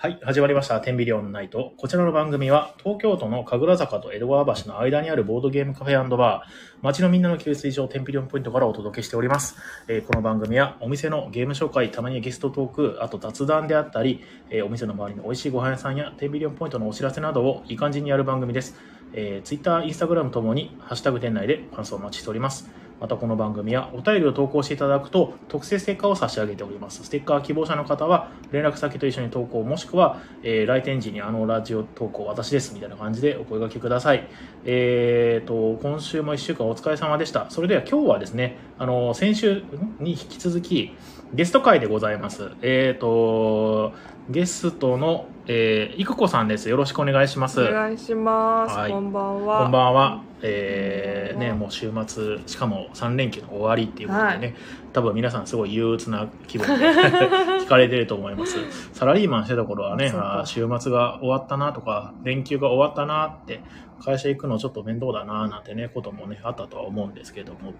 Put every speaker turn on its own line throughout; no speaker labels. はい、始まりました。天秤寮のナイト。こちらの番組は、東京都の神楽坂と江戸川橋の間にあるボードゲームカフェバー、街のみんなの給水所、天秤寮ポイントからお届けしております、えーこの番組は、お店のゲーム紹介、たまにはゲストトーク、あと雑談であったり、えーお店の周りの美味しいご飯屋さんや、天秤寮ポイントのお知らせなどをいい感じにやる番組です。えー、Twitter、Instagram ともに、ハッシュタグ店内で感想をお待ちしております。またこの番組はお便りを投稿していただくと特製ステッカーを差し上げておりますステッカー希望者の方は連絡先と一緒に投稿もしくは、えー来店時にあのラジオ投稿私ですみたいな感じでお声掛けくださいえー、と今週も1週間お疲れ様でしたそれでは今日はですねあの先週に引き続きゲスト会でございますえー、とゲストの、えー、いくこさんですよろしくお願いします
お願いします、
はい
こんばんは
こんばんは。えー、
こんばん
ね、
は
もう週末、しかも3連休の終わりっていうことでね、多分皆さんすごい憂鬱な気分 で聞かれてると思います。サラリーマンしてた頃はね、
そうか
あー週末が終わったなとか、連休が終わったなって、会社行くのちょっと面倒だななんてね、こともね、あったとは思うんですけども、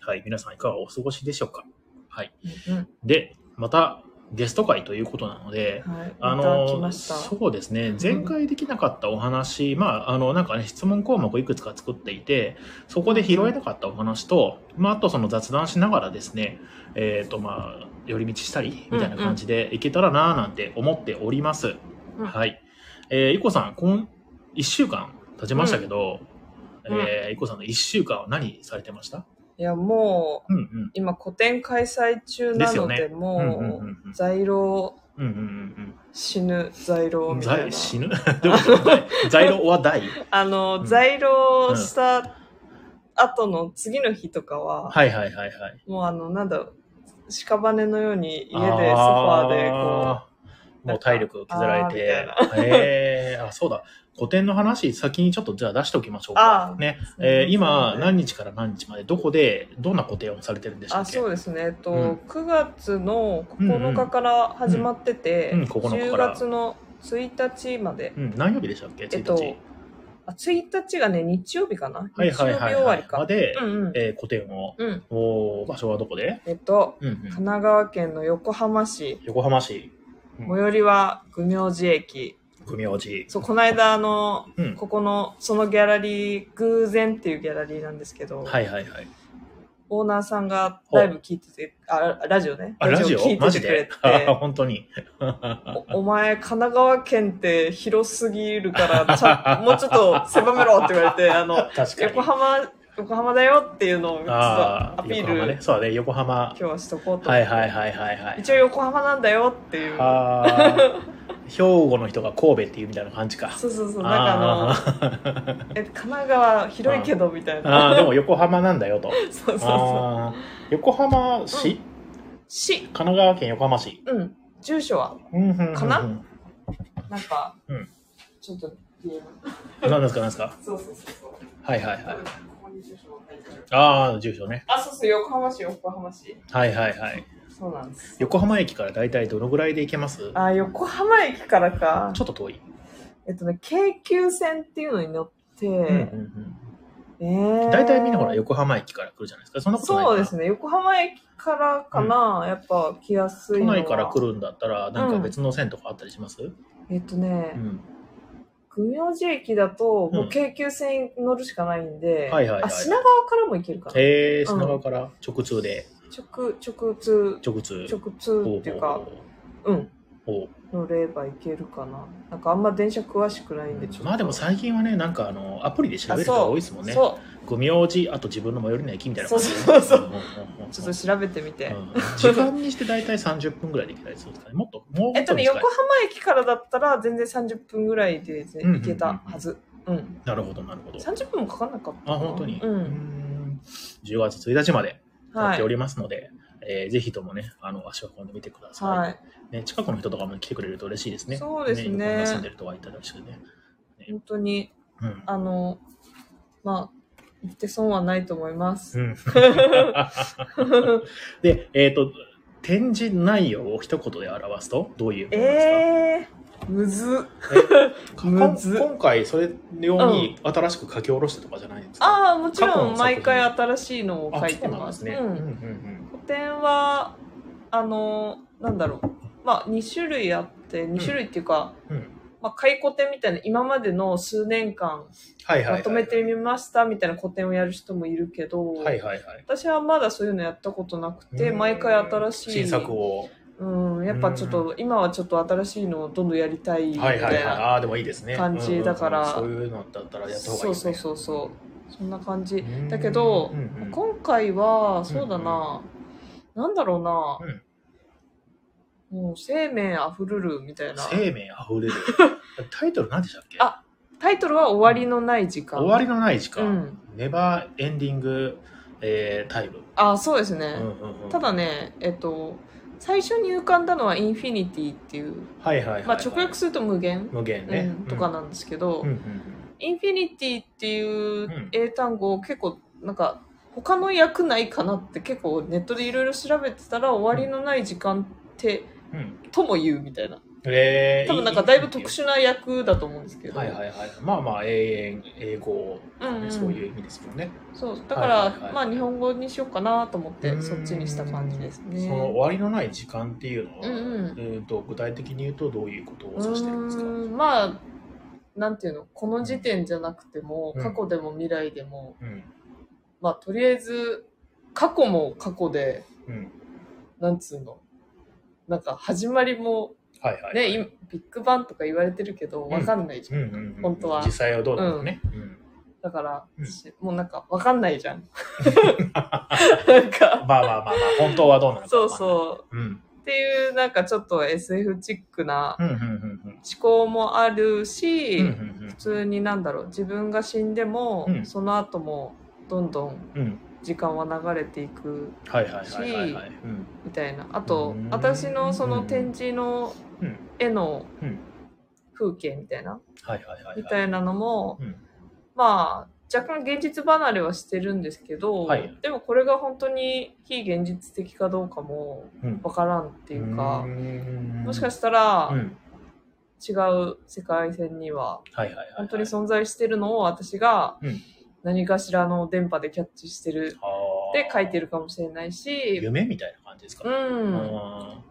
はい、皆さんいかがお過ごしでしょうか。はい。
うん
で、またゲスト会ということなので、
うん はい、
あ
また来
の
ました
そうですね
ん
前回できなかったお話、まああのなんかね質問項目いくつか作っていてそこで拾えなかったお話と、まあ、あとその雑談しながらですねえっ、とまあ寄り道したりみたいな感じでいけたらなーなんて思っております、
うん
はいえー、いこさん今1週間経ちましたけど、
うん
えーいこさんの1週間は何されてました
いやもう
うんうん
今個展開催中なので
ですようんうんうん
も
う
うん在廊
うんうん
死ぬ在
う
廊
ん
みたい
在
な
死ぬ どういうこと在在廊は大
あ
う
の
ん
在廊した後の次の日とかは、
はいはいはいはい
もうあのなんだろう屍のように家でソファーでこ
あーもう体力削られて
なん。
へえー、あ、そうだ。古典の話、先にちょっとじゃあ出しておきましょうか
あ。ー
ね。
う
えー今、
そうですね
何日から何日まで、どこで、どんな古典をされてるんでした
あ
っけ
そうですね、えっと
うん
9月の9日から始まってて、
うんうんうん9日
10
から
月の1日まで、
うん、何曜日でしたっけ ?1 日。
えっとあ1日がね日曜日かな、
はいはい
日曜
はい、
日終わ
は
り
い。
か、
まで、
うんうん
えー古典を、
うん
おー場所はどこで
えっと
うんう
神
ん。
奈川県の横浜市
横浜市、うん
最寄りは愚明寺駅
組王寺。
そうこの間あの、
うん
ここのそのギャラリー偶然っていうギャラリーなんですけ
は
ど、
いはいはい。
オーナーさんがライブ聞いててあラジオね
あ、ラジ
聞
オ
い
マ
て
ジ
てくれ
で
て
本当に。
おお 前、神奈川県って広すぎるから、ちゃ もうちょっと狭めろって言われて、あの、
確かに。
横浜、横浜だよっていうのをちょっと
あー
アピー
横浜
ル、
ね。そうだね、横浜
今。日はしとこうと。
はいはいはいはいはい。
一応横浜なんだよっていう。
あー兵庫の人が神戸っていうみたいな感じか。
そうそうそう、なんかあの、
あー
え神奈川広いけどみたい
あー
な。
でも横浜なんだよと。
そうそうそう。
あー横浜市、
市、
神奈川県横浜市。
うん、住所は、
うんうんうんうん
かななんか
うん、
ちょっと、DM
何ですか何ですか
そうそうそうそう。
はいはいはい
こ。こに住所が書いてある
ああ、住所ね。
あ、そうそう、横浜市、横浜市。
はいはいはい。
そうなんです。
横浜駅から大体どのぐらいで行けます
あ、横浜駅からか
ち。ょっと遠い。
えっとね、京急線っていうのに乗って、
うんうんうん
えー、
大体みんなほら横浜駅から来るじゃないですか。そんなことないかな
そうですね、横浜駅からかな、やっぱ来やすい
都
のは。
内から来るんだったら、なんか別の線とかあったりします、
えっとね
う、ん
群明寺駅だと、も
うん
う京急線乗るしかないんで、
はいはいはい
あ、品川からも行けるかな。
えー、品川から直通で、
直、直通、
直通。
直通っていうか、うん、
おうおう
乗れば行けるかな。なんかあんま電車詳しくないんで、ちょっと。
まあでも最近はね、なんかあの、アプリで調べる人が多いですもんね。
そう。
ご名字、あと自分の最寄りの駅みたいな感じで
そうそうそうん
んんうん
ちょっと調べてみて。
うん時間にして大体30分ぐらいで行けたりするんですかね。もっと、もう
え
も
っ
っと
とね、
短い。
横浜駅からだったら全然30分ぐらいで全
うんうんうん
行けたはず。うん。
なるほど、なるほど。
30分もかかんなかったかな。
あ、本当に。
う
ー
ん。
ん10月1日までやっ
は
てお
い。
りますので、えーぜひともね、あの、足を運んでみてください。
はい。
ね、近くの人とかも来てくれると嬉しいですね。
そうですね
横浜住んでるとはいただしくね。
本当に、
うん。
あの、まあ、行って損はないと思います。
うん で、えっ、と、展示内容を一言で表すと、どういうものですか、
えー、むずっ。
こ
むず
今回、それ用に新しく書き下ろしたとかじゃないんですか、
ああ、もち
過去の
ろ
作
ん
品
毎回新しいのを書いて
そうなん
ま
です
す。
ね。
う
うんうん
ん。古典は、あの、なんだろう。まあ、2種類あって、2種類っていうか、
うん
まあ、回顧展みたいな、今までの数年間、
はいはいはい。
まとめてみましたみたいな個展をやる人もいるけど、
はいはいはい。
私はまだそういうのやったことなくて、
うん
毎回新しい。
新作を。
うん、やっぱちょっと、今はちょっと新しいのをどんどんやりたいみ
は
た
い
い
はいはい。
な。
ああー、でもいいですね。
感じ
うんうんうん
だから
そういうのだったらやった方がいい
そう
です
そう
ね。
そうそう。そんな感じ。
うん
だけど
うんうん
今回は、そうだな、なんだろうな、もう生命あふれるみたいな。
生命あ ふれる。タイトル何でしたっけ
あタイトルは終わりのない時間。
終わりのない時
う
間
ん。
ネバーエンディングえータイム。
あ、そうですね。
うんうんうん
ただね、えっと、最初に浮かんだのはインフィニティっていう、
はいはいはいはい。
まあ直訳すると無限、
無限ね
うん。とかなんですけど、
うんうん
インフィニティってい
ん
う英単語を結構なんか他の訳ないかなって結構ネットでいろいろ調べてたら終わりのない時間って、
うんうん。
とも言うみたいな。
えー
多分なんかだいぶ特殊な役だと思うんですけど。
はいはいはい。まあまあ、永遠、英語、
うんうん
そういう意味ですもんね。
そう。だか
はいはいはい
ら、まあ日本語にしようかなと思っ
う
て、
ん
そっちにした感じですね。
その終わりのない時間っていうのは、
うんうん
えーと具体的に言うとどういうことを指してるんですか
うーんまあ、なんていうの、この時点じゃなくても、
うん
過去でも未来でも、
うん
まあとりあえず、過去も過去で、
うん。
なんつうの、なんか始まりも、
はいはいはい。
ね、今ビッグバンとか言われてるけど、わかんないじゃ。
うんんうんうん
本当は
実際はどうなのね。うん
だから、
うん
しもうなんかわかんないじ ゃん。
まあ
なんか、
まあまあまあ、本当はどうなのか。
そうそう。
う。うん。
っていう、なんかちょっと SF チックな
うんうんうん
思考もある
うん。
し、
うんうん
普通になんだろう自分が死んでも、
うん
その後もどんどん
うん。うん。
時間は流れていく
はいはいはいはいはい。うん
みたいなあと
うん
私のそうの
ん
展示の
うん。
絵の
うん
風景みたいな
はいはいはい。
みた
い。
いなのも
うん。
まあ若干現実離れはしてるんですけど、
はい
でもこれが本当に非現実的かどうかも
うん。
わからんっていうか、もしか
し
したら
うん。
違う世界線には
はいはいはいはい。
本当に存在してるのを私が
うん
何かしらの電波でキャッチしてる
あー
で書いてるかもしれないし、
夢みたいな感じです
う
か。
んま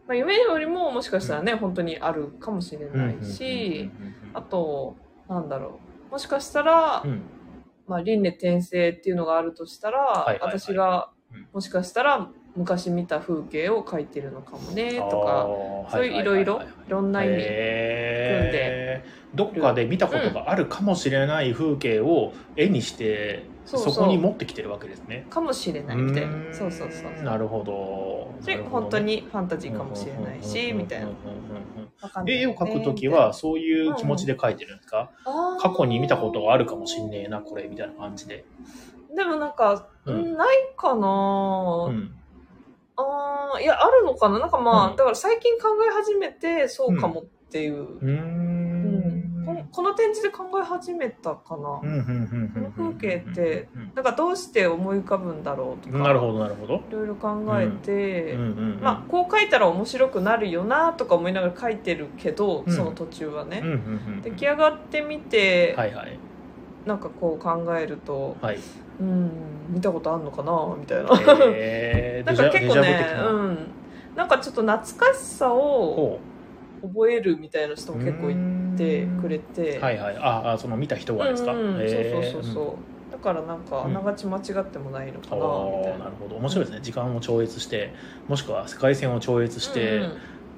あ
あ、夢よりももしかしたらね、本当にあるかもしれ
ー
ないし、
うんうんうんうん
あとなんだろうもしかしたら、
うん
まあ、輪廻転生っていうのがあるとしたら、
いはいはい
私が
うん
もしかしたら昔見た風景を書いてるのかもねとか、
あー
そういういろいろ
ははい
ろんな
はい
意
はい
味。
へーどっかで見たことがあるかもしれない風景を絵にして、
そう
そ
そう
こに持ってきてるわけですね。
かもしれないみたいな
ーん
そうそうそう
なるほど。
それ
なるほどね
本当にファンタジーかもしれないしみたいな
うんうんうんうんうん
わかんない
絵
よ
を
ね
描くときはそういう気持ちで描いてるんですか、
あー
過去に見たことがあるかもしんねえなこれみたいな感じで、
でもなんか、
うん
ない
う
かな、
ん、
あーいやあるのかななんかまあ、
うん
だから最近考え始めてそうかもっていう、
うー
うん
ん
このこの展示で考え始めたかな、
うんうんうんうん
この風景ってなんかどうして思い浮かぶんだろうと
う
か
んなるほどなるほど、
いろいろ考えて、
うんうんうん
まあ、こう書いたら面白くなるよなとか思いながら書いてるけど、
うん
その途中はね、
うんうんうん
出来上がってみて、
はいはい
なんかこう考えると
はい
うん見たことあんのかなみたいな、
えー
なんか結
デ
構
ジャブ
ね
的、な
うん、なんかちょっと懐かしさを
ほ
覚えるみたいな人
う
も結構いてくれて、
はいはいああその見た人
うん
がですか、
うんそうそうそうそうう、だからなんかあながち間違ってもないのかなみたい
ああな
な。
るほど面白いですね時間を超越してもしくは世界線を超越して、
うんうん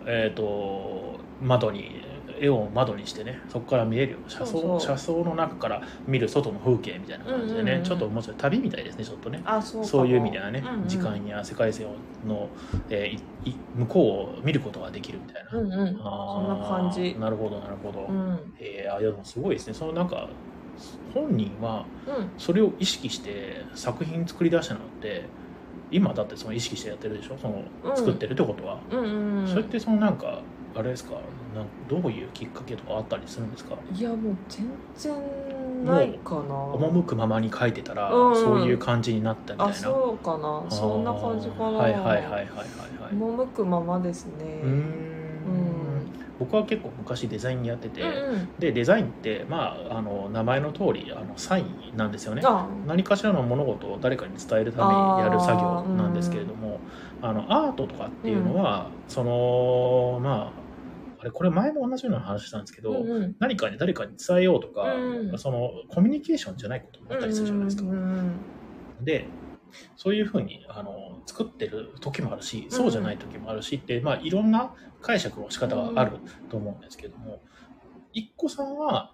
えっ、と窓に絵を窓にしてねそこから見えるよ車窓
そうそう
車窓の中から見る外の風景みたいな感じでね、
うんうんうん
ちょっと面白い旅みたいですねちょっとね
あそうかも
そういう意味ではね、
うんうん
時間や世界線の、えーいい向こうを見ることができるみたいな、
うんうん
あー
そんな感じ
なるほどなるほど、
うん
えーあいやでもすごいですねそのなんか本人は
うん
それを意識して作品作り出したのって今だってその意識してやってるでしょその
うん
作ってるってことは、
うんうんうん
それってそのなんかあれですかなんどういうきっかけとかあったりするんですか
いやもう全然ないかな
赴くままに書いてたら、
うんうん
そういう感じになったみたいな
あそうかな
あー
そんな感じかな
はいはいはいはいはいはい
赴くままですね
うーん僕は結構昔デザインやってて、
うん
でデザインって、まあ、あの名前の通りあのサインなんですよね
あ
何かしらの物事を誰かに伝えるためにやる作業なんですけれどもあ、のアートとかっていうのは、そのまああれこれ前も同じような話したんですけど、
うんうん
何かに誰かに伝えようとか、
うん
そのコミュニケーションじゃないこともあったりするじゃないですか。
うんうん
でそういうふうにあの作ってる時もあるしそうじゃない時もあるしって、まあ、いろんな解釈の仕方があると思うんですけども、一個さんは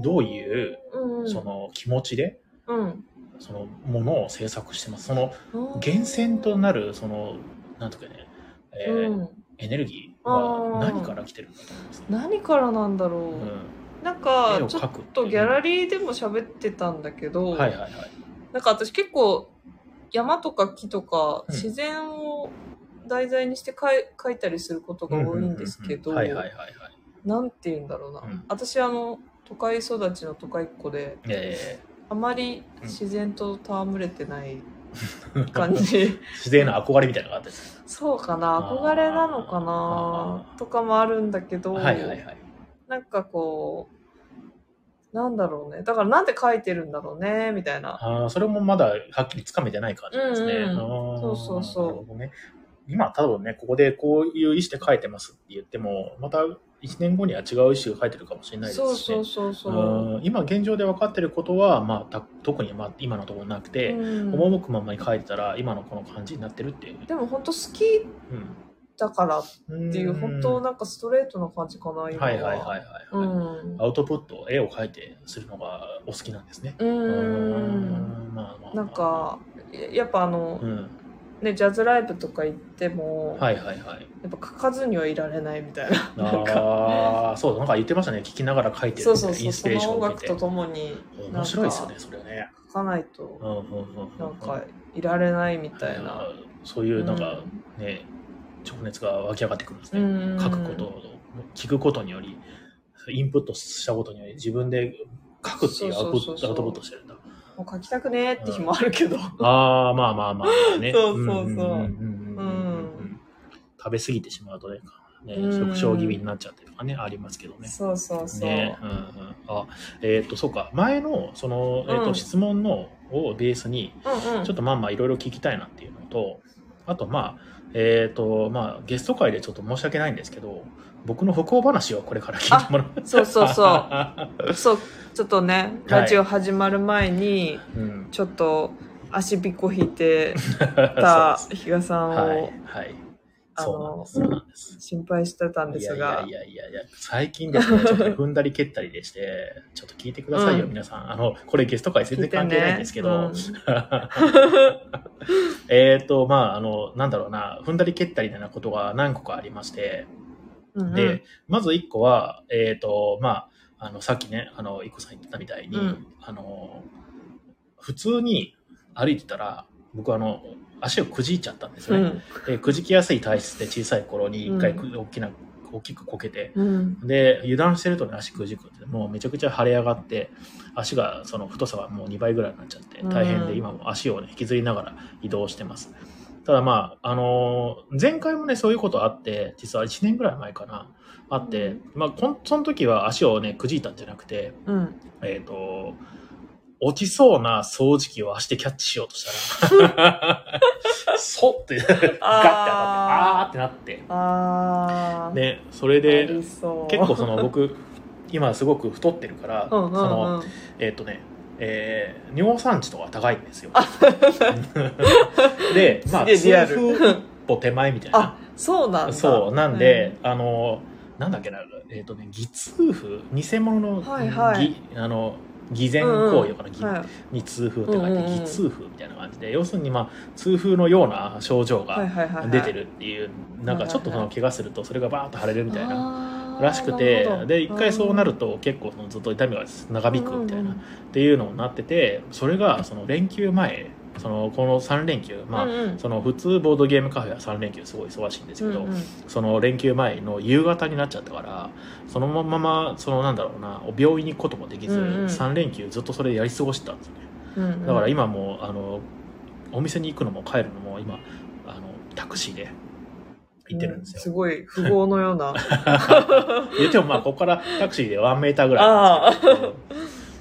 どういう
うんうん
その気持ちで
うん
そのものを制作してますその
うん
源泉となるそのなんとかね、えー
うん
エネルギー
あー
は何から来てるんだと思います、
何からなんだろう、
うん
なん
絵
か
を
ちょ
描
っ
くって
とギャラリーでも喋ってたんだけど、
はいはいはい
なんか私結構山とか木とか
うん
自然を題材にしてかい描いたりすることが多いんですけど、
うんうんうんうんはいはいはいはい
なんて言うんだろうな、
うん
私あの都会育ちの都会っ子で
え
あまり自然と戯れてない感じ、
自然への憧れみたいなのがあったりする
そうかな憧れなのか
あ
なとかもあるんだけど、
はいはいはい
なんかこうなんだろうねだからなんで書いてるんだろうねみたいな
ああ、それもまだはっきりつかめてない感じなんですね。
うんうん
あー
そうそうそう
なるほどね。今、多分ね、ここでこういう意思で書いてますって言っても、また1年後には違う意思が書いてるかもしれないですし、ね。
そうそうそうそう、
うん今現状で分かってることは、まあ、た特に、まあ、今のところなくて、
うん
赴くままに書いてたら今のこの感じになってるっていう。
でも本当好きだからっ
うん、
ていう、
ん
本当なんかストレートな感じかな今は。
はいはいはいはい、
う
はい
ん。
アウトプット、絵を描いてするのがお好きなんですね。
う。
うんんまあまあまあ
なん、かややっぱあの、
うん、
ねジャズライブとか行っても、
はいはいはい。
やっぱ書かずにはいられないみたいな。なんか
ああ、そうだ、なんか言ってましたね。聞きながら書いてる
そう
みたい
そ
な
うそ
イ
う
ンスピ
そ
レーショ
の
ン
音
を受
楽
け
と
て。
ともに
面白いですよね、それね。
書かないと
うんうんうん。
なんかいられないみたいな。
そういうなんかね、情熱が湧き上がってくるんです
う
ね。
ん、
書くことを聞くことにより、インプットしたことにより、自分で書くっていうアウト
そうそうそう
プ
そう
アウトプットしてるんだ。
もう書きたくねーって日もあるけど、
ああ、まあまあまあね。
そうそうそ
う
う
んうんうんうんうん
う
うん
ん
食べ過ぎてしまうとね、ね
うん
食傷気味になっちゃってとかね、ありますけどね。
そうそうそう、
ね、うんうん、あえっ、とそうか前のその、えーと
うん
質問のをベースに
うんうん
ちょっとまあまあいろいろ聞きたいなっていうのとあとまあえっ、とまあゲスト会でちょっと申し訳ないんですけど僕の不幸話をこれから聞いてもらう
そうそうそうそうちょっとね
はい
ラジオ始まる前に
ん、
ちょっと足びっこ引い て
そう
た
です
比嘉さん
はい
を
はい
あの
そうなんですそうなんです
心配してたんですが
いやいやいやいやいや最近ですねちょっとね踏んだり蹴ったりでしてちょっと聞いてくださいよ、
うん
皆さんあのこれゲスト会全然関係ないんですけど、
聞いてね
えっと、まあ、あの、なんだろうな、踏んだり蹴ったりなことが何個かありまして、
うんうん
で、まず1個は、えっ、と、まあ、あの、さっきね、あの、いこさん言ってたみたいに、
うん
あの、普通に歩いてたら、僕あの、足をくじいちゃったんです
う
ね。
ん
でくじきやすい体質で小さい頃に一回く、
う
大きな、大きくこけて、
うん
で、油断してるとね、足くじくって、もうめちゃくちゃ腫れ上がって、足が、その太さがもう2倍ぐらいになっちゃって、大変
う
で、
ん
今も足をね、引きずりながら移動してます。ただまあ、あのー前回もね、そういうことあって、実は1年ぐらい前かな、あって、
うん
まあ、こんその時は足をね、くじいたんじゃなくて、
うん
えっ、と、落ちそうな掃除機を足でキャッチしようとした ら、そって、ガッて当たって、あー
あ
ってなって、
あー
ね、それ
あ
で、
りそう
結構その僕今すごく太ってるから、
うんうんうん
そのえっ、とねえー尿酸値とか高いんですよ。 で、まあ、
すげえリア
痛
ル
風一歩手前みたいな
あ。そうなんだ
そう、なんで、あの、なんだっけな、えっ、とね、偽痛風、偽物の、
はいはい
ぎあの、偽
う
善
んうん
行為だから、ぎ
はい
に痛風って書いて、
うんうんうん
偽痛風みたいな感じで、要するに、まあ、痛風のような症状
はい
が
はいはいはい
出てるっていう、なんかちょっとそ
はい
の
は
怪我すると、それがバーッと腫れるみたいな。
な
らしくてで一回そうなる
と
と結構そのずっと痛みが長引くみたいな、
うんうん
っていうのになっててそれがその連休前そのこの3連休まあ、その普通ボードゲームカフェは3連休すごい忙しいんですけど、その連休前の夕方になっちゃったからそのままそのなんだろうな病院に行くこともできず、
うんうん
3連休ずっとそれやり過ごしてたんですよねだ
だ
から今もうあのお店に行くのも帰るのも今あのタクシーで行ってるんですよ。
すごい、富豪のような。
言ってもまあここからタクシーで1メーターぐらい
ああ。
うん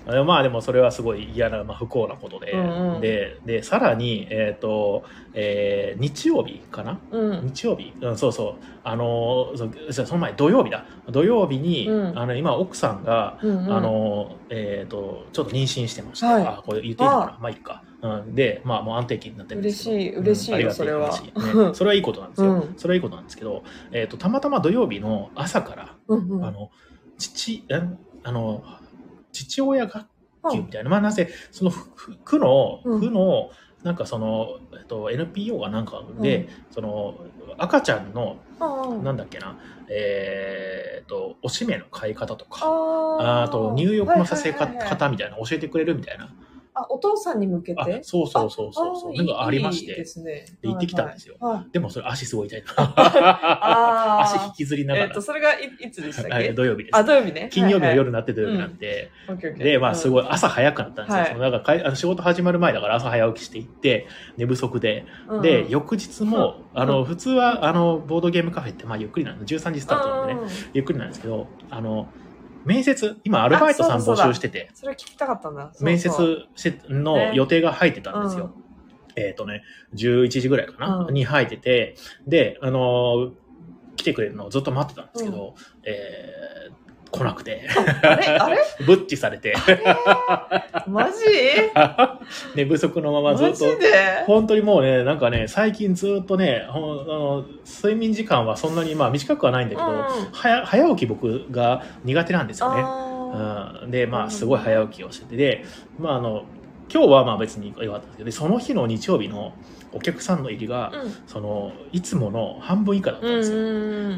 でもまあでもそれはすごい嫌な、まあ、不幸なことで、
うんうん
ででさらに、えーとえー日曜日かな
うん。
日曜日、うん、そうそうあのーそその前土曜日だ土曜日に、
うん
あの今奥さんが、
うんう ん
あ、のーえっ、とちょっと妊娠してまして、
はい
あこれ言っていいのかなまあいいか、うん、でまあもう安定期になってるんで
嬉
すけど
しい、嬉しい
うんあり
よ、
がた
それは。
話ねそれはいいことなんですよ、
うん
それはいいことなんですけど、えー、とたまたま土曜日の朝から
うんうん。
あ
あ
の、父、えあの、父親学級みたいな、まあなぜ、その、ふふ区の、
うん
区の、なんかその、えっと、NPO がなんかで、
うん
その、赤ちゃんの、
あ
なんだっけな、えーっと、おしめの買い方とか、
あ
あ
ー
と、入浴のさせ
はいはいはいはい
方みたいな、教えてくれるみたいな。
あ、お父さんに向け
あ
て、
そうそうそうそうそう、
あー
なんかありまし
いいで
て。
すね。
で行ってきたんですよ
はいはい。はい
でもそれ足すごい痛いな。
あ ー
足引きずりな
え
が
っと、
ら。
それがいいつでしたっ
はい
け
土曜日です
あ、。土曜日ね。
金曜日の夜
は
になって土曜日なんで、
いはい。オッケーオッケー
で、まあ、すご
い。
い朝早くなったんですよ。
はい
そのなんかかいあの仕事始まる前だから朝早起きして行って、寝不足で。
うん
で、翌日も、
うん
あの、
うん
普通は、あの、ボードゲームカフェって、まあ、ゆっくりなんで、13時スタートなんでね、
うん
ゆっくりなんですけど、あの、面接、今、アルバイトさん
あそう
募
だそうだ
集してて、
それ聞きたかったんだ。そうそう
面接しての
ね
予定が入ってたんですよ。えっ、とね、11時ぐらいかな、
うん
に入ってて、で、あのー来てくれるのをずっと待ってたんですけど、えー来なくて、
あれあれ
ブッチされて、
マジ
寝不足のままず
マ
っ
ジ
と
で
本当にもうね、なんかね、最近ずっとね、ほんあの睡眠時間はそんなにまあ短くはないんだけど、
うん
早早起き僕が苦手なんですよね。
あ
うん、で、まあ、すごい早起きをしてて、で、まあ、あの、今日はまあ別に良かったんですけど、でその日の日曜日のお客さんの入りが、
ーうん
その、いつもの半分以下だったん
うん
ですよ。
う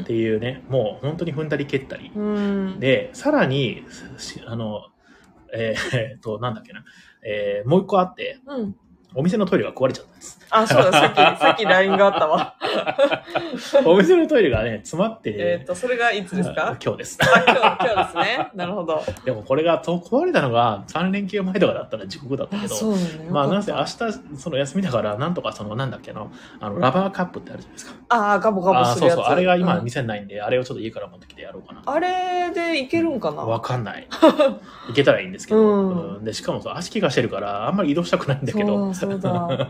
ん
っていうね、もう本当に踏んだり蹴ったり。
うん
で、さらに、しあの、えー えーっと、なんだっけな、えーもう一個あって、
うん
お店のトイレが壊れちゃったんです。
あ、そうだ、さっき、さっき LINE があったわ。
お店のトイレがね、詰まって、
えっと、それがいつです
あ
か
今日です。
あ、今日、今日ですね。なるほど。
でもこれがと壊れたのが3連休前とかだったら地獄だったけ
あ、
ど、
そうなんだよ。
まあなんせ
よ
明
かっ
日その休みだから、なんとかそのなんだっけの、あのラバーカップってあるじゃないですか。
たあー、ガボガボ
あ
す
そ
る
う
やつ。
そう、あれが今
うん
店にないんで、あれをちょっと家から持ってきてやろうかな。
あれでいけるんか
わ
な
かんない。いけたらいいんですけど、
うん
うんでしかもそう足気がしてるから、あんまり移動したくないんだけど、
そうだそ うだ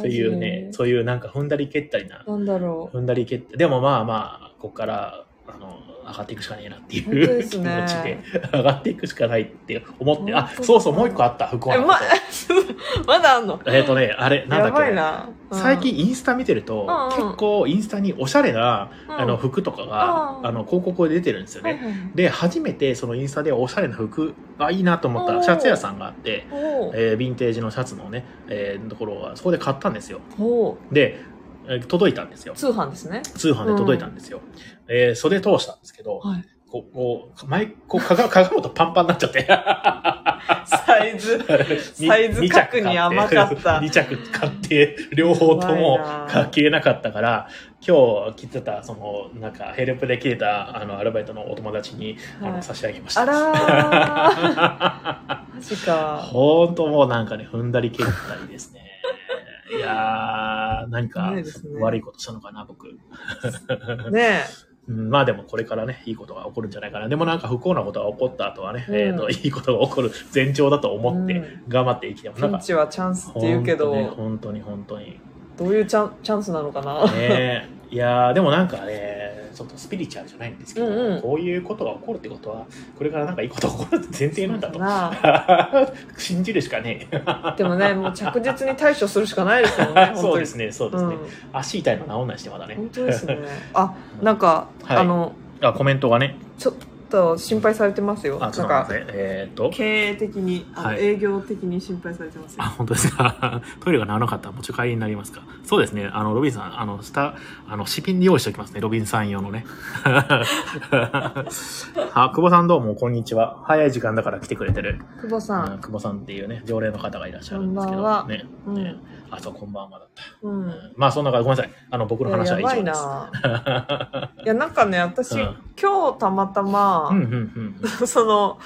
というね、そういうなんか踏んだり蹴ったりな、
なんだろう。
踏んだり蹴って、でもまあまあ、ここから、あの、上がっていくしかねえなってい
本当
う
で
気
す
持
ね
ちで、上がっていくしかないって思って、あ
本当、だ
そうそう、もう一個あった、不幸
え、
なこ
ま、 まだあんの
と。えっとね、あれ、なんだ
や
っ
ば
け
い、な。うん
最、近インスタ見てると、
うんうん
結構インスタにおしゃれな、
うん
あの、、服とかが、
うん
あの、広告で出てるんですよ
はい
ね。
はい
で、初めてそのインスタでおしゃれな服、あ、いいなと思った
お
ら
ー
シャツ屋さんがあって、
ほう。
えーヴィンテージのシャツのね、えーところが、そこで買ったんですよ。
ほ
で、えー届いたんですよ
う。。通販ですね。
通販で届いたんですよ。えー袖通したんですけど、
はい
こう、こう、前、こう、かが、かがむとパンパンになっ ちゃって。
サイズ。サイズ確認甘か った
2着買って、両方とも
うまいな
か着れなかったから、今日着てた、その、なんか、ヘルプで着てた、あの、アルバイトのお友達に、あ
は
の、
い
差し上げました。
あらー。マジか。
ほんともうなんかね、踏んだり蹴ったりですね。いやー、何か
ないですね
悪いことしたのかな、僕。
ね
うんまあでもこれからね、いいことが起こるんじゃないかな。でもなんか不幸なことが起こった後はね、
うん
えーといいことが起こる前兆だと思って
う
頑張って生きても、
え。ピ
なん
ン
か、
チはチャンスって言うけど、
本当に本当に
どういうチャンチャンスなのかな
本当に。 ねいやーでもなんかね、ちょっとスピリチュアルじゃないんですけど、
うんうん
こういうことが起こるってことは、これからなんかいいことが起こるって前提なんだ と。
な
信じるしかねえ。。
あでもね、もう着実に対処するしかないですよね
そう
本当
で
に
すね、そうです
う
ね。
ん、
足痛いの治んないしてまだね。
本当 ですね。あ、なんか、
はい
あの、
あ、コメントがね、
ちょっと心配されてますよ。な
あ、
ん
ちょっと待
か
って、えーっと。
経営的に、あの
はい
営業的に心配されてますよ
あ、。本当ですか。 トイレがならなかったら、もうちょい帰りになりますか。そうですね。あの、ロビンさん、あの、下、あの、紙ピンで用意しておきますね。ロビンさん用の ね。あ、久保さんどうも、こんにちは。早い時間だから来てくれてる。
久保さ
うん
ん、
久保さんっていうね、常連の方がいらっしゃるんですけ
こ
ど。
んばんは
ね。
うん
ねあ、そう、こんばんはだった。
うん、
うんまあ、そんな感じ、ごめんなさい。あの、僕の
いや
話
や
は以
ば
上
い
です。
な。いやなんかね、私、
うん
今日たまたま、
うん、うん、うん。
その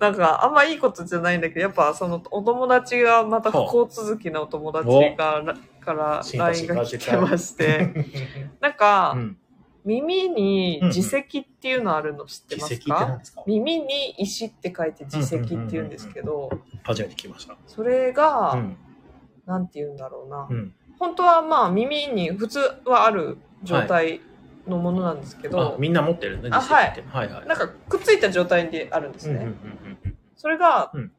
なんかあんまいいことじゃないんだけどやっぱそのお友達がまた不幸続きなお友達がらから
進化
LINE
進
が
化
来てまして、 なん
う
か、
ん。
耳に耳石っていうのあるの知って
自
ま
責
す
って
か
何ですか
耳に石って書いて耳石っていうんですけど、
初めて聞きました。
それが、
うん。
なんて言うんだろうな
う。ん。
本当はまあ耳に普通はある状態のものなんですけど、
あ、みんな持ってるね、
あ
自責って。はいはい。
なんかくっついた状態であるんです
うん
ね。
うんうんうん。
それが
うん、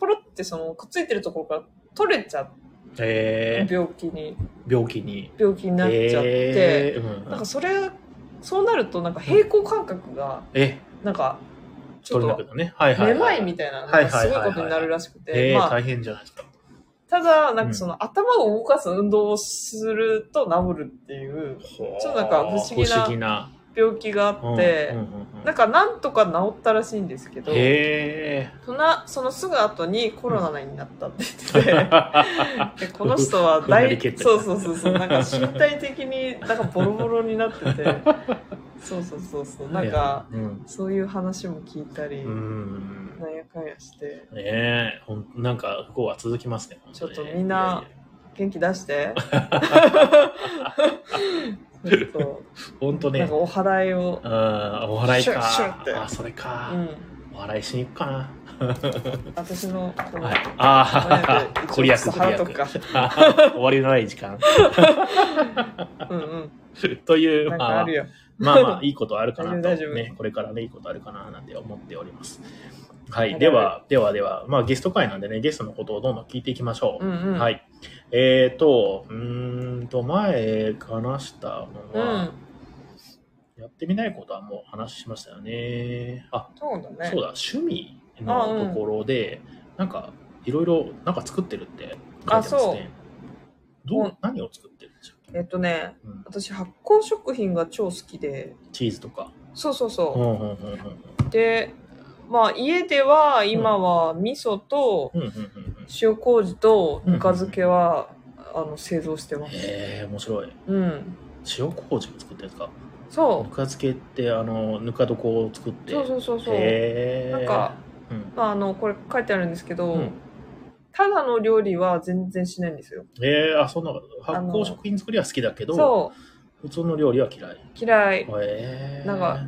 ポロってそのくっついてるところから取れちゃって、
えー、
病気に、
病気に。
病気になっちゃって、
えーうん
なんかそれ、そうなるとなんか平衡感覚が、
え、
なんか、ちょ
取れな
っ
く
と、
なるね。はいはいは
め
い。
まいみたいな、
はいはい
なんか
はい
す
はい
ごいことになるらしく
え
て、
ー
まあ、
大変じゃないですか。
ただ、なんかその頭を動かす運動をすると治るっていうちょっとなんか不思議な
不思議な。
病気があって、
うんうんうんうん
なんかなんとか治ったらしいんですけど、
へ
そなそのすぐ後にコロナになったって言ってて、
ー
でこの人 は
ふんわ
大
り蹴って
そうそうそうそうなんか身体的になんかボロボロになっててそうそうそうそう なんか
うん
そういう話も聞いたり、
うん
なんやかんやして
ねえほんなんか不幸は続きますね
ちょっとみんな元気出して ちょっと
本当
な
ね
んかお祓いを
うんお笑い
シュ
か
ッシュッって
あそれか、
うん
お笑いしに行くかな、
私のこの、
はいああ ご利益
一応
ご
ちょっと
利
払っと
益
くか
終わりのない時間
うん うん
という
なん
ま
かあ
あ
るよ
まあまあいいことあるかなと
大丈夫大丈
ねこれからねいいことあるかななんて思っておりますはい
あるある
ではではではまあゲスト会なんでねゲストのことをどんどん聞いていきましょう、
うんうん
はい。えっ、ー、と、うーんと、前話した
う
のは、
ん
やってみないことはもう話しましたよね。あ、
そうだね
そうだ、趣味のところで、なんか、いろいろ、なんか作ってるって書いてます
あそう
ね。どう、
うん
何を作ってるんでしょう、
えっとね
うん、
私発酵食品が超好きで
チーズとか。
そうそう
う
そ
んうんうんうんうん
う、でまあ家では今は味噌と
うんうんうんうん。
塩麹とぬか漬けは、あの製造してます
へえ面白い。
うん
塩麹を作ってるんですかぬ
そ
か漬けって、あの、ぬか床を作って。
うそうそうそうそう、
へえ
なんか、
うん。
まあ、あのこれ書いてあるんですけど、
うん
ただの料理は全然しないんですよ
えー、あ、そんなの、発
あの
酵食品作りは好きだけど、
そ
普通の料理は嫌い。
う嫌い
えー、
なんか、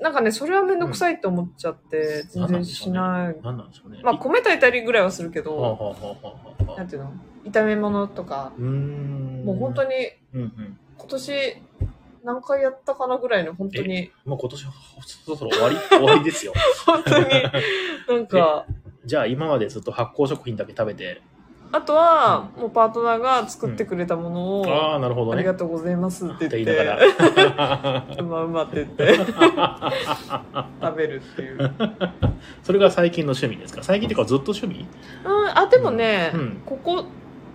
なんかねそれはめんどくさいって思っちゃって、全然しない
なんなんでしょうね。
まあ
い
米炊いたりぐらいはするけ
はあ
ど、
はあはあはあはあ
なんていうの炒め物とか
うーん。
もう本当
に。
に
うんうん。
今年何回やったかなぐらいの本当に
もう今年はそろそろ終わり、 終わりですよ。
本 当になんか
じゃあ今までずっと発酵食品だけ食べて、
あとはもうパートナーが作ってくれたものを
ああ、なるほど
「あり
ね。
がとうございます」って
って
言
言
っ
いなが
て
ら。
「うまうま」って言って食べ るっていう
それが最近の趣味ですか最近っていうかずっと趣味
うんあでもね
うん
ここ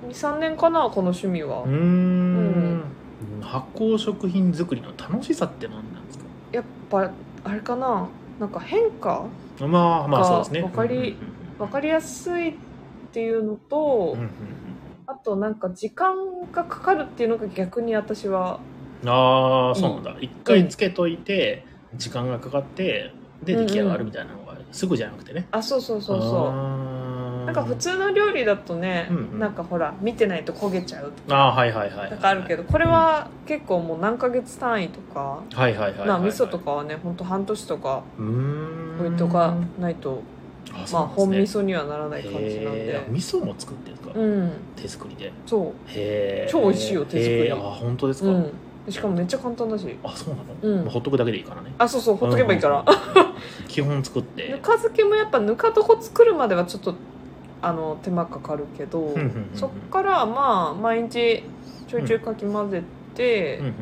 23年かなこの趣味は
うーん発酵食品作りの楽しさって何なんですか
やっぱあれかななんか変化
まあまあそうですね。
わかり分かりやすいっていうのと、
うんうんうん
あとなんか時間がかかるっていうのが逆に私は
ああそうなんだ。一回つけといて時間がかかってで出来上がるみたいなのがすぐじゃなくてね。
あそうそうそうそ
そう
なんか普。通の料理だとね、
うんうん
なんかほら見てないと焦げちゃうと
ああはいはいはいはい。
かあるけどこれは結構もう何ヶ月単位とか、
はいはいはいはい。
まあ味噌とかはねほんと半年とか
うーん。
置いとかないと、
あ
まあ本味
噌
噌にはならない感じなんで
味噌も作ってるんですか
うん
手作りで。
そ
へえ。
超美味しいよ手作り
へーあ本当です
う
か
う。んでしかもめっちゃ簡単だし
あそうな
うん
の。まあほっとくだけでいいからね。
あそうそうほっとけばいいから、
うん。基本作って。
ぬか漬けもやっぱぬか床作るまではちょっとあの手間かかるけど
うんうんうんうん
そっからまあ毎日ちょいちょいかき混ぜて、
うんうんうん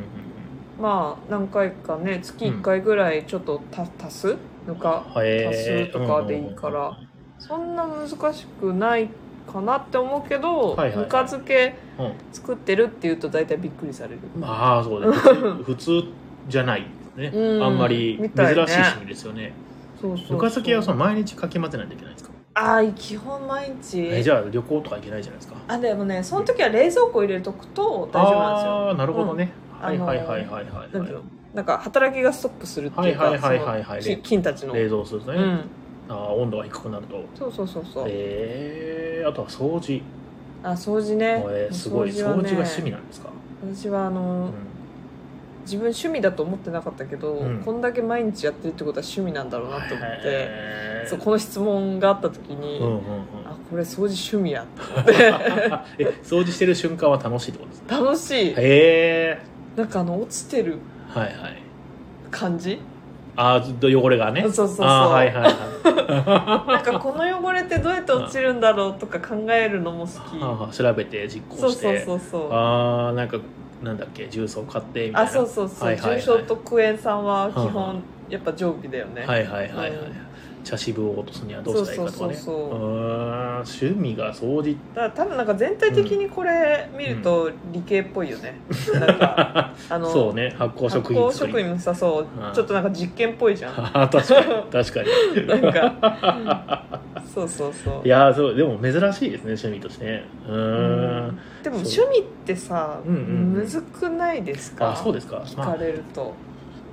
まあ何回かね月1回ぐらいちょっとた足すぬか
うん。へー
多数とかでいいから
うんうんうんうん
そんな難しくないかなって思うけど、
はいはいはい
ぬか漬け
うん
作ってるっていうと大体びっくりされる。
まあそうです 普通じゃないですね、
うん
あんまり珍
み
しい
たいね
趣味ですよね
そうそうそう
ぬか漬けはその毎日かき混ぜないといけないんですか
ああ基本毎
え
日
じゃあ旅行とか行けないじゃないですか
あでもねその時は冷蔵庫入れとくと大丈夫なんですよ
ああなるほどね、
ん
はいはい
あのー
はいはいはい
なん
は
ていうのなんか働きがストップするっていうか、
はいはいはいはいはい
そのき菌たちの、
い冷蔵すると
う
ね、
ん、
あー温度が低くなると
そうそうそうそう、
えー、あとは掃除
あ掃除ね
もうえーすごい掃除
はね
が趣味なんですか、
私はあ
う
の、
ん
自分趣味だと思ってなかったけど、
うん
こんだけ毎日やってるってことは趣味なんだろうなと思って、
へー
そうこの質問があった時に、
うんうんうん
あこれ掃除趣味やって
え掃除してる瞬間は楽しいってことですか
楽しい、
へえ
なんかあの落ちてる
はいはい
感じ
あーずっと汚れがね
そうそうそう
あーはいはいはい
なんかこの汚れってどうやって落ちるんだろうとか考えるのも好き、
はあはあ調べて実行して
そうそうそうそう
ああなんかなんだっけ重曹買ってみたい
あ
な
そうそうそう、
はいはいはい
重症とクエン酸は基
はあは
本やっぱ常備だよね、
はいはいはいはい、
うん
茶渋を落とすにはどうしたらいいかとかね
そうそうそうそ
ー
う
ん趣味が掃 除
だから多分なんか全体的にこれ見ると理系っぽいよね、なんかあ の
そうね発酵食品
発酵
作
食
り
品もさそう
うん
ちょっとなんか実験っぽいじ ゃん
あー確かに確かに
なんか そうそうそ
い
う
やーそうでも珍しいですね趣味としてねうー
うんんでも趣
そう
味ってさ、
うんうんうん
むずくないですか
あそうですか、
聞
ま
か
あ、
れると、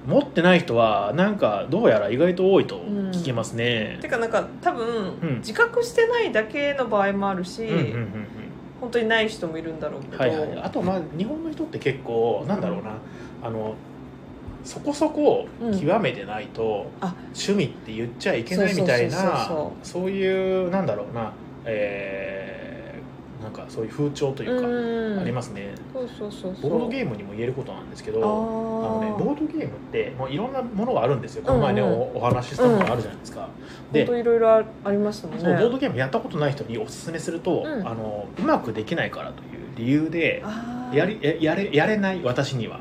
持ってない人はなんかどうやら意外と多いと聞きますね
て、かなんか多
うん
分自覚してないだけの場合もあるし、
うんうんうん
本当にない人もいるんだろうけ
うん
ど、
はいはい、あとまあ日本の人って結構なんだろうなあのそこそこ極めてないと、
うんあ
趣味って言っちゃいけないみたい
そうそう
な
そうそう
そういうなんだろうなえーなんかそういう風潮というか、
うん
ありますね
そうそうそうそう
ボードゲームにも言えることなんですけど
あ
あのね、
ー
ボードゲームってもういろんなものがあるんですよこの前ね、
うんうん
おお話ししたものがあるじゃないですか、
本
で
当いろいろあありましたもんね
そうボードゲームやったことない人におすすめすると、
うん
あのうまくできないからという理由で
あー
やりややれやれない私には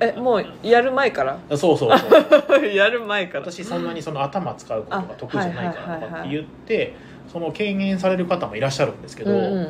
えもうやる前から
そう そうそう
やる前から
私そんなにその頭使うことが得意じゃないか
あ
ら
は
と
いはいはい
か
はい
って言ってその敬遠される方もいらっしゃるんですけど、
うんう
ま
ん
あ、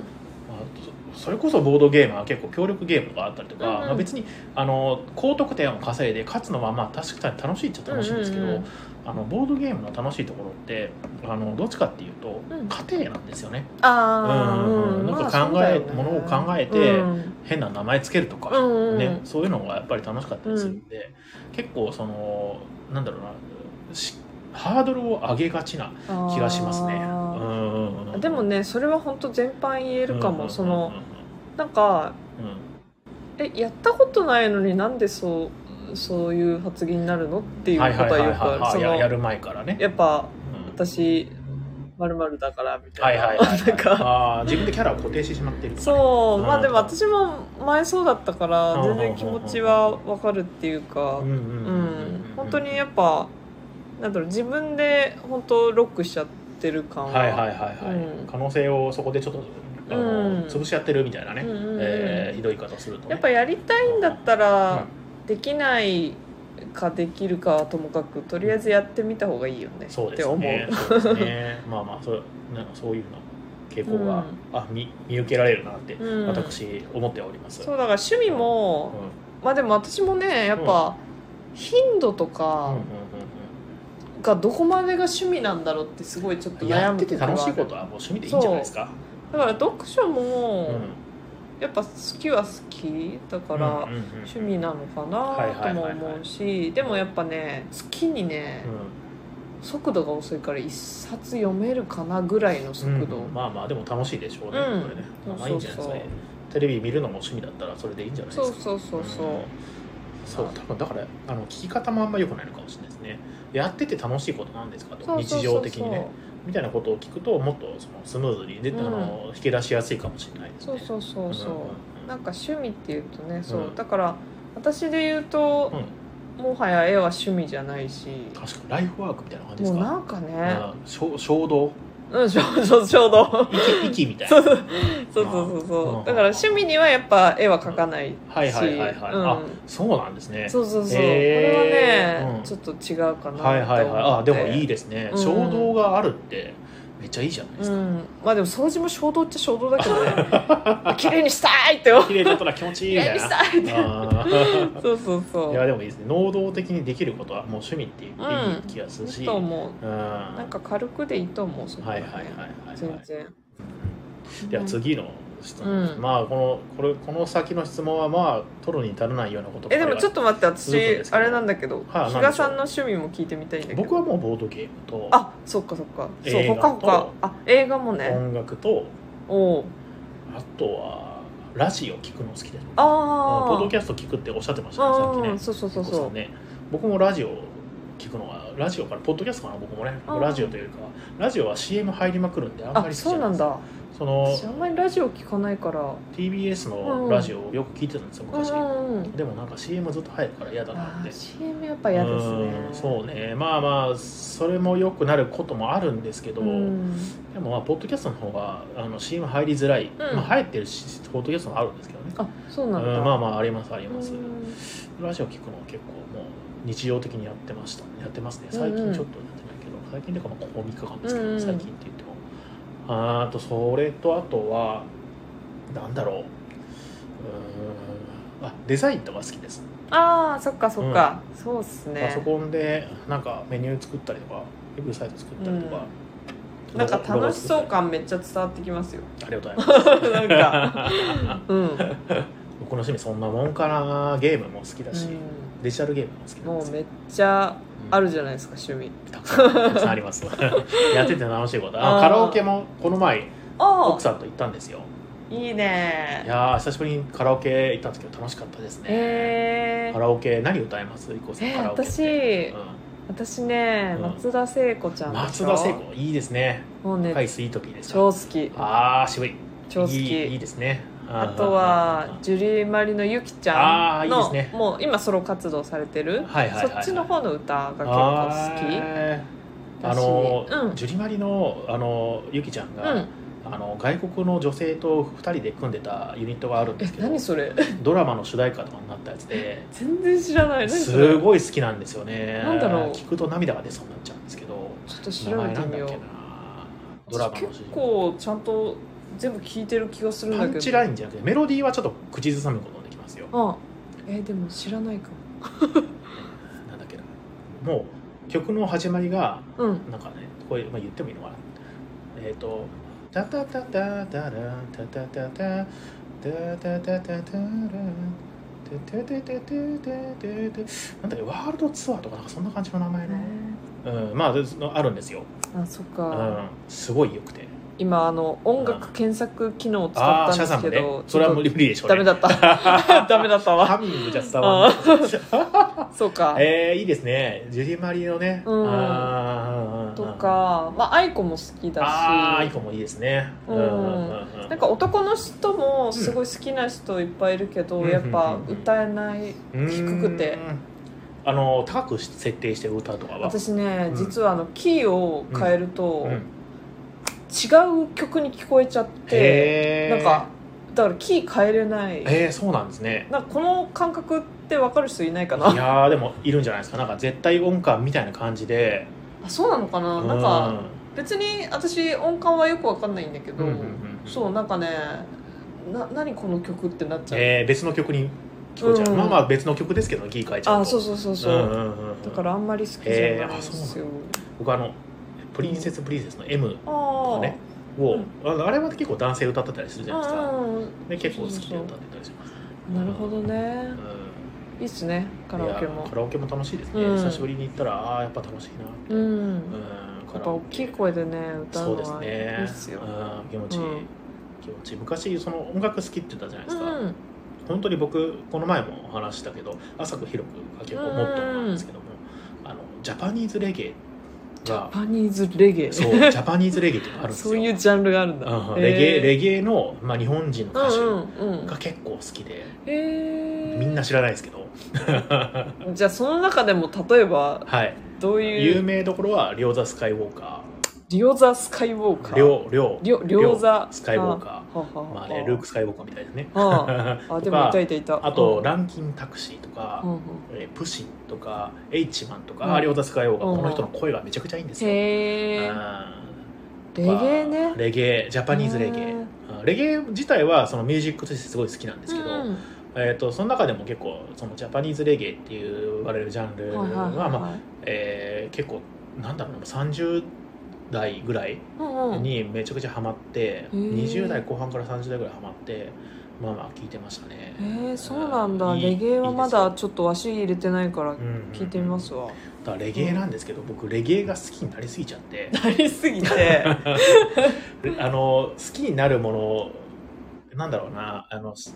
そそれこそボードゲームは結構協力ゲームがあったりとか、
うんうん
まあ、別にあの高得点を稼いで勝つのはまあ確かに楽しいっちゃ楽しいんですけど、
うんうんうん
あのボードゲームの楽しいところってあのどっちかっていうと、
うん
家庭なんですよね
ああ、
うんうんうんなんか考え
もの
物を考えて変な名前つけるとか、
うんうん
ね、そういうのがやっぱり楽しかったりするんで、結構そのなんだろうなしハードルを上げがちな気がしますね。うんうんうん
でもねそれは本当全般言えるかも、
うんうんうんうん
そのなんか
うん
えやったことないのになんでそうそういう発言になるのっていうこ
は
と
いはいは
はいよく
はいはい
あるそ
や
の
やる前からね、
やっぱ
うん
私まるまるだからみた
はいい
な,、
はいはいはい、
なんか
あー自分でキャラを固定してしまってる
そう、
うん
まあでも私も前そうだったから
うん
全然気持ちはわかるっていうか、
うんうん
う
うんん、
本当にやっぱなんだろう自分で本当ロックしちゃってる感は、
はいはいはいはい、
うん
可能性をそこでちょっとあの、
うん
潰し合ってるみたいなね、
うんうんうん
えーひどい言い方すると、ね、
やっぱやりたいんだったらできないかできるかはともかくとりあえずやってみた方がいいよね
そう
っ
で
て
す
思う。
ねそうですねまあまあそうなんかそういうの傾向が、あ見見受けられるなって、
うん
私思っております
そうだから趣味
うん
も、まあでも私もねやっぱ頻度と
うんうん
か
うん
がどこまでが趣味なんだろうってすごいちょっ
う
と
ん、
悩
やっ
む
てて
ころ
楽
が
しい
ある
ことはもう趣味でいいんじゃないですか
だから読書も、
うん
やっぱ好きは好きだから、
うんうんうん
趣味なのか
はい
な
はい
とも
はいはい
思うしでもやっぱね月にね、速度が遅いから一冊読めるかなぐらいの
うん
速度、
うんまあまあでも楽しいでしょうね、
うん
これね
そうそうそう
まあいいんじゃないですかねテレビ見るのも趣味だったらそれでいいんじゃないで
そう
すか
そうそうそう、
んそう多分だからあの聞き方もあんま良くないのかもしれないですねやってて楽しいことなんですかと
そうそうそうそう
日常的にねみたいなことを聞くともっとそのスムーズにで、あの引き出しやすいかもしれないです
そう
ね
そうそうそう、
ん
なんか趣味っていうとねそう、
うん
だから私で言うと
うん、うん
もはや絵は趣味じゃないし
確かにライフワークみたいな感じで
も
す
う
か
なんかね
うん衝衝動
うんちょうどちょうど
息息みたいな
そうそうそうそうそうだから趣味にはやっぱ絵は描かないし、
はいはいはいはい、
うん
あそうなんですね
そうそうそう、
へー
これはね、
うん
ちょっと違うかなと思って
はいはいはいあでもいいですね、
うん
衝動があるってめっちゃいいじゃないで
う
すか、
ん、まあでも掃除も衝動っちゃ衝動だけどね 綺麗にしたいって思う
綺麗だったら気持ちいい
綺
みた
麗
い
に
な
したい って
あー
そうそうそ
いや
う
でもいいですね能動的にできることはもう趣味って言っていい気がする
い
し、
い
うん
と思うな
なん
か軽くでいいと思うそこ
は
はいね
はいはいはい
全
は
然
いでは次の質問です、
うん
まあこのこれこの先の質問はまあ取るに足らないようなことばか
え
り
でもちょっと待っ
続
て
くんで
私
すけ
あ
ど
れなんだけど
はい
比嘉さんの趣味も聞いてみたいんだけど
僕はもうボードゲームと
あそっかそっかそう
映画
ほか
と
ほかあ映画もね
音楽と
おう
ああとはラジオ聞くの好きです
ああ
ポッドキャスト聞くっておっしゃってましたねさっき
う
ね
んそうそうそう
ここさ
そ
んね僕もラジオ聞くのはラジオからポッドキャストかな僕もね
あー
ラジオというよりかはラジオは CM 入りまくるんであん
う
まり好
あ
きじ
そ
ゃ
う
な
ないんだ
その
私あんまりラジオ聞かないから
TBS
う
の
ん
ラジオをよく聞いてたんですよ
う
昔、
んうん
でもなんか CM ずっと入るから嫌だな
あ
って
ー CM やっぱ嫌ですね
うんそうねまあまあそれも良くなることもあるんですけど、
うん
でもまあポッドキャストの方があの CM 入りづらい、
うん
まあ、入ってるしポッドキャストもあるんですけどね
あそう
う
なんだ
んまあまあありますあります、
うん
ラジオ聞くのは結構もう日常的にやってましたやってますね最近ちょっとやってないけど、最近というかまあここ3日間ですけど、
うんうん
最近って言ってもあーあとそれとあとはなんだろううーんあデザインとか好きです
ああそっかそっか、そうっすね
パソコンでなんかメニュー作ったりとかウェブサイト作ったりとか、ロゴ
なんか楽しそう
ロゴ作っ
感めっちゃ伝わって きますよ
たりありがとうございます
なんかうん、うん、
僕の趣味そんなもんかなゲームも好きだし、デジタルゲームも好きなん
も
で
う
す
めっち
う
ゃ
ん
あるじゃないですか趣味
たくさんたくさんあり ますやってて楽しいことあ
あー
カラオケもこの前
あ
奥さんと行ったんですよ
あいい
い
ね
やー久しぶりにカラオケ行ったんですけど楽しかったですね、
え
カ
ー、
ラオケ何歌いますいこさん
えー
カラオケってう
私私ね
うん
松田聖子ちゃん
ん、
でし
松
ょ
田聖子いいですね
もうね、
はいスイートピーです
超好き
ああ渋い
超好き
いいいいですね
あと
うんうんうん
は
うん
ジュリー・マリのゆきち
あー
ゃん
いいで
の
すね
もう今ソロ活動されてる、
はいはいはいはい
そっちの方の歌が結
あ
構好き
ーあのー、
うん
ジュリマリのあのゆきちゃんが、
うん
あの外国の女性と2人で組んでたユニットがあるんで
え
すけど
何それ
ドラマの主題歌とかになったやつで
全然知らない何それ
すごい好きなんですよね
なんだろう
聞くと涙が出そうになっちゃうんですけど
ちょっと
名
調べ
前なん
てみ
だっ
よ
けな
う
ドラマの主
結
人公
構ちゃんと全部聞いてる気がするん
パ
だけど
ンチラインじゃなくてメロディーはちょっと口ずさむことができますよ
あえーでも知らないか
なんだっけなもう曲の始まりが
もうん
なんかねこれ、まあ、言ってもいいのかなえっ、と「タタタタタラタタタタタタタタタラ」てててててててなんだっけワールドツアーとかなんかそんな感じの名前の、うん、まあでそのあるんですよ、
あそっ
う
か、
ん、すごいよくて
今あの音楽検索機能を使
ああ
った
シ
ん
ャ
で
ザ
す
ム
け
ね
ど
それは無
ちょっ
理無理でし
と
ょ
ダメだった ダメだった わ
ハミングじゃ伝わんない
そうか、
えー、いいですねジュリマリのね、
うん
あー
とかまあ愛子も好きだし
あーアイコンもいいですね、
うんなんか男の人もすごい好きな人いっぱいいるけど、
うん
やっぱ
うん
歌えない、低くて
うんあの高く設定して歌うとかは
私ね、
うん
実はあのキーを変えると、
うん
違う曲に聞こえちゃって
へー
なんかだからキー変えれない
へーそうなんですね
なんかこの感覚って分かる人いないか
い
な
やーでもいるんじゃないですかなんか絶対音感みたいな感じで
あそうなのかな、なんか別に私音感はよく分かんないんだけ
う
ど、
んうんうんうん
そうなんかねな何この曲ってなっちゃう、
えー別の曲に聞こえちゃう、
うん
まあまあ別の曲ですけどギー変えちゃうと
あそうそうそうそう、
んうんうんうん
だからあんまり好きじゃない
へー
ん
あ
で
そう
すよ、
僕あの「プリンセス・プリンセス」の M
ああ、
ねを、
うん
あのあれは結構男性歌ってたりするじゃないですか、
う
で結構好きで歌ってたりします、
ん、なるほどね
うん
いいっすねカラオケ
いや
も
カラオケも楽しいですね、
うん
久しぶりに行ったらああやっぱ楽しいなって、
う
うん
んや
カラ
っぱ
オ
大
ケ
きい声でね歌
そう
う
で
の
す
はい
ね
いっすよ
うん、気持ちいい、
うん
気持ちいい昔その音楽好きって言ったじゃないで
う
すか、
ん
本当に僕この前もお話ししたけど浅く広く結構思ったんですけども、あのジャパニーズレゲエ
ジャ
が
パニーズレゲエ
そうジャパニーズレゲエっていうのがあるんですよ
そういうジャンルがあるんだ、
うん
へ
レゲエレ
ゲ
ゲエの、まあ、日本人の
うん
歌
うんう
手
ん
が結構好きで、
へえ
みんな知らないですけど
じゃあその中でも例えば
はい
どうい
有
う
名どころは「リョーザ・スカイウォーカ
リオザ・スカイウォーカ
ー」
ー
リョ「リョ
リョリョーザ
スカイウォーカ
はは
ー」
は
まあね、ルーク・スカイウォーカーみたいですね
あああ
あ
でもいたいたいた
あ と「
うん
ランキン・タクシー」とか、
うんうん
えープシン」とか「エイチマン」と
う
か「
ん
リョーザ・スカイウォーカー」
うん
この人の声がめちゃくちゃいいんですよ、
へえ
う
レ
ん
ゲエね
レゲエジャパニーズレゲエ
うん
うんレゲエ自体はそのミュージックとしてすごい好きなんですけど、
うん
えー、とその中でも結構そのジャパニーズレゲエって言われるジャンルは,、
はいはいはい
まあ
はい
えー結構なんだろうな30代ぐらい
うんうん
にめちゃくちゃハマって、
うん
20代後半から30代ぐらいハマってまあまあ聞いてましたね、
えー、そうなんだ
うんいい
レゲエはい
い
ま
ですよ
だちょっと足入れてないから
うんうん
聞いてみますわ、
だからレゲエなんですけど、僕レゲエが好きになりすぎちゃって
なりすぎて
あの好きになるものなんだろうな、あの、し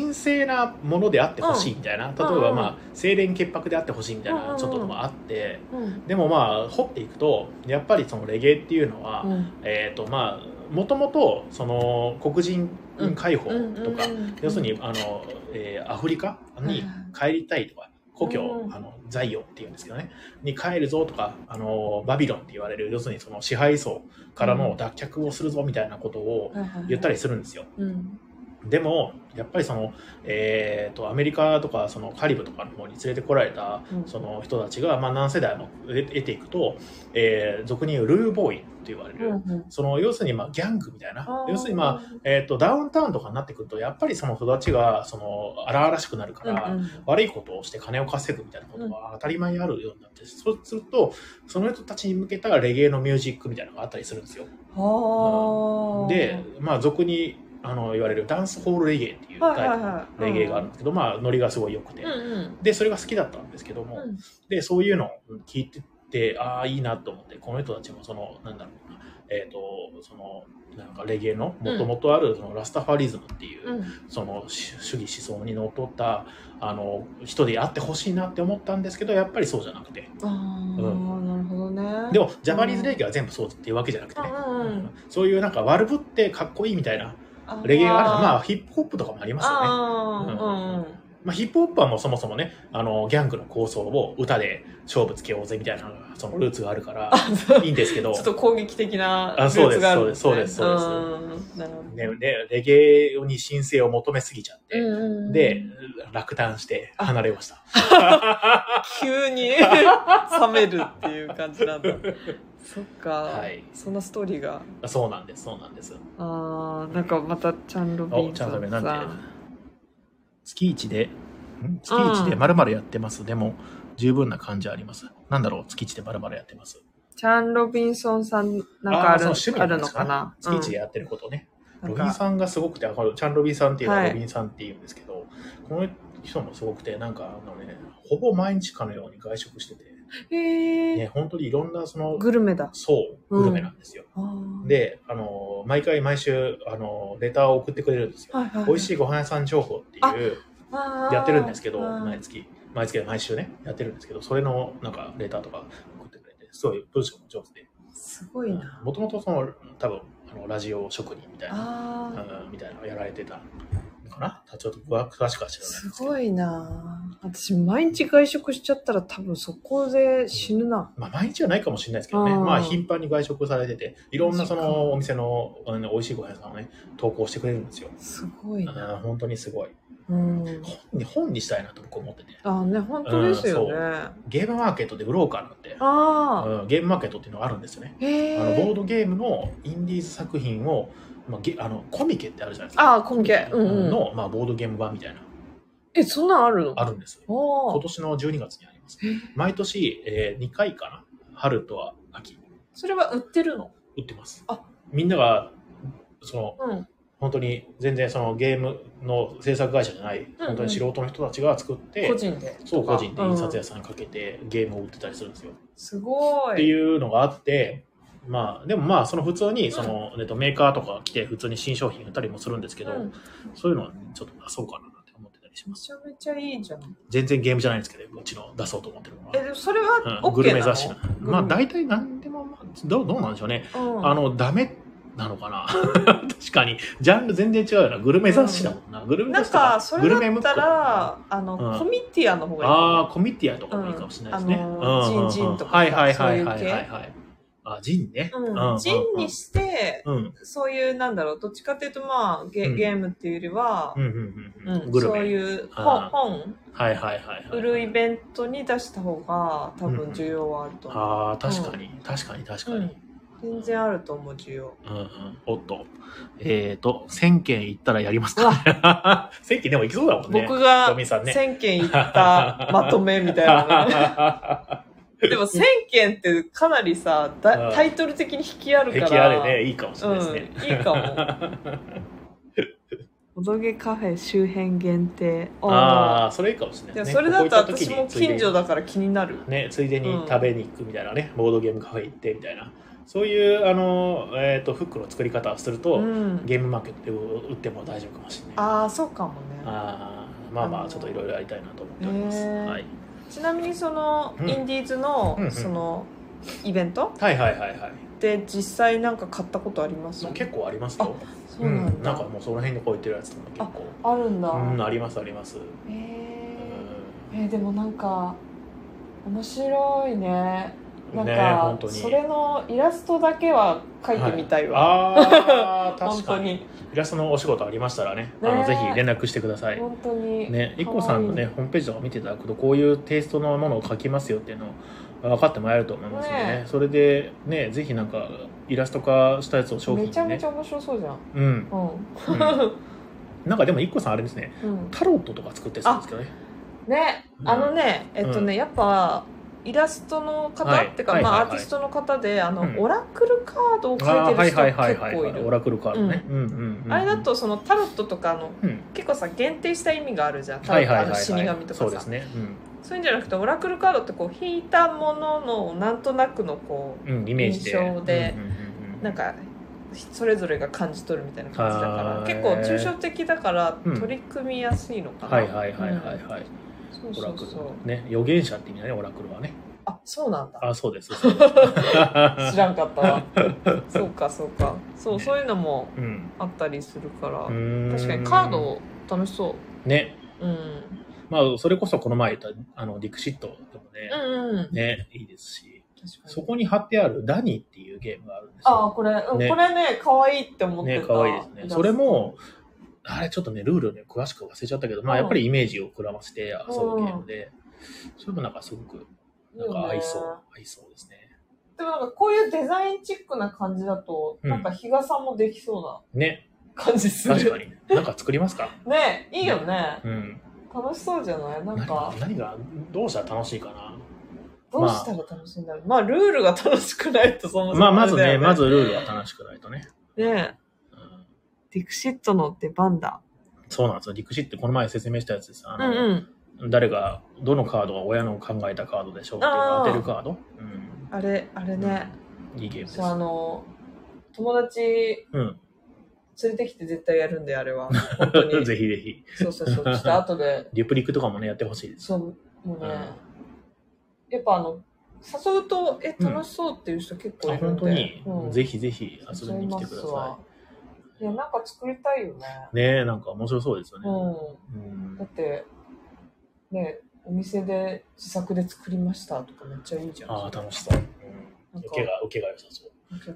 神聖なものであってほしいみたいな、例え
うんう
ば
ん
まあ、清廉潔白であってほしいみたい
うんうんう
な、
ん
ちょっとのもあって、
うん
でもまあ、掘っていくと、やっぱりそのレゲエっていうのは、
うん
えっ、とまあ、もともと、その、黒人解放とか、要するに、あの、えーアフリカに帰りたいとか、故郷
う、ん
あの、ザイオンっていうんですけどね、に帰るぞとか、あの、バビロンって言われる、要するにその支配層からの脱却をするぞみたいなことを言った
り、
りするんですよ。
うん
でも、やっぱりその、えっ、と、アメリカとか、そのカリブとかの方に連れてこられた、
うん
その人たちが、まあ、何世代も得得ていくと、えー俗に言うルーボーイって言われ
う
る、
んうん
その、要するに、まあ、ギャングみたいな、要するに、まあ、
あー
えっとダウンタウンとかになってくるとやっぱりその育ちがその荒々しくなるから、
うんうん
悪いことをして金を稼ぐみたいなことが当たり前にあるようになって、そうするとその人たちに向けたレゲエのミュージックみたいなのがあったりするんですよ。
あー
で、まあ、俗にあの言われるダンスホールレゲエっていう
はい
タ
は
イ
い
プの
はい、
レゲエがあるんですけど、まあ、ノリがすごい良くて、
うんうん
でそれが好きだったんですけども、
うん
でそういうのを聞いててああいいなと思ってこの人たちもそのなんだろうなえっ、とそのなんかレゲエのもともとあるそのラスタファリズムっていう、
うん
その主主義思想にのっとったあの人であってほしいなって思ったんですけどやっぱりそうじゃなくて
ああ、なるほどね
でもジャパニーズレゲエは全部そうっていうわけじゃなくてね、
うんうんうん
うんそういうなんか悪ぶってかっこいいみたいなレゲエがあるのまあヒップホップとかもありますよね。
あ
まあ、ヒップホップはもうそもそもね、あの、ギャングの構想を歌で勝負つけようぜみたいな、そのルーツがあるから、いいんですけど
ちょ、っと攻撃的なル
あそう
ー
で
ツ
す
があるん
そうですそうです
ですなるほど
ね、ねレゲエに神聖を求めすぎちゃって、
うんうんうん
で、落胆して離れました。
急に冷めるっていう感じなんだそっか、
はい
そんなストーリーが
そうなんです、そうなんです。
あーなんかまたチャン・ロビ
お、
ン
ち
ソ
ゃんとね、
ン
な
さ
んて
ん。
月一で、ん月一でまるまるやってます。でも、十分な感じあります。なんだろう、月一でまるまるやってます。
チャン・ロビンソンさんなんかあ
あ
る
ーそう
あ
趣味な
る
んで
の
すか
か
ね
な
月一で
や
やってることね。
なん
ロビン
か
さんがすごくて、あこれチャン・ロビンさんっていうのは
はい
ロビンさんっていうんですけど、この人もすごくて、なんかあのね、ほぼ毎日かのように外食してて、
へ
ね、
え
本当にいろんなその、
グルメだ
そう、
うん
グルメなんですよ。
あー
で、あの、毎回毎週、あの、レターを送ってくれるんですよ。
はいはい
美味しいご飯屋さん情報っていう、やってるんですけど、
あー
毎月、毎月、毎週ね、やってるんですけど、それのなんかレターとか送ってくれて、すごい文章も上手で、
すごいな
もともとその、多分あのラジオ職人みたいな。
あー
うんみたいなのやられてたのかなちょっと詳しくは知らない
す
んですけど。
ごいなぁ私毎日外食しちゃったら多分そこで死ぬな
まあ、毎日はないかもしれないですけどね、
うん
まあ、頻繁に外食されてて、いろんなそ
そっか
のお店のあの美味しいご飯屋さんをね、投稿してくれるんですよ。
すごいな
あー本当にすごい。
うん
本に本にしたいなと僕思ってて、
あね本当ですよね
うん
あ
ゲームマーケットで売ろうかなんて、
あ
うんゲームマーケットっていうのがあるんですよね。
ーへ
あ
え
のボードゲームのインディーズ作品を、まあ、ゲあのコミケってあるじゃないですか。
ああコミケうんうん
の、まあ、ボードゲーム版みたいな、
えそんなんあるの
あるんですよ。
お
今
ー
年の12月にあります。毎年、え2回かな春とは秋
それは売ってるの
売ってます
あ
みんながその
うん
本当に全然そのゲームの制作会社じゃない
うん
本当に素人の人たちが作って、
個人で
そう個人で印刷
うん
屋さんにかけてゲームを売ってたりするんですよ、
すご
って
い
いうのがあってまあでもまあその普通にその、えっとメーカーとか来て普通に新商品売ったりもするんですけど、
うん
そういうのはちょっと出そうかなって思ってたりしま
め
す
ちゃめちゃいいじゃん
全然ゲームじゃないんですけどうちの出そうと思ってるのは
えでもそれは
うん
OK
グルメ
な
雑誌な
の
まあ大体何でも、まあ、どうどうなんでしょうね、
うん
あのダメなのかな 確かにジャンル全然違うよなグルメ雑誌だもんな、グルメ雑
なん
誌とか
かそれ
グルメ
だ
ム
っ
ック
た
とから
あの、
うん
コミティアの方がいい
ああコミティアとかもいいかもしれないですね、
うんあのー
うんうんうん
ジンジンとか
はいはいはいはい
そう
はい
いう
は
系
いあジンね、
うん、ジンにして、
うんうん
そういう、なんだろう、どっちかっていうと、まあ、ゲ,、
うん
ゲームっていうよりは
う、んうんうん
うん
グル
そう
メ
いう
あー
本、本、
はいはいはい
売
は
る
い
イベントに出した方が、多分需要はあると思う。
ああ確かに、確かに確かに、
うん全然あると思う、需要。
うんうん、おっと。えっ、と、1000件行ったらやります か ?1000 件でも行きそうだもんね。
僕
ロ
が
ミンさんね
1000件行ったまとめみたいな ね。でも1000件ってかなりさ、
う
だ
ん
タイトル的に引きあるから。
壁あるね、いいかもしれないですね。
うん、いい かも。おどげカフェ周辺限定。
あ
あ
あ、それいいかもしれない
で
で
も
すね。
それだ
ここ行
と
った
私
時に
も近所だから気になる。
ついでにね、ついでに食べに行くみたいなね、ボードゲームカフェ行ってみたいな。そういうあの、えー、とフックの作り方をすると、
うん、
ゲームマーケットで売っても大丈夫かもしれない
ああそうかもね
あーまあまあちょっといろいろやりたいなと思っております、
へー
はい、
ちなみにその
うん
インディーズの
うんうん
そのイベント
はいはいはいはい
で実際なんか買ったことあります
そう結構ありますよ
そうなんだ
なんかもうその辺に超えてるやつとか結構
あるんだ
うんありますあります、
へ
う
え
ん
えーでもなんか面白いねなん
ね
か
本、当に
それのイラストだけは描いてみたいわ、
はいあー
本
確
当
かに
に
イラストのお仕事ありましたらね
ね
あのぜひ連絡してください
本当に、
ね i k さんのね
か
ホームページとか見ていただくとこういうテイストのものを書きますよっていうのを分かってもらえると思いますのでね
ね
それでねぜひなんかイラスト化したやつを商品
め
に
ちゃめ
ね
ちゃ面白そうじゃん
うん、うん
うん、
なんかでも i k さんあれですね
うん、
タロットとか作ってそうですけどね
ね
うん
あのねえっとね、やっぱイラストの方、
はい
っていうか、
はい
ま
はい
あ
はい
アーティストの方であの、
うん
オラクルカードを
あ
書い
ー
て
は
る
い
人
はい
結構
はい
いる、
はいはいオラクルカードね、うん、うんうんうん
あれだとそのタロットとかの
うん
結構さ限定した意味があるじゃんタ
はい
ロット、
はいはい
あの
はい
死神とかさ
そうですね
そういうんじゃなくてオラクルカードってこう引いたもののなんとなくのこ
うん、うん、イメージで
印象で
うんうんうんうん
うなんかそれぞれが感じ取るみたいな感じだから
はい
結構抽象的だから
うん
取り組みやすいのかな、
はいはいはいはいはい、オ
そう
ラ
そう
クル
そう
ね預言者って意味だねオラクルはね
あそうなんだ
あそうですそうです
知らんかった わそうかそうかそうそういうのも
うん
あったりするから
うーん
確かにカード楽しそ
ね
う、うん、
まあそれこそこの前言ったあのディクシットでも
う
ね、
んうん
ねいいですし
確かに
そこに貼ってあるダニっていうゲームがあるんです
ああ
よ
これ、うん
ね
これね可愛いって思って
ね
た
可愛いですねそれもあれちょっとねルールね詳しく忘れちゃったけどまあ
うん
やっぱりイメージを膨らませて遊ぶゲームで、それもなんかすごくなんか合いそう
いいよね
合いそうですね
でもなんかこういうデザインチックな感じだと、
うん
なんか日傘もできそうな
ね
感じす
確
る。
かになんか作りますか
ねいいよね。
うん
楽しそうじゃないなん
何
か
が、何がどうしたら楽しいかな
どうしたら楽しいんだろう。まあ、ルールが楽しくないとそもそも
まあまず
れだ
ね
よ
まずルールは楽しくないとね、
ね
うん
ディクシットの出番だ。
そうなんですよ。陸士ってこの前説明したやつでさ、あ
うん
の
うん。
誰が、どのカードが親の考えたカードでしょうっていうのを当てるカード
あれ、あれ
うん。
ね。
うん。いいゲームです
そう、。あの、友達
うん。
連れてきて絶対やるんで、あ れは。本当に。
ぜひぜひ。
そうそうそう。ちょ っと後で、
リプリックとかもね、やってほしいです。
そう、もうね、
うん
やっぱあの、誘うと、え、
うん
楽しそうっていう人結構
あ、
いるん
本
で。
当に
う。ん
ぜひぜひ遊び
そう
に来てくださ
いや、なんか作りたいよね。
い。ねえ、なんか面白そうですよね。
う
うん
ん。だ
ん。
って、ね、お店で自作で作りましたとかめっちゃいいじゃん。
ああ、楽しそう。う
なん
ん
か
受けが、受けが良さそう。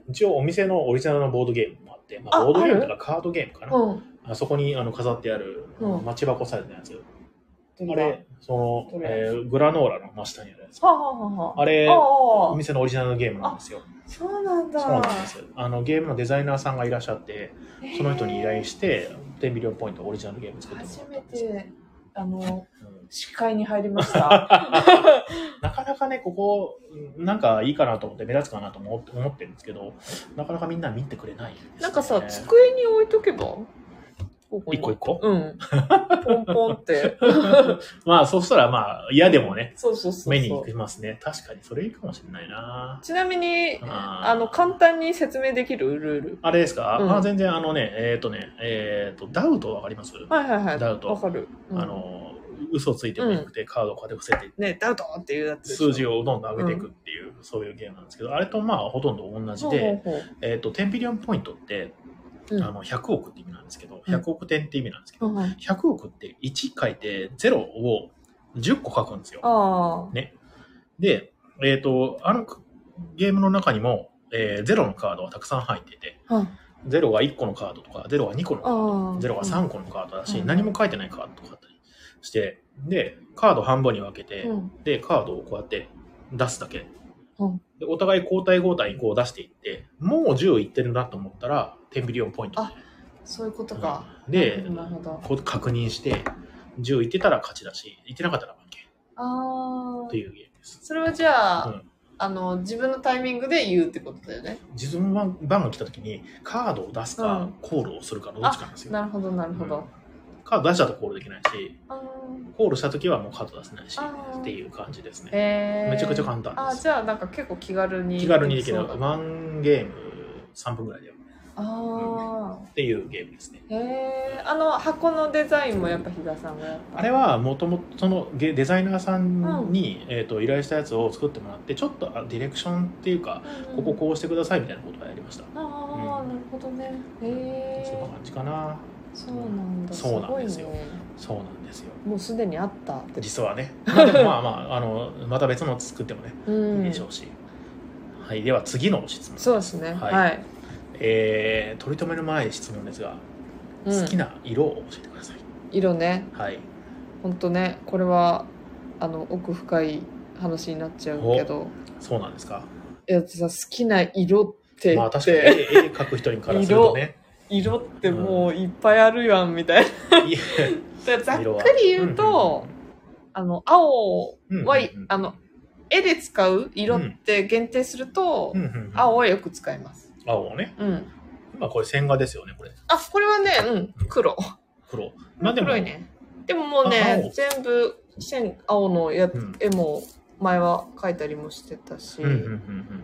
一応お店のオリジナルのボードゲームもあって、まあ、
あ
ボードゲームとかカードゲームかな。
うん。
あそこにあの飾ってある、
うん
マチ箱サイズのやつ。あ
あれ
れ、そ
ど
の、
れ
えーグラノーラの真下にあるやつ。
はあ、はあはあ、
あれ、
あ
お
あ
店のオリジナルのゲームなんですよ。
そうなんだ。
そうなんです。あの、ゲームのデザイナーさんがいらっしゃって、その人に依頼して、テンビリオンポイントオリジナルゲーム作っても
初
ら
め
ったんですよ。
て、あの、
うん
視界に入りました。
なかなかね、ここ、うんなんかいいかなと思って、目立つかなと思って思ってるんですけど、なかなかみんな見てくれないんですね
なんかさ、机に置いとけばここに
一個一個
うん。ポンポンって。
まあ、そしたらまあ、嫌でもね、
そうそうそうそう。
目に行きますね。確かに、それいいかもしれないな。
ちなみに、
あー
あの、簡単に説明できるルール。
あれですか、
うん
あ全然あのね、えっ、とね、えっ、と、ダウトわかります、
はいはいはい。
ダウト
わかる。うん
あの、嘘ついてもなくて、カードをこうやって伏せて
ね、ダウトっていうやつでしょ。
数字をどんどん上げていくっていう、そういうゲームなんですけどあれとまあほとんど同じ
ほうほう
で、
ほう
えー、とテンビリオンポイントって、
うん
あの100億って意味なんですけど
うん
100億点って意味なんですけど、
うんはい
100億って1書いて0を10個書くんですよ。
あ
で、えー、とあのゲームの中にも、えー、0のカードはたくさん入っていて
あ。はい
0は1個のカードとか0は2個のカード
ああ。
ゼロが3個のカードだし、
うん
何も書いてないカードとかあったりして、で、カード半分に分けて、
うん
で、カードをこうやって出すだけ。
うん
でお互い交代交代にこう出していって、もう10いってるなと思ったら、テンビリオンポイントね。
そういうことか。
うんで、
なるほど。
こう確認して、10いってたら勝ちだし、いってなかったら負け
ああ
って。いうゲームです。
それはじゃあ、
うん
あの、自分のタイミングで言うってことだよね。
自分番番が来た時に、カードを出す
う
か
ん、
コールをするか、どっちかなんですよ。
なるほど、なるほ
うん
ど。
カード出したとコールできないし、
あ
コールしたときはもうカード出せないし、
あー
っていう感じですね。
えー、
めちゃくちゃ簡単
あ
です。
じゃあなんか結構気軽に
気軽にできる。
そうだな
ワンゲーム3分ぐらいでやる
あ
っていうゲームですね。
ーへえあの箱のデザインもやっぱ比嘉さんがやった
あれはもともとそのゲデザイナーさんに、えー、と依頼したやつを作ってもらってちょっとあディレクションっていうかこここうしてくださいみたいなことはやりました、
ああ、
うん
なるほどねへ
そんな
え
感じかな
そうなんだ
そうなんですよ
ごいね
そうなんですよ
もうすでにあったって
実はね、まあ、でもまあまああのまた別の作ってもね
うん
いいでしょうし、はいでは次の質問
そうですね
は
はいい、
えー、取り留めのない質問ですが、
うん
好きな色を教えてください
色ね
はい
本当ねこれはあの奥深い話になっちゃうけど
そうなんですか
いやだってさ好きな色って、
まあ確かに
って
絵絵描く人にからするとね
色ってもういっぱいあるやんみたいな、
い や
でざっくり言うと、あの青
うんうんうん
は、あの絵で使う色って限定すると、
うんうんうん
青はよく使います
青をね
うん
まあこれ線画ですよねこれ
あこれはねうん黒
黒まあでも
黒いねでももう
あ
ね
青
全部線青のや、
うん
絵も前は描いたりもしてたし、
うんうんうんうん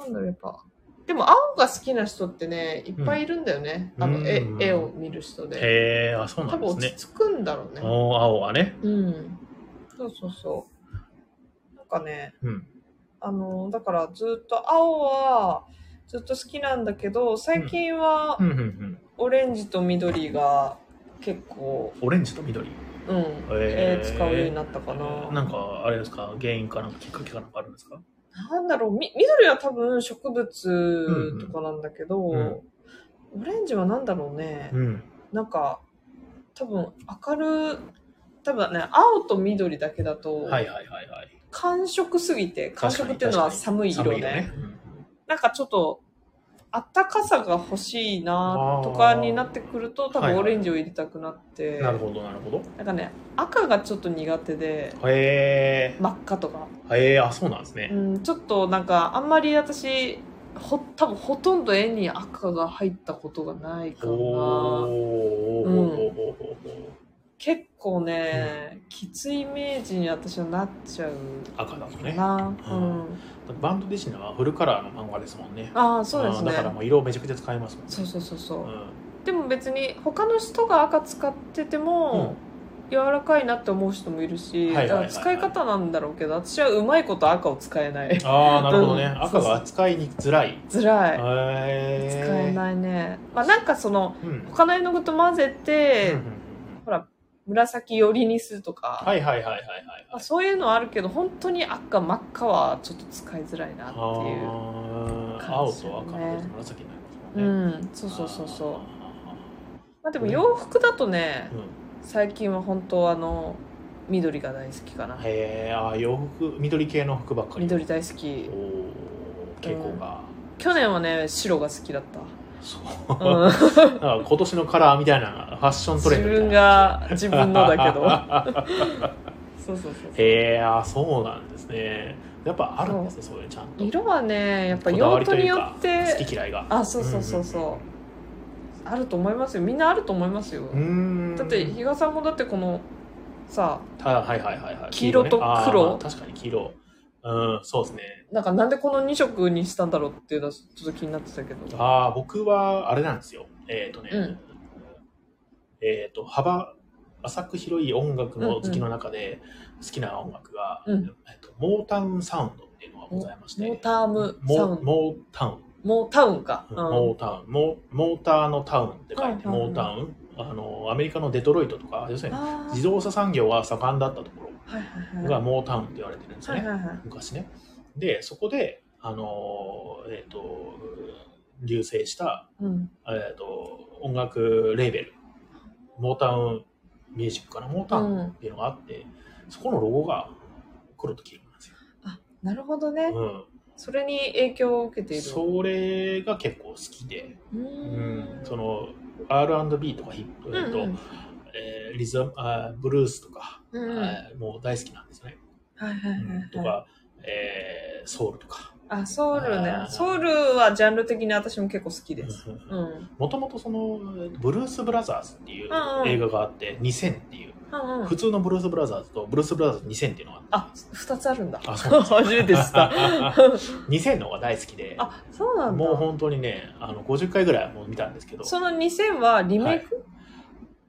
なんだろうやっぱでも青が好きな人ってねいっぱいいるんだよね、
うん
あの絵
うん
絵を見る人で
へえあそうな
多
ん
分
ですね
落ち着くんだろうね
おー青はね
うんそうそうそうなんかね
うん
あのだからずっと青はずっと好きなんだけど最近は
うんうんうん
オレンジと緑が結構、
オレンジと緑
うん
へー
えー使うようになったかな
なんかあれですか原因かなんかきっかけかなんかあるんですか
なんだろう、み、緑は多分植物とかなんだけど、
うんうん
オレンジはなんだろうね、
うん
なんか、多分明る、多分ね、青と緑だけだと、
はいはいはいはい
寒色すぎて、寒色っていうのは寒い色ね。なんかちょっと、あったかさが欲しいなとかになってくると、多
はい
分
はい
オレンジを入れたくなって、
なるほどなるほ
なんかね、赤がちょっと苦手で、
どへ
真っ赤とか。
えへえあそうなんですね
うん、ちょっとなんかあんまり私ほ多分ほとんど絵に赤が入ったことがないか
おー
な
おーおー
うん
おーおーおー
結構ね、きついイメージに私はなっちゃう
赤だと
か
ねだっ
な、
う
うんん
てバンドデシナはフルカラーの漫画ですもんね
ああそうです
ん
ね
だからもう色をめちゃくちゃ使いますもんね
そうそうそうそうう、
ん
でも別に他の人が赤使ってても、柔らかいなって思う人もいるし、
はいはいはいはい
だから使い方なんだろうけど私はうまいこと赤を使えない
ああなるほどね
うん
赤が扱いにづらい
辛
へ
い、使
え
え
い
ないねまあなんかその
うんうん
他の絵の具と混ぜて、
うんうん
紫寄りにするとか、
はいはいはいはいはい
まあ、そういうのはあるけど本当に赤真っ赤はちょっと使いづらいなっていう、
あー
感
青
じ
と
だよね
赤と紫になります
う
もんね、
んそうそうそうそう
あ
まあでも洋服だとね
ーうん
最近は本当あの緑が大好きかな、
へえあー洋服緑系の服ばっかり
緑大好き
おー傾向が、
去年はね白が好きだっ
そう
た、うん、
だから今年のカラーみたいなファッショント
自
レンドみたい
分
な
が自分のだけど そうそうそうそう
へえあーそうなんですねやっぱあるんですねそういうちゃんと
色はねやっぱ
こだわ
用
り
途
とい
に
う
よ
か
って
好き嫌いが
あそうそうそうそう、あると思いますよみんなあると思いますよ、
うーん
だって比嘉さんもだってこのさ
たはいはいはいはい
黄色と
ねあー
黒
まあ確かに黄色うんそうですね
なんかなんでこの2色にしたんだろうっていうのはちょっと気になってたけど
ああ僕はあれなんですよえっ、とね、
うん
えっ、と幅浅く広い音楽の好きの中で好きな音楽が、
うん
えっとモータウンサウンドっていうのがございまして
モータームサウ
モ
ンド
モータウン
モータウンか、うん、
モータウン、モモーターのタウンって書いて、
はいはいはい
モータウンあの、アメリカのデトロイトとか、要するに
あ
自
ー
動車産業が盛んだったとこ
はいは
ろ
いは
が
い
モータウンって言われてるんですよ
は
ね、
いはいはい
昔ね。で、そこで、あのー、えっ、と、流星した、
うん
えっ、と、音楽レーベル、モータウンミュージックかな、モータウンっていうのがあって、そこのロゴが黒と黄色なんですよ。
なるほどね、
うん
それに影響を受けている
それが結構好きで、
うー
うん
ん
その R&B とかヒップ、
うんうん
えっとえーリズムあーブルースとか、
うんうんはい
あーもう大好きなんですね。
はいはいはい
とか、えーソウルとか、
あ、ソウルね
あ。ー
ソウルはジャンル的に私も結構好きです。うん。うん
もともとそのブルース・ブラザーズっていう映画があって2000っていう
うんうん
普。通のブルース・ブラザーズとブルース・ブラザーズ2000っていうのがあ
あ、二つあるんだ。
あそうなん
初めて知 った。
2000の方が大好きで
あ、そうなん
もう
だ。
本当にねあの50回ぐらいもう見たんですけど
その2000はリメイク、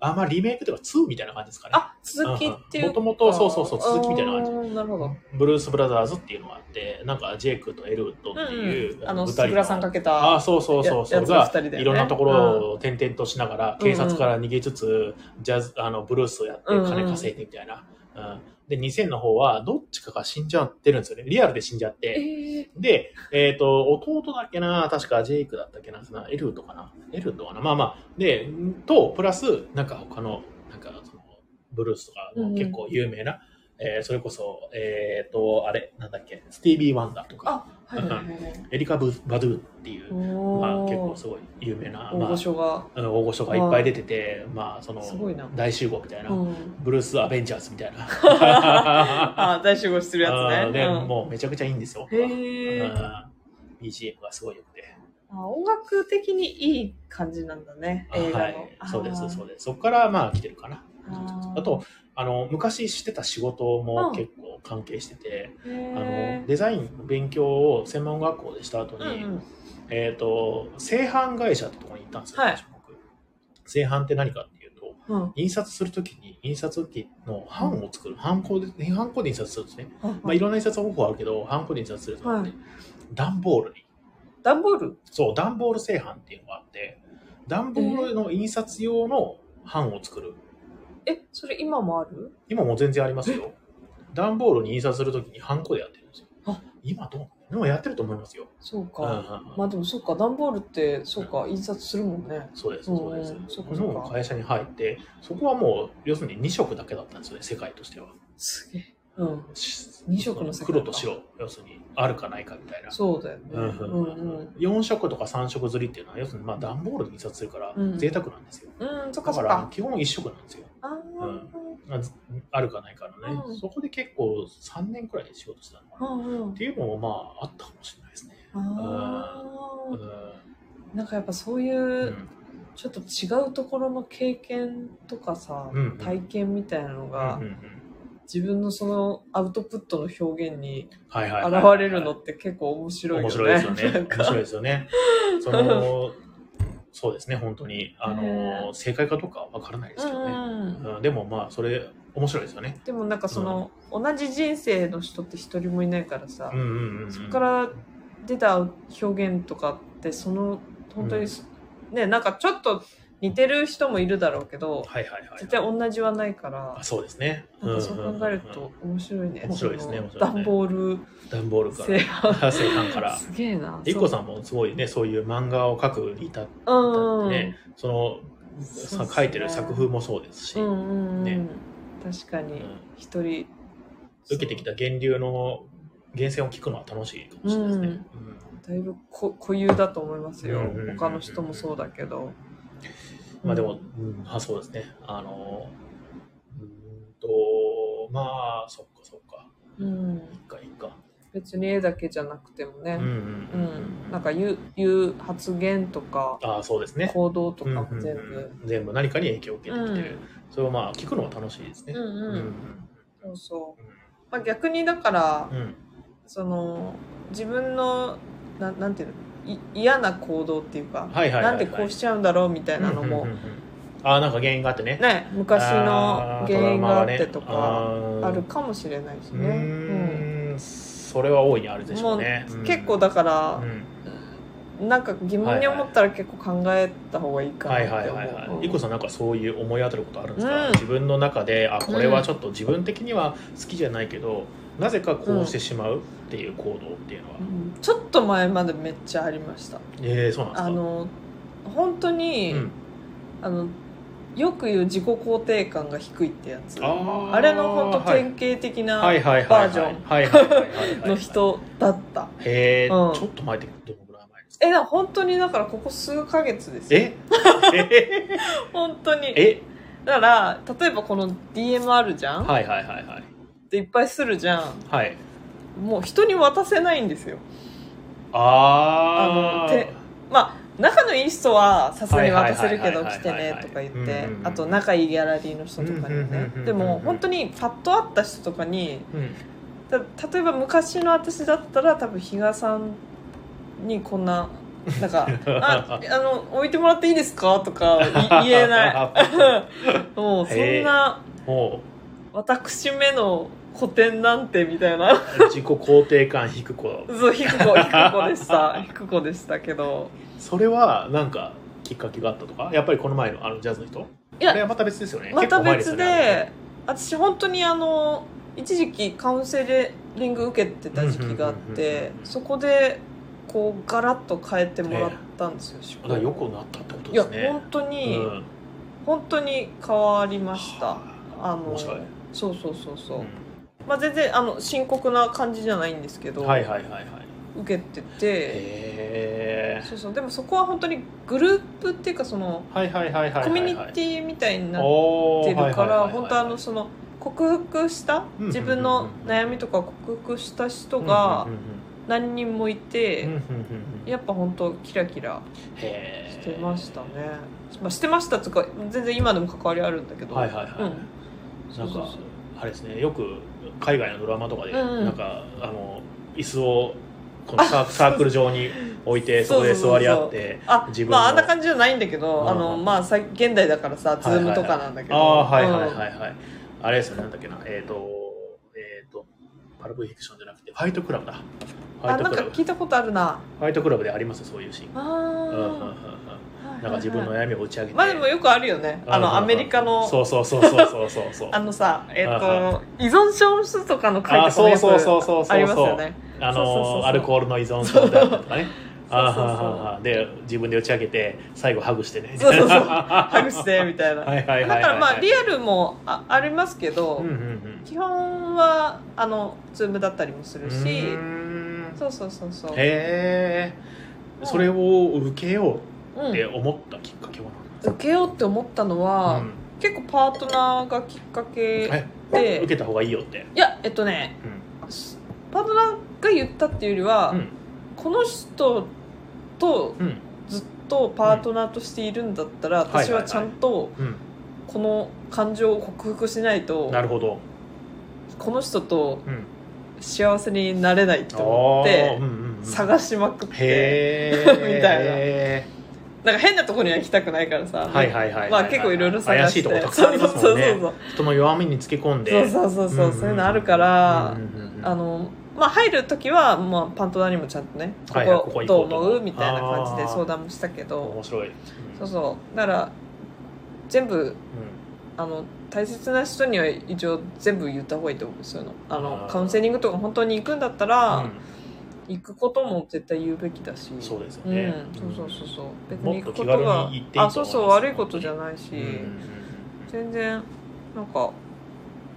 あんまあリメイクというか2みたいな感じですかね
あ、続きっていう
もともとそうそうそう続きみたいな感じ
じ。なるほど。
ブルース・ブラザーズっていうのがあってなんかジェイクとエルウッドっていう、
うんうん、あの、
二
スグラさんかけ
あ
た。
あそうそうそうそ
や
う
やつが
が
二人だよね
いろんなところを転々としながら、
うん
警察から逃げつつ、ジャズあのブルースをやって
うんうん
金稼いでみたいな、うんで2000の方はどっちかが死んじゃってるんですよねリアルで死んじゃっ
え
て
ー、
で、えっと弟だっけな確かジェイクだったっけななエルとかなエルとかなまあまあでとプラスなんか他のなんかそのブルースとかの結構有名な、えーそれこそ、えっ、と、あれ、なんだっけ、スティービー・ワンダーとか、
あ、はいはい はいはい。
エリカ・ブバドゥっていう、
お
まあ、
ー
結構すごい有名な、ま
大
あ
御、所が。
うん大御所がいっぱい出てて、まあ、その
すごいな
大集合みたいな、
うん。
ブルース・アベンジャーズみたいな
あ、大集合するや
あ
つ
ー
ね。
で
うん
もうめちゃくちゃいいんですよ。
へー
うん BGM がすごいよくて。
あ音楽的にいい感じなんだね、映画の。
はい、そうです、
あー
そうです。そこからまあ来てるかな。
あー
あとあの昔してた仕事も
うん
結構関係してて、
へ
あ
ー
のデザインの勉強を専門学校でした後に、
うんうん
えっ、と製版会社ってところに行ったんですよ、
はい
僕製版って何かっていうと
うん
印刷するときに印刷機の版を作る、版行で版行で印刷するんですね、まあ、いろんな印刷方法あるけど版行で印刷するとかって、
は
段ボールに
段ボール
そう段ボール製版っていうのがあって段ボールの印刷用の版を作る、
え、それ今もある
今もう全然ありますよ段ボールに印刷するときに版行でやってるんですよ
あ
今どうなのでもやってると思いますよ、
そう
うんうんう
か。
ん
まあでもそうか、段ボールって、そうか、印刷するもんね。
そうです、そうです
うん。そ
そう
かそうか
の会社に入って、そこはもう、要するに2色だけだったんですよね、世界としては。
すげえ。うん。
2
二色の世界
黒
か
と白、要するに、あるかないかみたいな。
そうだよね。
う
うんん
う
うんん。
4色とか3色ずりっていうのは、要するに、まあ、段ボールで印刷するから
う、ん
贅沢なんですよ。
うん、そっか
だか
そ
ら
っか、。
基本1色なんですよ。
あー
あずあるかないかのね、
うん
そこで結構3年くらい仕事したのかな。
うんうん
っていうのも、まあ、あったかもしれないですね。
あ
う
ー
ん
なんかやっぱそういううんちょっと違うところの経験とかさ
うんうん
体験みたいなのが
うんうんうん
自分のそのアウトプットの表現に
はいはいはい
現
はい
れるのって結構面白い
面
よね。
白いですよね。
なん
面
か
白いですよね。そ の、そうですね、本当に。あ
ね
の、正解かどうかはわからないですけどね。
うん
うんでもまあ、それ、面白いですよね。
でもなんかその、同じ人生の人って一人もいないからさ
うん、うんうん。
そこから出た表現とかってその本当に、ねなんかちょっと似てる人もいるだろうけど
はいはいはい。
絶対同じはないから
あそうですね。
なんかそう考える
うんうん
と面白いね。
面白いですね
その
面白いね
段ボール
うん段ボールか
製版。
ら、生産から。
すげえな。
で、いっこ
ん。
さんもすごいね、そういう漫画を描くに至って
うん。
ね、その、
そう
さ
っすね
書いてる作風もそうですし、
うん
うん
うんうん。
ね
確かに一人
受けてきた源流の源泉を聞くのは楽しいかもしれないですね。うん
だいぶこ固有だと思いますよ、
うんうんうんうん
他の人もそうだけど、
まあでも、うんあそうですね。あの、うーんと、まあ、そっかそっか。
うん、
いいかいいか。
別に絵だけじゃなくても
う
ね
ん、
う
うんん。
なんか言う言う発言とか
ああ、そうですね。
行動とかも
うんうんうん
全部、
全部何かに影響を受け
う
て
ん
きてる。それをまあ、聞くのは楽しいですね。
うんうん
うん
そうそう、
う
まあ、逆にだから、
んうん
その自分のななんていうのい嫌な行動っていうか、
はいはいはいはい
なんでこうしちゃうんだろうみたいな
うん
のも、
うんうんうんああ、なんか原因があってね。
ね昔の
あー
原因があってと
トラウマ
か
がね
あるかもしれないし
う
ね、うん
ーん。それは大いにあるでしょ
も
う
う
ね。
結構だから
う、ん
なんか疑問に思ったら結構考えた方がいいか
はい
な
は
っ
い
て
はい
思
は
う
い。。いこさんなんかそういう思い当たることあるんですか、
うん
自分の中で、あ、これはちょっと自分的には好きじゃないけど、なぜかこうしてしまうっていう行動っていうのは。
うんちょっと前までめっちゃありました。
ええそうなんですか
あの本当に、
うん、
あのよく言う自己肯定感が低いってやつ。あ
あ
れの本当
はい
典型的
は
ない
はいはいはい
バージョン
はいはいはいはいはいはい
の人だった。
へえ、
うん
ちょっと前ってどのぐらい前ですか
え、でも本当にだからここ数ヶ月ですよ。
ええ
本当に。
え
だから、例えばこの DM あるじゃんっ
はいはいはいはい
ていっぱいするじゃん。
はい
もう人に渡せないんですよ。
あ
あの
あ
てまあ仲のいい人はさすがに
はいはい
渡せるけ
は
ど
いはい
来てねとか言っ
う
て
んうんうん
あと仲いいギャラリーの人とかに
うんうんうん
ね
うんうん
でも本当にパッと会った人とかに
うん
た例えば昔の私だったら多分比嘉さんにこんな。な んかああの置いてもらっていいですかとかい言え ない もうそんな
も
私めの古典なんてみたいな
う自己肯定感低く子
そう低く子低く子で した低く子でしたけど
それはなんかきっかけがあったとかやっぱりこの前のあのジャズの人
い
あれはまた別ですよね
また
結構
別
前すよね
で私本当にあの一時期カウンセリング受けてた時期があっ
うんうん
て
うんうん
そこでこうガラッと変えてもらったんですよ、思
あだ
考
からよくなったってこと
い
で
や
すね
本当に、
うん
本当に変わりましたあの
面白い、
そうそうそうそう、
う
まあ全然あの深刻な感じじゃないんですけど、
んはいはいはいはい
受けてて
へえ
そうそうでもそこは本当にグループっていうかその
はいはいはいはい
コミュニテ
ィ
ィみたいになっって
に
るから本当あのその克服した
うん
自分の悩みとかを克服した人が何人もいてやっぱ本当キラキラ
へ
し
え
てましたね、まあ、してましたとか全然今でも関わりあるんだけど、
はいはいはい、
うん
なん
そう
か
そう
あれですねよく海外のドラマとかで、
うんうん
なんかあの椅子をこのサーサークル状に置いてそこで座り合って
あ
自分の
まああんな感じじゃないんだけど、
うん
あのまあさ現代だからさズームとかなんだけど、
ああはいはい
うん
はいはい、あれですよねなんだっけなえっ、とえっ、とパルプフィクションじゃなくてファイトクラブだファ
あ
イ
な
ト
ん
ク
か
ラブフ
聞いたことあるな
ァイトクラブでありますよそういうシーン
あ
うん
ー、
うんうんうん
はいはいはい
なんか自分の悩みを打ち上げて、
まあでもよくあるよねあ
うん
の
うんう
ア
ん
メリカの
そうそうそうそうそうそう そう
あのさ、えっ、
はい
と、依存症の人とかの会とかも
あ
よ
そうそうそうそうそうそう
くありますよね。
あ
そうそうそうそ
の
う
アルコールの依存症だったとかね
そう
あ
そう
ーは
そう
ーはーはーで自分で打ち上げて最後ハグしてね
そうそうそうハ
ハ
グしてみたい な。
はいはいはいはい
だからまあリアルもあありますけど、
うんうんうん
基本はあのズームだったりもす
う
るし、
ーん
そうそうそうそう。
へえそれを受けよ
う
うって
ん、
思ったきっかけは何
受けようって思ったのは、
うん
結構パートナーがきっかけ
え
で
受、けた方がいいよって
いやえっとね、パートナーが言ったっていうよりは、
うん
この人と
うん
ずっとパートナーとしているんだったら、私はちゃんと、
うん
この感情を克服しないと
なるほど
この人と
うん
幸せになれないと思
あ
っ
ー
て
うんうんうん
探しまくって
へえ
みたいな
へ
なんか変なとこには行きたくないからさ、
ーはいはいはいはい
まあ結構いろいろ探
怪
し
しい
て
とこたくさんありますもんね
そう
人の弱みにつけ込んで
そうそうそうそうそうそうそういうのあるから
うんうんうんうん
あのまあ入る時はまあパントナーにもちゃんとねこ
はいはいこ
こ
こ行
どう
こうと
思うみたいな感じで
あー
相談もしたけど
面白い、
そうそうだから全部
う
あの大切な人には一応全部言った方がいいと思うそういうのあの
あー
カウンセリングとか本当に行くんだった
ん
ら、
うん
行くことも絶対言うべきだし
そうですよね
うん、そうそうそうそう別
も
に
っ
行
と
くこ
気
と
軽に
が
行っていいと思います
あそうそう悪いことじゃないし、
うんうんうん
全然なんか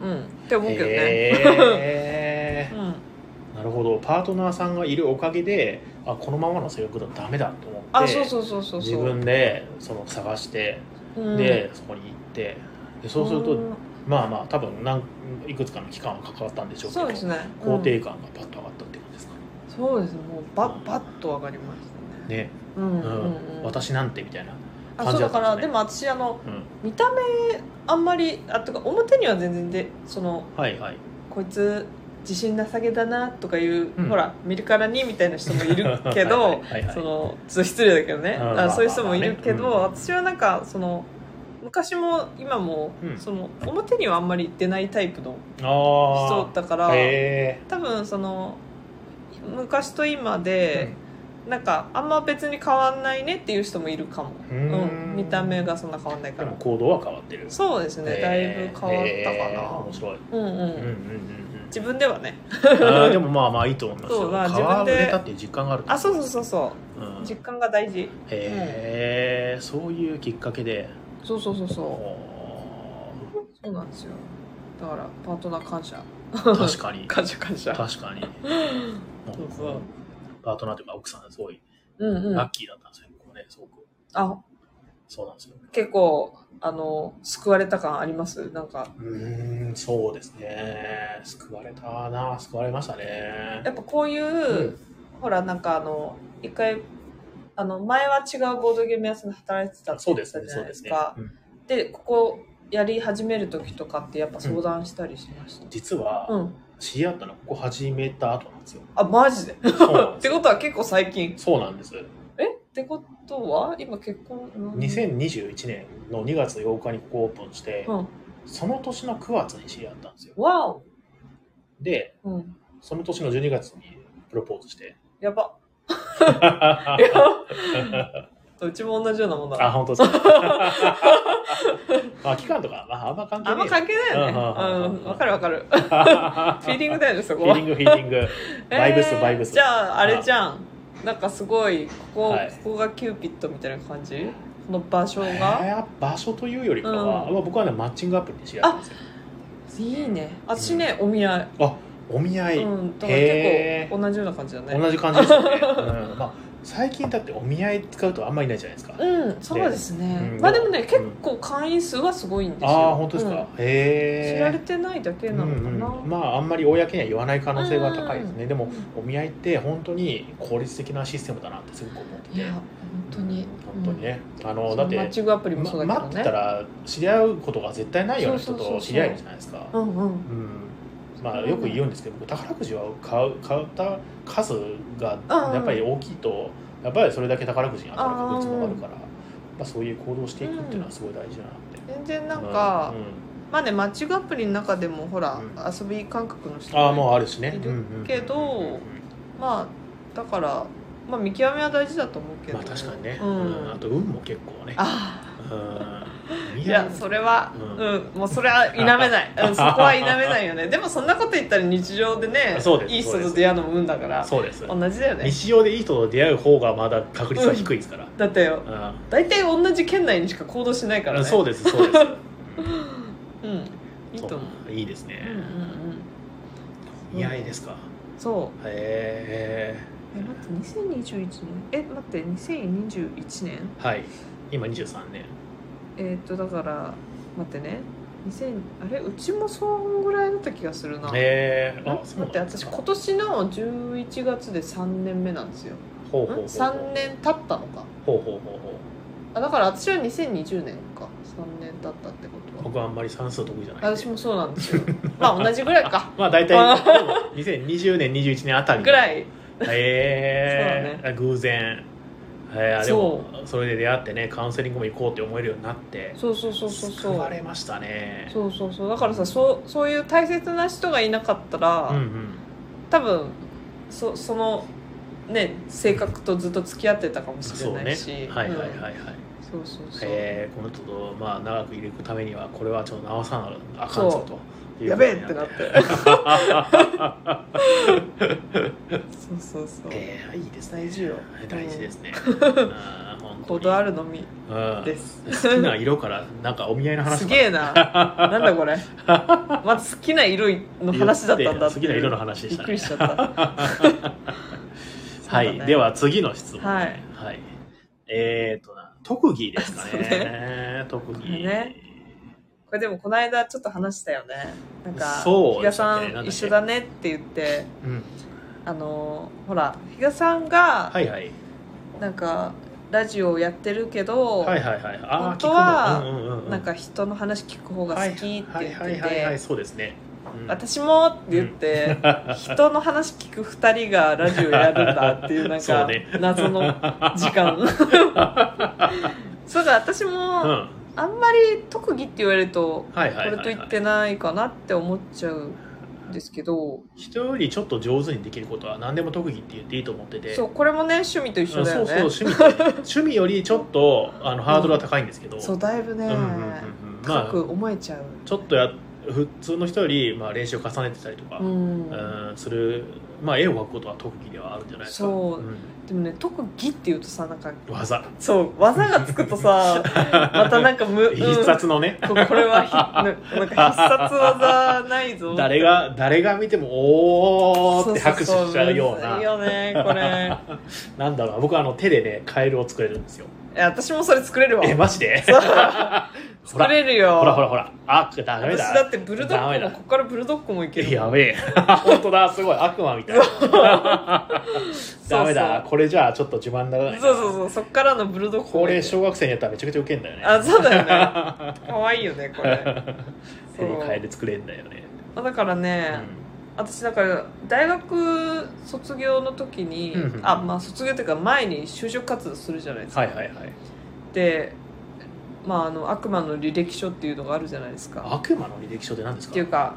うんって思うけどね、
へ
う
ー
ん、
なるほどパートナーさんがいるおかげであこのままの性格だとダメだと思って
あそうそうそうそうそう
自分でその探して、
うん
でそこに行ってでそうすると、
ん
まあまあ多分何いくつかの期間は関わったんでしょうけ
そ
ど
うですね、うん
肯定感がパッと上がったって感じですかね
そうですねもうバッバッと上がりましたね
ね、
うん
う
うんんうん
私なんてみたいな、
あ
感
そ
じ
う
だ
だ
っ
か
たん
ら
ですね
でも私あの
うん、
見た目あんまりあとか表には全然でその
はいはい
こいつ自信なさげだなとかいう、
うん
ほら見るからにみたいな人もいるけ
はい
ど
はいはいはい
そのちょっと失礼だけどね、
うん
あ
まあまあ
そういう人もいるけど、
まあねうん
私はなんかその昔も今も、
うん
その表にはあんまり出ないタイプの
あ
人だから
あへえ
多分その昔と今で、なんかあんま別に変わんないねっていう人もいるかも、
う
うんん、見た目がそんな変わんないか
で
ら
も行動は変わってる
そうですねだいぶ変わったかな、
えー面白い、
うんうん、
うんうんうんうん
自分ではね
あーでもまあまあいいと思いますよ
そうまあ
変わ
自分で
れたっていう実感がある
あそうそうそうそう
う、うん、
実
へ
感が大事
えそういうきっかけで
そうそうそうそう
お
そうなんですよだからパートナー感謝
ー確かに
感謝感謝
確かに
そうそう
パートナーというか奥さんすごい
うんう
ラ
ん
ッキーだったんですよ、僕ねすごく
あ
そうなんですよ
結構あの救われた感ありますなんか
うーんそうですね救われたな救われましたね
やっぱこういう、
うん
ほらなんかあの一回あの前は違うボードゲーム屋さんで働いてたって
そうで
言って
す
た
ね、
じゃ
そう
ない
で
ですす
ね。
か
うん
でここやり始める時とかってやっぱ相談したりしました
実は、
うん、
知り合ったのはここ始めた後なんです よ。
あマジで
そうなん
っ
です
てことは結構最近
そうなんです。
えってことは今結婚うん
2021年の2月8日にここオープンして、
うん
その年の9月に知り合ったんですよ。
わお
で、
うん
その年の12月にプロポーズして。
やばい
あ、
やうちも同じようなもんだ
本当ですか。 まあ、期間とか、まあ、あんま関係
あ
な
んま
い。
関係ないよね
うんうんうんうん
うんわかるわかるフィーリングだよねそ
フ
こ
ィー
は
リング、フィーリング。バイブス
えー
バイブス
じゃああれじゃんなんかすごいここ,、
はい
ここがキューピッドみたいな感じこの場所が、
えー場所というよりかは、
うん
まあ僕はね、マッチングアプリで知り合ったんですよ。
いいね私ね、お見合い、
あ、お見合い。
うんだから
へ
結
ー
構同じような感じだね
同じ感じですよ ね、うんまあ、最近だってお見合い使うとあんまりいないじゃないですか、あ
うんそうですね、
うん
まあでもね
うん
結構会員数はすごいんですよ
あー本当ですか、
うん
へえ
知られてないだけな
う
のかな、
んうんまああんまり公には言わない可能性が高いですね、で
う
も
ん
お見合いって本当に効率的なシステムだなってすごく思って
い
て
や本当に
本当にね、あ
うん
の
そ
だっ
の
て
マッチングアプリもそうだ
ま
けど
待って
ね、
たら知り合うことが絶対ないような人
そうそ
と
うそうそう
知り合えるじゃないですか
うんうん
うんまあよく言うんですけど僕宝くじは買う買った数が
うんうん
やっぱり大きいとやっぱりそれだけ宝くじに当たる確率もあるから、まあ、そういう行動していくっていうのはすごい大事だなって、
全然なんか、
うんうん
まあねマッチングアプリの中でもほら、
うん
遊び感覚の人
ああ
も
もうあるしね
いる
うんうん
けど
うんうん
まあだから、まあ、見極めは大事だと思うけど、
まあ確かにね、
う
うん
ん
あと運も結構ね
あ
うん
いやそれは
う
うんん、もうそれは否 めない、うん、そこは否めないよねでもそんなこと言ったら日常でね
そうです
いい人と出会うのも運だから
そうです
同じだよね
日常でいい人と出会う方がまだ確率は低いですから、
だってよ
うん
大体同じ県内にしか行動しないからね
そうですそうです
うん いいと思う
そういいです
うんうん
ね、
うんうん
見合いですか
そう
へえ
え待って2021年え待って2021年
はい今23年
えーっとだから待ってね2000あれうちもそんぐらいだった気がするな
へえ
あ待って私今年の11月で3年目なんですよ
ほうんほうほう
3年経ったのか
ほうほうほうほう
あだから私は2020年か3年経ったってことは
僕はあんまり算数得意じゃないんで
私もそうなんですよまあ同じぐらいか
まあ大体
あ
でも2020年21年あたり
ぐらい
へ
そう
え偶然えー、でもそれで出会ってねカウンセリングも行こうって思えるようになって
そうそうそうそうそ
救われ
う
ましたね
そうそうそうだからさそうそういう大切な人がいなかったら、
うんうん
多分そそのね性格とずっと付き合ってたかもし
そ
れ
う
ない
ね
し、
はいはいはい
うん
はい、
そうそうそう、
えー、この人と、まあ、長くいるためにはこれはちょっと直さなあかんぞ
そ
という
や
こと
べ
に
えってなってそうそうそう、
えー、いいですね
大事よ
大事ですね、あー本当
行
に
動あるのみ
うん
です
好きな色からなんかお見合いの話
す
か
げえななんだこれまず好きな色の話だったんだって
好きな色の話で
び
し
ったく
ね
りしちゃった
は
そう
い、
だね
では次の質問
はい
はい、えっ、ー、とな特技ですか
そう
ね特技
ねこれでもこの間ちょっと話したよねなんか
そう
比
で
嘉
した
さ
ねなんだっ
ん
け
一緒だねって言って
うん、
あのーほら比嘉さんが
はいはい
なんかラジオをやってるけど、
はいはいはいあー
本当
聞
は
くのうんうんうん
なんか人の話聞く方が好きって言っ
はいは
て
いはいはいはい
て
そうですね、うん
私もって言って、人の話聞く2人がラジオやるんだっていうな ん
そう
か
ね
謎の時間 そうだ私
うん
も
は
あんまり特技って言われると
いはい
こ
はい、
れと言ってないかなって思っちゃうんですけど
人よりちょっと上手にできることは何でも特技って言っていいと思ってて
そうこれもね趣味と一緒だよね
うんそうそう趣味と趣味よりちょっとあのハードルは高いんですけど、
そうだいぶね
うんうんうんうんま
高
あ
く思えちゃう
ちょっとや普通の人より、まあ、練習を重ねてたりとか、
うん
うんする、まあ、絵を描くことは特技ではあるんじゃないですか
そうんでもね特技っていうとさなんか
技
そう技がつくと さまたなんかむ、うん
必殺のね、
ここれはひななんか必殺技ないぞ
誰が誰が見てもおーって拍手しちゃうよう
そそそむず
ない
よねこれ
なんだろう僕はあの手でねカエルを作れるんですよ
え私もそれ作れるわ
え、マジで
そ
ほ
う作
ら、
れるよ
ほらほらほら。あ、ダメ
私
だ。
だってブルド
ダメ
ッグ
だ
もここからブルドッグもいける
や べえ。本当だ、すごい。悪魔みたいな。ダメだ。これじゃあ、ちょっと自慢にならないな。
そうそうそうそっからのブルドッグ
こ
もいけ
れ、
る
小学生にやったらめちゃくちゃウケんだよね。
あそうだよね可愛いよね これ
手に変え
そう
て作れんだよね。
あだからね、私だから大学卒業の時に、
うんうん
あまあ卒業っていうか前に就職活動するじゃないですか、
はいはいはい。
で、まあ、あの悪魔の履歴書っていうのがあるじゃないですか
悪魔の履歴書って何です
っ
か
ていうか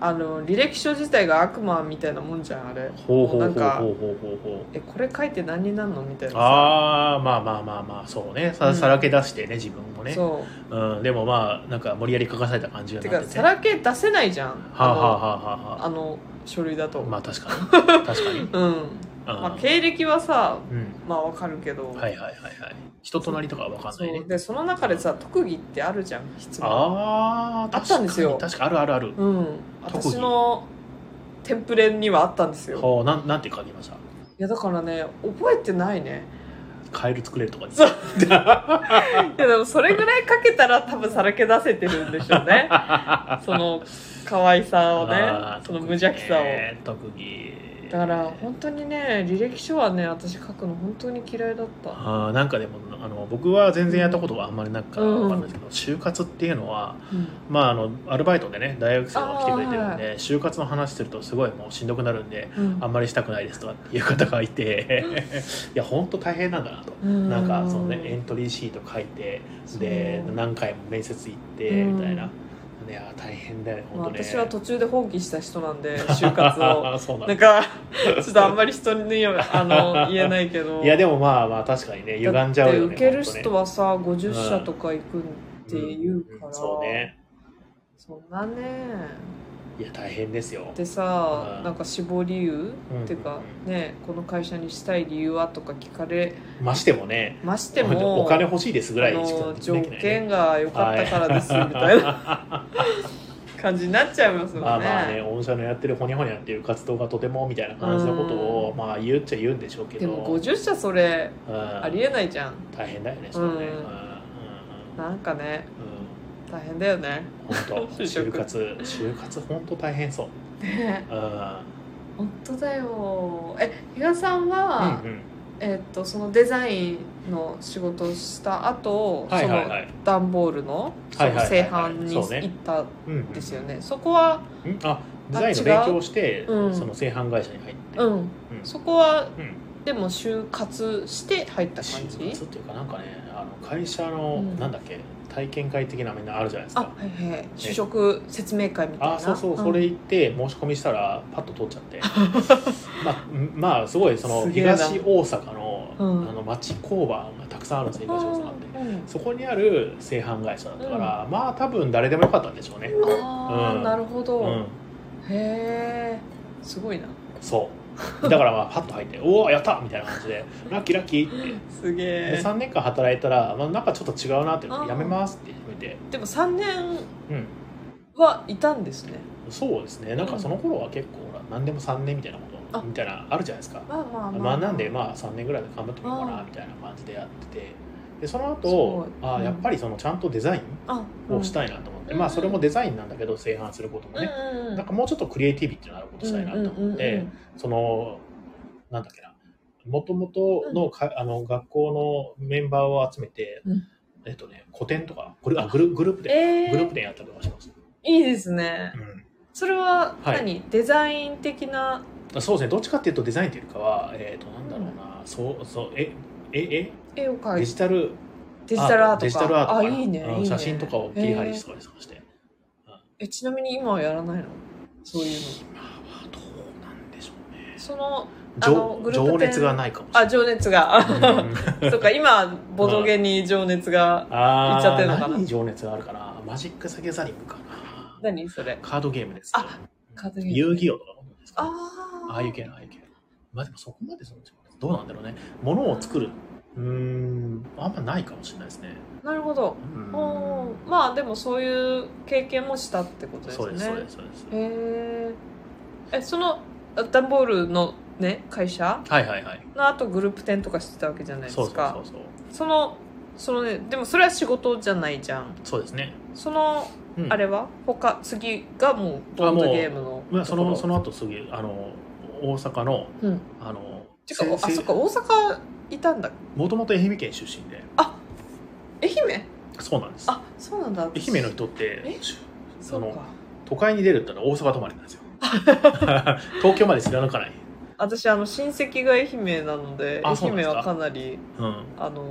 あの履歴書自体が悪魔みたいなもんじゃんあれ
ほうほうほ
な
うんほう
か
ほうほうほう。
えこれ書いて何になんのみたいな
ああまあまあまあまあそうね
う
さ
ん
さらけ出してね自分もね、
そ
うん、でもまあなんか無理やり書かされた感じ
う
が
て
なっ
か
てて
さらけ出せないじゃん
はあ、はあ
あ
はあ
の
は
あの書類だ
あ
と、
まあ確かに確かに、うん
うんまあ、経歴はさ
うん、
まあわかるけど、
はいはいはいはい人となりとかは分かんない
そ
ね
うでその中でさ特技ってあるじゃん質問
ああ
あったんですよ
確かにあるあるある、
うん、
特技
私のテンプレにはあったんですよ
ほうなんなんて書きました
いやだからね覚えてないね
カエル作れるとかです
そういやでもそれぐらいかけたら多分さらけ出せてるんでしょう ねその可愛さを
あ
ね
ー
その無邪気さを
特技ね特技
だから本当にね履歴書はね私書くの本当に嫌いだった
あーなんかでもあの僕は全然やったことはあんまりなんか分かんないですけど、就活っていうのは
うん
まあ、あのアルバイトでね大学生が来てくれてるん
あー
で就活の話するとすごいもうしんどくなるんで
うん
あんまりしたくないですとかっていう方が いていや本当大変なんだなと、
うん
なんかそのねエントリーシート書いてで
そう
何回も面接行って
うん
みたいな、ねあー大変だよね
ま
本
あ
当ね、
私は途中で放棄した人なんで就活 を
をそうなんだ
なんかちょっとあんまり人にはあ の言えないけど
いやでもまあまあ確かにね歪んじゃうよね
だって受ける人
は
はさ50社とか行くっていうから、
そうね
そんなね
いや大変ですよ
でさ、
うん
なんか死亡理由、
うん
っていうかねこの会社にしたい理由はとか聞かれ
ましてもね
まして も
お金欲しいですぐらい
あ
しか
の
できな
条
いね
件が良かったからですみ たいな感じになっちゃいますよね,、
まあまあね、御社のやってるほにゃほにゃっていう活動がとてもみたいな感じのことを、まあ言っちゃ言うんでしょうけど、
でも50社それ
うん
ありえないじゃん
大変だよね、それね。
うん
うんうん
なんかね
う
大変だよね
ん 本当、
就職
就活、就活本当大変そう。
ね
うんうん
本当だよえ比嘉さんは、
うん
えっとそのデザインの仕事をした後、
はいはいはい
その段ボールのそ
はいはいはい
の
はい
製版に行
そうね
ったん
うんうん
ですよねそこは
うんあ、デ
あ
ザインの勉強をして、
違ううん
その製版会社に入って、
うん、
うん
そこは
うん
でも就活して入った感じ
就活っていうかなんかね、あの会社の、
うん
なんだっけ、体験会的なみんなあるじゃないです
あ
か
は。いはい就職説明会みたいな
あそうそう、
ん
それ行って申し込みしたらパッと通っちゃって まあんまあすごいその
すげえな
東大阪の,、
うん
あの町工場がたくさんあるんですよ東大阪って
うん
そこにある製版会社だったから、まあ多分誰でもよかったんでしょうね
あ
う
ー
ん
なるほど、
うん
へえすごいな
そうだからまあパッと入って「おおやった!」みたいな感じ で「ラッキーラッキー」って
すげ
で
え
3年間働いたら、まあ、なんかちょっと違うなっていうの
う
で
ん
やめますって決めて
でも3年
うん
はいたんですね
そうですねなんかその頃は結構ほら何でも3年みたいなこと
あ
みたいなあるじゃないですか
まあまあまあ
学んでまあ3年ぐらいで頑張ってみようかな
うん
みたいな感じでやっててでその
すご
後
い
あ
う
ー
ん
やっぱりそのちゃんとデザイン
あ
をしたいなと思って、
うん
まあそれもデザインなんだけど製版することもね、
うんうんうん
なんかもうちょっとクリエイティビティのあることしたいなと思って、
うんうんうん
そのなんだっけなもともとのかあの学校のメンバーを集めて、
うん
えっとね個展とかグルあグルグループで、
えー
グループでやったりとかします、
いいですね
う
それは
はい、
何、デザイン的なん
そうですねどっちかっていうとデザインというよりかはえっ、となんだろうな、そうそうえええ
絵を描
デ
い
ジタル
デジタルアートか
デジタルアート
あ
かない
いね,、
うん
いいね
写真とかを切り貼り
へ
し
ー
たりとかして
えちなみに今はやらないのそういうの
今はどうなんでしょうね
そのあの
情
グループ展
情熱がないかもしれ
あ
ない
情熱が
うん
そうか今ボドゲに情熱が、
あ
言っちゃってるのかな
ー何に情熱があるかなマジック・ザ・ギャザリングかな
何それ
カードゲームです
あカードゲーム
遊戯王とかもですか
あ
あ
ー
あいう系ああいう系まあでもそこまでその情熱どうなんだろうね物を作るうーんあんまないかもしれないですね
なるほど
うん
おーまあでもそういう経験もしたってことですね
そうですそうですそうです
へーえそのあ段ボールのね会社
はいはいはい
のあとグループ展とかしてたわけじゃないです
そうそう
か
そうそう
そのそのねでもそれは仕事じゃないじゃん
そうですね、
その
うん
あれは他次がもうボードゲームの
まあ、そ
とこ
の
ろ
その後すぐあの大阪の
うん
あの
てかおあそっか大阪いたんだ
もともと愛媛県出身で
愛媛
そうなんです
あそうなんだ
愛媛の人って
え
し
そ
そうの
か
都会に出るってのは大阪泊まりなんです よ東京まで知らなかない、
私あの親戚が愛媛なので
あ
愛
そうなんで
媛
すか
はかなり
うん、
あの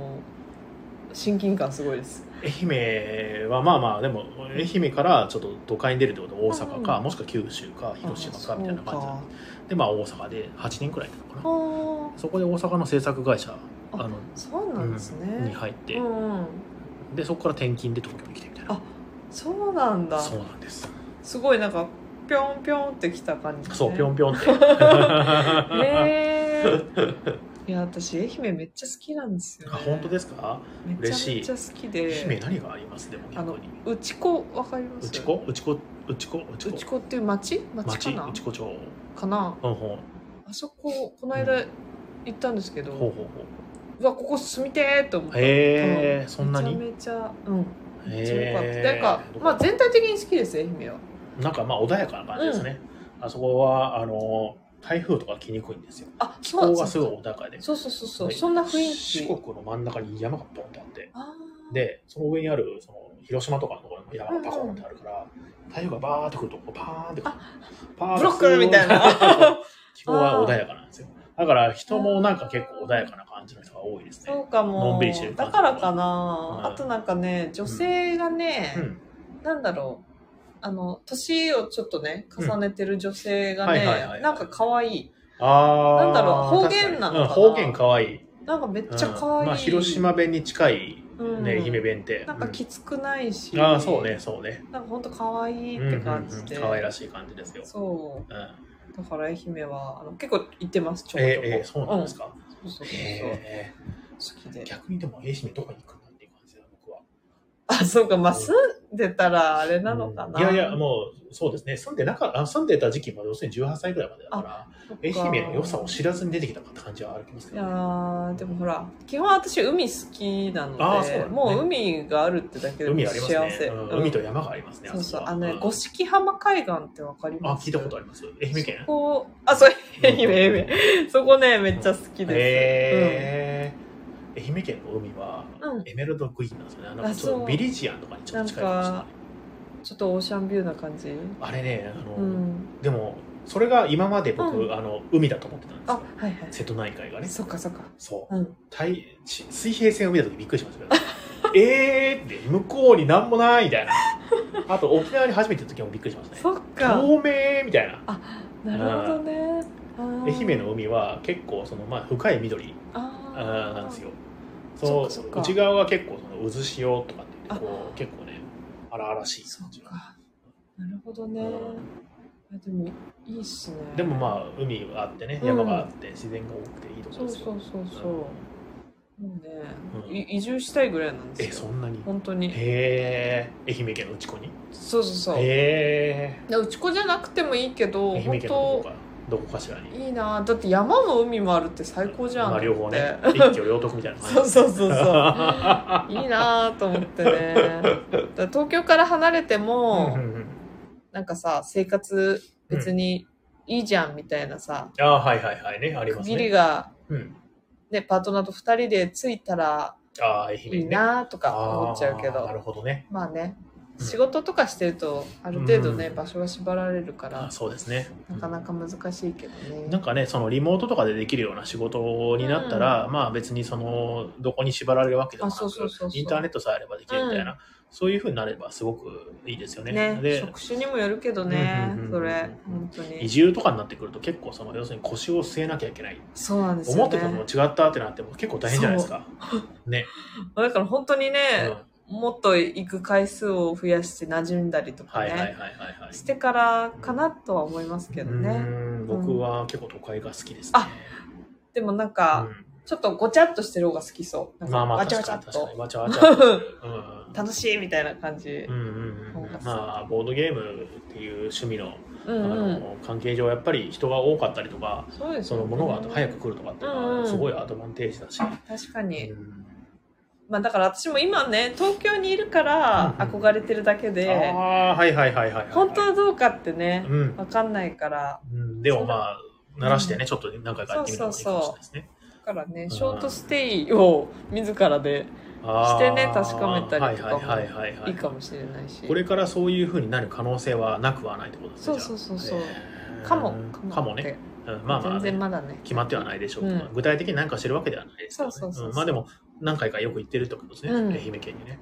親近感すごいです
愛媛はまあまあでも愛媛からちょっと都会に出るってことは大阪か、
うん
もしくは九州か広島かみたいな感じなん
あ
ででまあ大阪で8年くらいいたのかな
そうか
そこで大阪の制作会社あ
あ
の
あそうなんですね、
うんに入って、
うんうん
でそこから転勤で東京に来てみたいな
そうなんだ
そうなんです
すごいなんかぴょんぴょんってきた感 じ、ね、
そうぴょんぴょんってあ
へえいや私愛媛めっちゃ好きなんですよ、ね、
本当ですか、
めちゃめちゃ好きで
愛媛何がありますでも
あ
逆
の
に
内子わかります
うちこうちこうちこうちこ
内子っていう町町か
町
な
うちこ町うん
かな
ほうほ
あそここの間行ったんですけ
う
ど、
ほうほ
うわここ住みてーと思っ
う
て、
へえ
うん
そんなに
めちゃめちゃうんめっちゃ良かった、
へ
な
え
んか、まあ、全体的に好きです愛媛は
なんかまあ穏やかな感じですね、あそこはあの台風とか来にくいんですよ
あ
気
そう
候
そ
が
う
すごい穏やかで
そうそうそうそう
で
そんな雰
四
囲気
国の真ん中に山がポンってあって
あー
でその上にあるその広島とかのところに山がパコンってあるから、台風がバーってくるとこうパーンってくるパーンって
ブロックみたいな
そう気候は穏やかなんですよだから人もなんか結構穏やかな感じの人が多いです
そ
ね
うかも
のんびりしてる感
だ
じ
からかな、
うん
あとなんかね女性がね、
うん
なんだろうあの年をちょっとね重ねてる女性がね、
うんはいはいはい
なんか可愛い
あー
なんだろう方言なのかな
確にうん方言かわいい
なんかめっちゃ可愛い、
うんまあ、広島弁に近い、
うん
ね愛媛弁って
なんかきつくないし、
うんああそうねそうね
なんかほんと可愛いって感じで、
うんうんうん可愛らしい感じですよ、
そ
うん、
うだから愛媛はあの結構行ってますちょこちょ
え
こ、
えそうなんですか、
うんそうそうそう
へ
そう好きで
え逆にでも愛媛どこに行くんだっていう感じだ僕は
あそうかまあ住んでたらあれなのかな、
うんいやいやもうそうですね住んでなかあ住んでた時期まで要するに18歳ぐらいまでだから
そっか
愛媛の良さを知らずに出てきたかって感じはあります
い
け
や
ど、ね、
ーでもほら基本私海好きなので
あーそうなんだね
もう海があるってだけでも
海ありますね
幸せ、
うん
うん
海と山がありますね
そうそう
こは
あのね
ん
五色浜海岸ってわかり
あ
ます
聞いたことあります愛媛県
そこあそう 愛媛愛
うん
媛そこねめっちゃ好きです、
へえ愛媛県の海は
うん
エメラルドグリーンなんですよね、あの
あ
ちょっ
そ
と
う
ビリジアンとかにちょっと近い
なん
感
か
じだね
ちょっとオーシャンビューな感じ
あれねあの、
うん
でもそれが今まで僕、
うん
あの海だと思ってたんです
あ
よ
はいはい
瀬戸内海がね
そっかそっか
そう
うん
対ち水平線を見た時びっくりしましたけど えーって向こうになんもないみたい なあと沖縄に初めて行った時もびっくりしましたね
そっか
透明みたいな
なるほどねあ
愛
ー
媛の海は結構その、まあ、深い緑
あ
あ
ー
ーなんですよそう
そっかそっか
内側は結構その渦潮とかって言ってこ
あ
う結構ね荒々しい
そ
感
っ
じが
かなるほどね、
うん
あでもいいっすね
でもまあ海があってね
うん
山があって自然が多くていいとこ
そ
ろ
う
ですよ、
そうそうそう、もうね、
うん
い移住したいぐらいなん
え
です
そ
よ
んなに
本当に
へえ愛媛県の内子に
そうそうそう、
へえ
でうち子じゃなくてもいいけど
愛
本
媛県のどこ
当
かどこかしらに
いいなだって山も海もあるって最高じゃん、
まあ、両方ね
って
一挙両得みたいな
そ
感
う
じ
そうそうそういいなと思ってねだから東京から離れても、
うんうんうん
なんかさ生活別にいいじゃんみたいなさ、
ああはいはいはいねあり
区
ます
切り
ね、
が、
うん、
ね、パートナーと2人で着いたら
ああ愛媛
いい
ね
なとか思っちゃうけ
ああ
ど
なるほどね
まあね
うん
仕事とかしてるとある程度ね、
うん
場所が縛られるか
あ
ら
あそうですね
なかなか難しいけどね、
なんかねそのリモートとかでできるような仕事になったら、まあ別にそのどこに縛られるわけでもな
あそうそうそうそう
くインターネットさえあればできるみたいな、
う
そういうふうになればすごくいいですよね。
ね
で
職種にもよるけどね、
うんうんうんうん
それ本当に
移住とかになってくると結構その要するに腰を据えなきゃいけない、
そうなんです
思
よ
ってたのも
ね
違ったってなっても結構大変じゃないですか。ね、
だから本当にね、
うん
もっと行く回数を増やして馴染んだりとか
はい
ね、
はいはいはいはい。
してからかなとは思いますけどね、
うん僕は結構都会が好きですね。
あでもなん
う
か、
ん
ちょっとごちゃっとしてる方が好きそうなんか
まあまあ
わちゃ
確
わち
か
ゃ
に
っ
確かにわちゃわち
と
ゃっとする。うんうん
楽しいみたいな感じ
う、ん うんうん、まあボードゲームっていう趣味の,、
うんう
あ
ん
の関係上やっぱり人が多かったりとか
そうです
そ
よ
の
ね
物が早く来るとかっていうの
うんう
は
ん
すごいアドバンテージだし、
確かに、
うん
まあだから私も今ね東京にいるから
うんうん
憧れてるだけ
あ
で、
あはいはいはいはいはい
本当はどうかってね
う、ん
わかんないから
うんでもまあ鳴らしてねちょっと何回かやってみたらいいかもしれないですね
だからね
ん
ショートステイを自らで
あー
してね確かめたりとかも
はいはいはいはいはい
いかもしれないし、
これからそういう風になる可能性はなくはないってことです
そ
ね
うそうそうそう、
じゃあ
かも
うん
か
か
も
も
って
ね、うんまあまあね
全然まだね
決まってはないでしょうけど、
うん
具体的に何かしてるわけではないですけどね
そうそうそうそう
うんまあでも何回かよく行ってるってことですね、
うん
愛媛県にね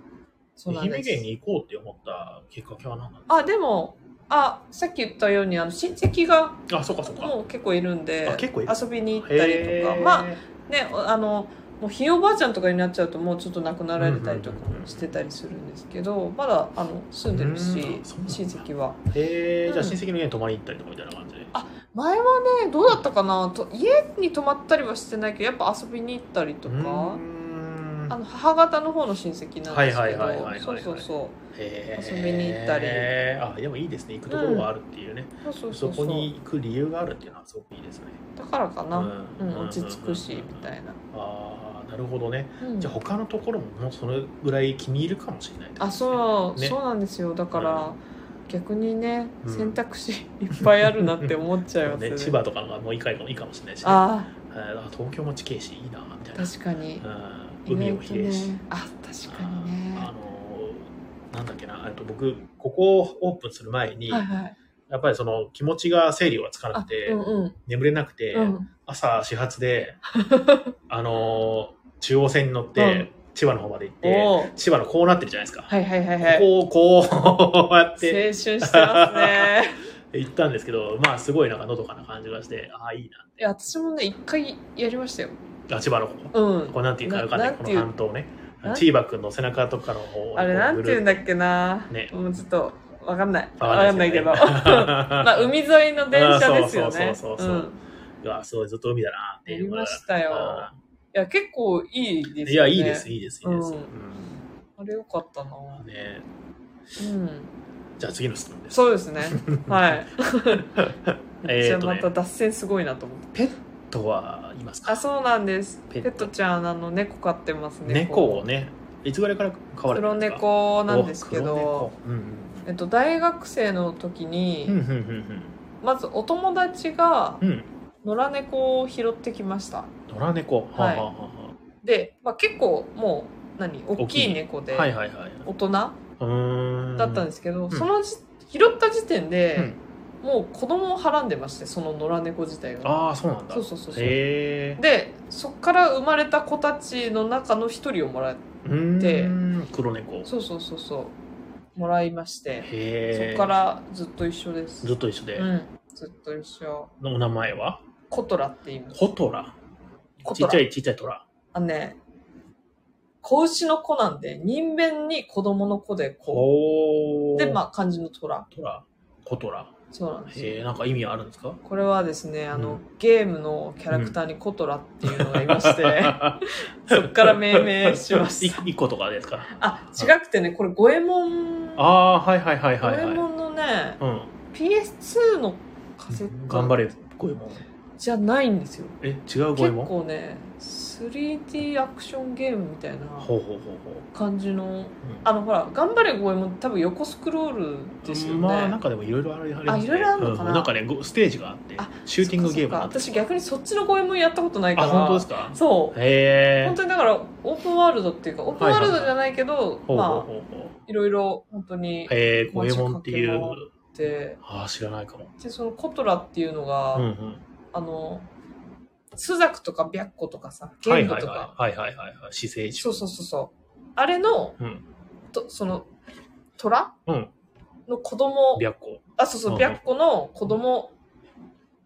そうなん
愛
で
媛
す
県に行こうって思ったきっかけは何なんですか
あでもあさっき言ったようにあの親戚が
あそうかそうか
もう結構いるんで
あ結構いる
遊びに行ったりとかまあねおあのもうひいおばあちゃんとかになっちゃうともうちょっと亡くなられたりとかもしてたりするんですけどまだあの住んでるし
うんそうなんだ
親戚は
あへえじゃあ
うん
親戚の家に泊まりに行ったりとかみたいな感じで、
あ前はねどうだったかなと家に泊まったりはしてないけどやっぱ遊びに行ったりと
うー
か
ん
あの母方の方の親戚なんです
は
け
いはいはいはいはいはい
どそうそうそ
へー
遊びに行ったり
あでもいいですね行くところがあるっていうね、
うそう
そ
そう
こ
そう
に行く理由があるっていうのはすごくいいですね
だからかな、う
うん
ん、落ち着くし
うんうんうん
みたいな、
ああなるほどね
うん
じゃあ他のところももうそれぐらい気に入るかもしれないってこと
あ
ですね
そう、
ね
そうなんですよだから、逆にね
うん
選択肢 いっぱいあるなって思っちゃいますね
ね、千葉とかのがもういいかもいいかもしれないし、ね、あ
あ
あ東京も地形しいいなみた
あ
いな、
確かに
うん、海
意
も
外と
きれいし、
ねあ確かに
ああ
ね
のーなんだっけなえっと僕ここをオープンする前に、
はいはい
やっぱりその気持ちが整理はつかな
あ
くて、
うんうん
眠れなくて、
うん
朝始発 であのー中央線に乗って、
うん
千葉の方まで行って
おー
千葉のこうなってるじゃないですか、
はいはいはいはい
ここをこうやっ
青
て
春してます ね
行ったんですけどまあすごいなんかのどかな感じがしてああいいない
や私もね一回やりましたよ
あ千葉のここ
うん
これなんていうかわかんない
な
こ
なんて
の
いう
半島ね
なん
チーバくんの背中とかの方
あれなんていうんだ
っ
っけな、
ね
もうちょっとわかんないわ
わ
か
か
ん
ん
な
ないい
け
です
ど
よね
まあ海沿いの電車ですよね
あそうそうそうそうそうけわすごいずっと海だなって
や
い
り
うのが
ましたよいや結構いいです
う
よ
ん
ね
いやいいですいいですいいです、
うんあれ良かっ たな。
うんね、
うん。
じゃあ次の質問です
そうですね。はい。
え
じ
ー
ゃあ
と
ま
ね
た脱線すごいなと思って。
ペットはいますか
あ、そうなんです。
ペ
ペ
ット
ットちゃんあの猫飼ってますね。
猫をねいつぐらいから飼われて
黒
るんですか
猫なんですけど
お、黒猫うん
えっと大学生の時
うんうん
に
うん
まずお友達が
うんうん
野良猫を拾ってきました。
野良猫はあ
はい
はあは
で、まあ結構もう何大き
大き
い
い
猫
あ
で
はいはいはい
大人だ
うーん
ったんですすけど、
ん
そのじ拾った時点でもう子供をはらんでましてその野良猫自体が。
ああそうなんだ
そうそうそうそう。
へえ
でそっから生まれた子たちの中の一人をもらえ
うーん黒猫
そうそうそうそうもらいましてそ
へえ
っからずっと一緒です
ずっと一緒で、
うんずっと一緒
お名前は
コトラって言います
コトラ
コ
ち
ト
っちゃ
ラ
いちっちゃいトラ
あのね子牛の子なんで人弁に子供の子で子
お
でま
あ
あ漢字のトラ
トラコトラ
そうなんです
へえ
よ
なんか意味あるんですか
これはですねあ
う
の、
ん
ゲームのキャラクターにコトラっていうのがいまして、 そっから命名しました
い一個とかですか
あ違くてねこれ五右衛門
ああーはいはいはいはいは
ドラえ
い
もんのね、
うん
PS2 のカセット
頑張れゴエモン
じゃないんですよ
え違うゴエ
結
モン
構ね 3D アクションゲームみたいな
ほうほうほうほう
感じの
うん
あのほら「頑張れゴエモン」多分横スクロールですよね、
まあなんかでもいろいろありますね
あいろいろあるのかな
うんなんかねごステージがあって
あ
シューティングゲームがあ
そ
っ
っか
て
そっか私逆にそっちのゴエモンやったことないから
あ本当ですか
そう
へえ
本当にだからオープンワールドっていうかオープンワールドじゃないけど、
ほうほう
まあ
ほうほ
いろいろ本当に
うへえゴエモンっていう
街角で
ああ知らないかも
でそのコトラっていうのが、
うんうん
あの朱雀とか白虎とかさ
は
玄
い
武とか、
はいはいはいはいはいはい姿勢一緒
そうそうそうそう。あれの、
うん
とその、虎
うん
の子供、
白虎
あ、そう
う
そ
んうん
う、白子の子供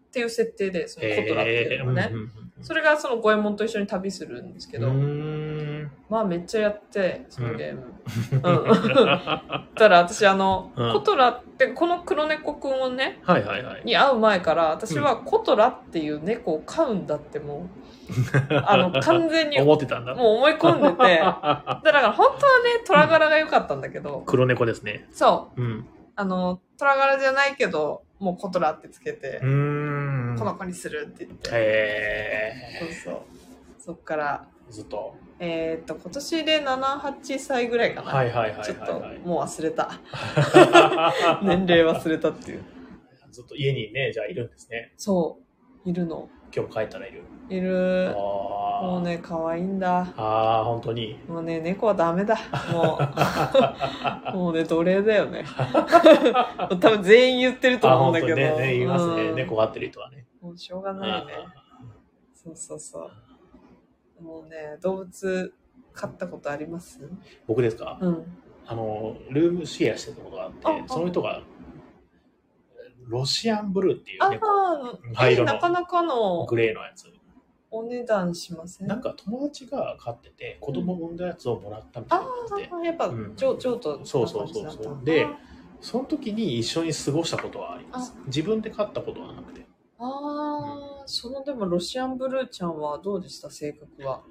っていう設定で、そのコトラって
へ
い
え
うのね。それがその五右衛門と一緒に旅するんですけ
う
ど、
ん
まあめっちゃやって、そのゲーム。
うん
うん たら私あの、
うん
コトラって、この黒猫くんをね、
はいはいはい
に会う前から私はコトラっていう猫を飼うんだってもう、あの完全にもう
思ってたんだ
思い込んで て、だから本当はね、虎柄が良かったんだけど、
黒猫ですね
そう
うん
あの虎柄じゃないけどもうコトラってつけて
う、ーん
この子にするって言って、
へえ
そうそうそっから
ずっと。
えーっと今年で78歳ぐらいかな、
はいはいはいはい、
ちょっと
はい。
もう忘れた年齢忘れたっていう
ずっと家にね、じゃあいるんですね。
そういるの
今日帰ったらいる。
い
あ
るもう
ー
ね可愛いんだ
あー、本当 に。
もうね猫はダメだも うもうね奴隷だよね多分全員言ってると
あ、
思うん
本
だ
当
け
に
ど
ね、ね言いますね。
うん
猫飼ってる人はね。
もうしょうが
あ
ないねそうそうそうもうね動物飼ったことあります
ー僕ですか、
うん
あの、ルームシェアしてたことがあって、
ああ
その人が、ロシアンブルーってい
あ
う猫、
あ
灰色の
なかなかの
グレーのやつ。
お値段しません
なんか友達が飼ってて、子供産んだやつをもらったみたいな感じで、
あやっぱ
うん
ちょちょうとな
そうそうそうそう
感じだった
でその時に一緒に過ごしたことはあります。自分で飼ったことはなくて。
ああ、そのでもロシアンブルーちゃんはどうでした性格は。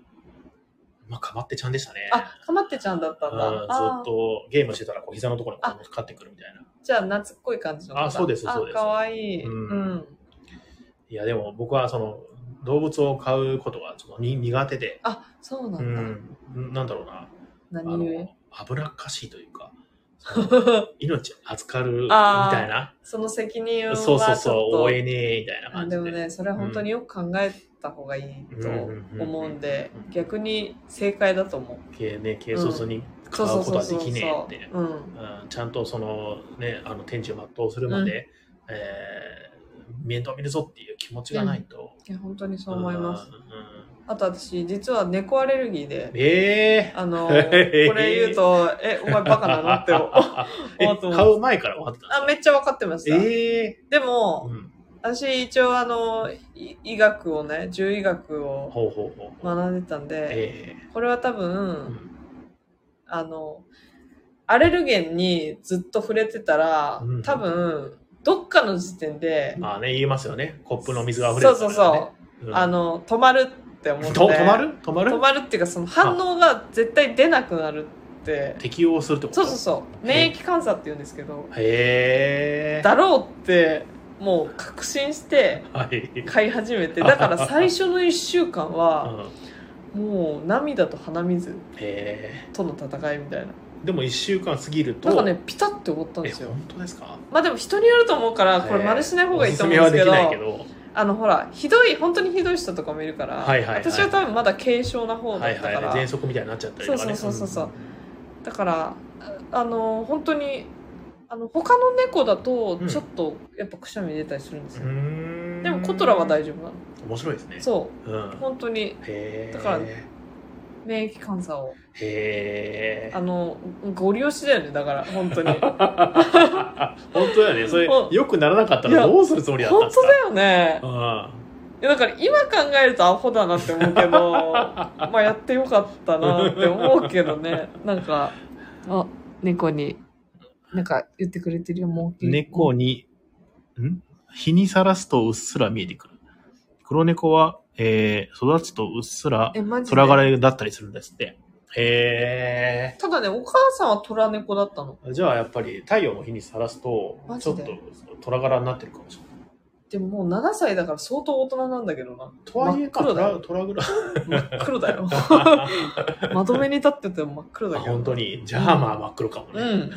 まあ、かまってちゃんでしたね。
あ、かまってちゃんだったんだ。
うんず
あ
っ
ー
とゲームしてたらこう膝のところにこうかかってくるみたいな。
じゃあ夏っこい感じの子だ。
あそうですそうです
あ、可愛い。
う
うんん。
いやでも僕はその動物を飼うことがちょっとに苦手で、
あ、そうな
うん
だ。
ん、なんだろうな、あ
何故
の、危なっかしいというか、その命預かるみ
あー
たいな、
その責任はちょ
そう
っと。
そうそう、追えねえみたいな
あ
感じ
でも
で。
ね、それは本当によく考えた方がいいと思うんで
うんうんうんうん、
逆に正解だと思う。
けね、軽率に飼
そうそうう
こと
そう
はで
そう。
きねえって。
うん。
うんちゃんとそのね、あの天地を全うするまで、えー面倒見るぞっていう気持ちがないと。
いや、本当にそう思いま
う。
す
ん。うん
あと私、実は猫アレルギーで、
ええ
あの、これ言うと、え、お前バカなのって思 う。
え
あと
買う前から分かってた
あ、めっちゃ分かってました。
ええ
で
ー
も
う、ん、
私一応あの、い医学をね、獣医学を
ほうほうほう。
学んでたんで、
え
これは多
え
分、あの、アレルゲンにずっと触れてたら
うん、
多分、どっかの時点で、
まあね、言いますよね。コップの水が溢れ
そう
てた
そ
ら
う
ね
そうう、
ん
あの、止まるって思って。
と止まる止まる
止まるっていうか、その反応が絶対出なくなるって。
適応するってこと
そうそうそう。免疫監査って言うんですけど、
へえ
だろうって、もう確信して、
はい。
買い始めてだから最初の1週間は
うん
もう涙と鼻水
え
との戦いみたい
ー
な
でも一週間過ぎると。
なんかねピタッて終わったん
え、
ですよ
本当ですか
まあでも人によると思うからこれ真似しない方がいいと思うんですけど,、
おすすめはできないけ
あのほらひどい本当にひどい人とかもいるから、
はいはいはい
私は多分まだ軽症な
ど。
方
は
だ
い
ったか
はい
ら、
はい。喘息みたいになっちゃったりとかね。
そうそうそうそうそうだからああの本当にあの他の猫だと
うん
ちょっとやっぱくしゃみ出たりするんです
う
よ、
ん。
でもコトラは
丈
大丈夫なの
夫。面白いですね。。。
そううん本当に
へえ。
だから免疫監査を
へ
あの、ご利用しだよね、だから、本当に。本
ー 本当だよね。それ
う、ん
良くならなかったら
いや
どうするつもりだったんです
当だよね。
か
いやだから、今考えるとアホだなって思うけど、 まあ、やってよかったなって思うけどね。なんか、 あ、猫に、なんか言ってくれてるよ、も
うん。猫に、ん日にさらすとうっすら見えてくる。黒猫は、えー、育つとうっすら
え、マジで
虎柄だったりするんですって。へ
ただね、お母さんは虎猫だったの。
ー。じゃあやっぱり太陽の日にさらすと、
マ
ちょ
ジ
っ
で
と虎柄になってるかもしれない。
でももう7歳だから相当大人なんだけどな。
とはいえか、
真っ黒だ
虎虎
よ
柄。
真っ黒 だよ。窓辺に立ってても真っ黒だ
あ
けど。
本当。に。じゃあまあ真っ黒かも
う
ね。
ん。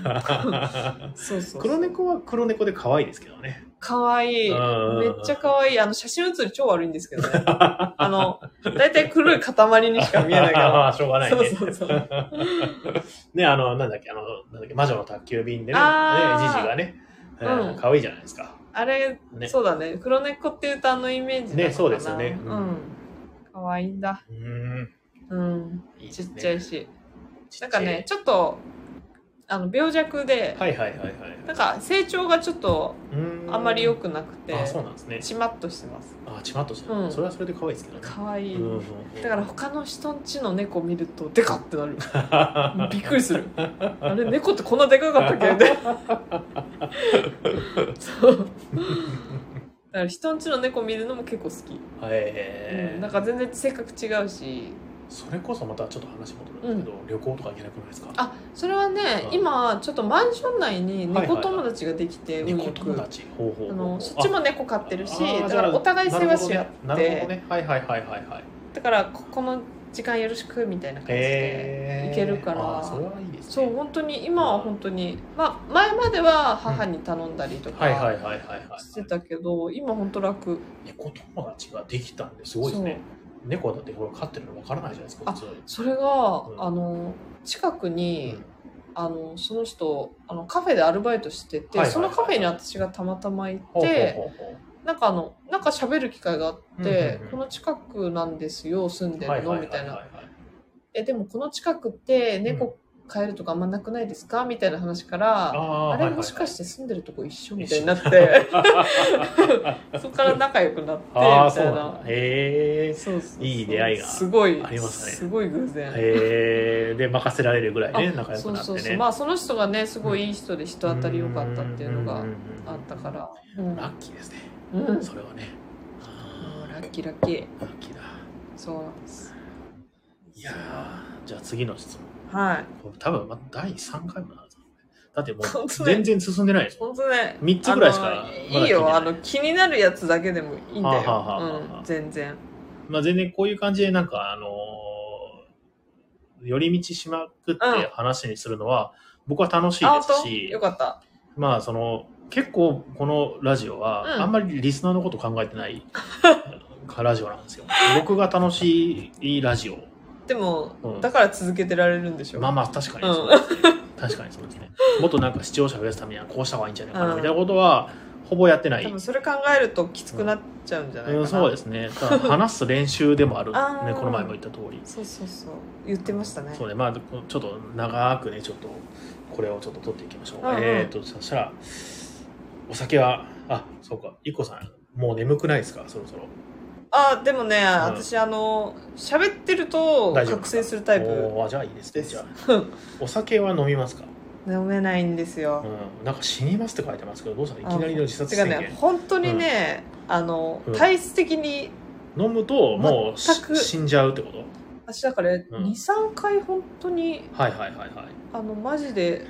そうそうそ う。
黒猫は黒猫で可愛いですけどね。
かわいい。
うんうんうん
めっちゃかわいい。あの、写真写り超悪いんですけどね。あの、だいたい黒い塊にしか見えな
ま
いか
あしょうがな
ら。
い
そう
ね。
そうそう。
ね、あの、なんだっけ、あの、なんだっけ、魔女の宅急便でね、ね
あー
じじがね、えー
うん
可愛いじゃないですか。
あれ、
ね
そうだね。黒猫っていうとあのイメージなのかな
ねそうですよねう
うんん。かわいいんだ。
うーん、
うん。
いいで
ち
す
っ
ね。
ちゃいし。
ちっちゃ
ないんかね、、ちょっと、あの、病弱で、
はいはいはいはい。
なんか成長がちょっと
うーん
あんまり良くなくて、
あ、そうなんですね。
ちまっとしてます。
あ、ちまっとして
う
る。
ん
それはそれで可愛いですけどね。
かわいい。
うんうんうん
だから他の人んちの猫見ると、でかっ てなる。びっくりする。あれ、猫ってこんなでかかったっけ みたいな。そう。だから人んちの猫見るのも結構好き。
え
う
ー
ん、なんか全然性格違うし。
それこそまたちょっと話戻るんですけど、旅行とか行けなくないですか
あ、それはね、
うん
今、ちょっとマンション内に猫
はいはい
友
は
達ができて、運
猫
よ
友
く。
達。ほうほうほう
あ
ほう
の、そっちも猫飼ってるし、
あー
だからお互い世話し合っ
なるほどね。な
て、
るほどねはいはいはいはいはい。
だからここの時間よろしくみたいな感じで、
へー
いけるから
あーそれはいいですね
そう本当に今は本当にまあ前までは母に頼んだりと
はいはいはい
か
はいはいはい
してたけど、今本当楽
猫友達ができたんですごいですね猫はだってこれ飼ってるのわからないじゃないですか
あ
普通
それが、
ん
あの近くに、
うん
あのその人あのカフェでアルバイトし
は
てて、
いはいはい
そのカフェに私がたまたま行って
ほうほうほうほ
なんかあのなんか喋る機会があって、
うんうんうん
この近くなんですよ住ん
う
でるの、みたいなえでもこの近くって猫飼えるとかあんまなくないですかみたいな話から、
あー
あ
は
れ
いはい
もしかして住んでるとこ一緒みたいに なって、 そこから仲良くなってみ
ああ
た
そう
い
なん
な
だへえ
そうそうそう
いい出会いが
すごい
ありますね
すごい偶然、
へえで任せられるぐらいね
あ
仲良くなって
そうそうそう
ね
まあその人がねすごいいい人で人当たり良かったっていうのが
んんん
あったから、
うんラッキーですね
うんうん、も
それはね
う
あ
ラッキーラッキー
ーラッキーだ
そうなんです
いやーじゃあ次の質問
はい
これ多分まだ第3回もなんですよねだっても
本
う
当ね
全然進んでないですもん
本当ね
三つぐらいしか
あ
まだ聞いてない
のいいよあの気になるやつだけでもいいん
は
だよ、
あはあはあはあ
うん、全然
まあ全然こういう感じでなんかあのー寄り道しまくって話にするのは僕は楽しい
あ
で
本
す
当
し
よかった
まあその結構このラジオは、
うん
あんまりリスナーのこと考えてないラジオなんです よ。僕が楽しいラジオ。
でも、
うん
だから続けてられるんでしょ
まあまあ確かにそうですね。確かにそうですね。もっとなんか視聴者増やすためにはこうした方がいいんじゃないかな
うん
みたいなことはほぼやってない。
多
うん
分それ考えるときつくなっちゃうんじゃないかな、
そうですね。ただ話す練習でもある、
あー
ね、この前も言った通り。
そうそうそう言ってましたね
そうね、まあちょっと長くね、ちょっとこれをちょっと取っていきましょう。
うんうん
えっ、と、そしたら、お酒は、あ、そうか、いっこさん、もう眠くないですか、そろそろ。
あでもね、
ん
私あの喋ってると
大丈夫
覚醒するタイプ
おーあじゃあいいですね
です
じゃあお酒は飲みますか、
飲めないんですよ、
うん、なんか死にますって書いてますけどどうしたらいきなりの自殺
てか
宣
ね
言、
本当にね、あの、
うん
体質的に、
飲むともうし
全く
死んじゃうってこと
私だから、2、3回本当に、
はいはいはいはい
あの、マジで、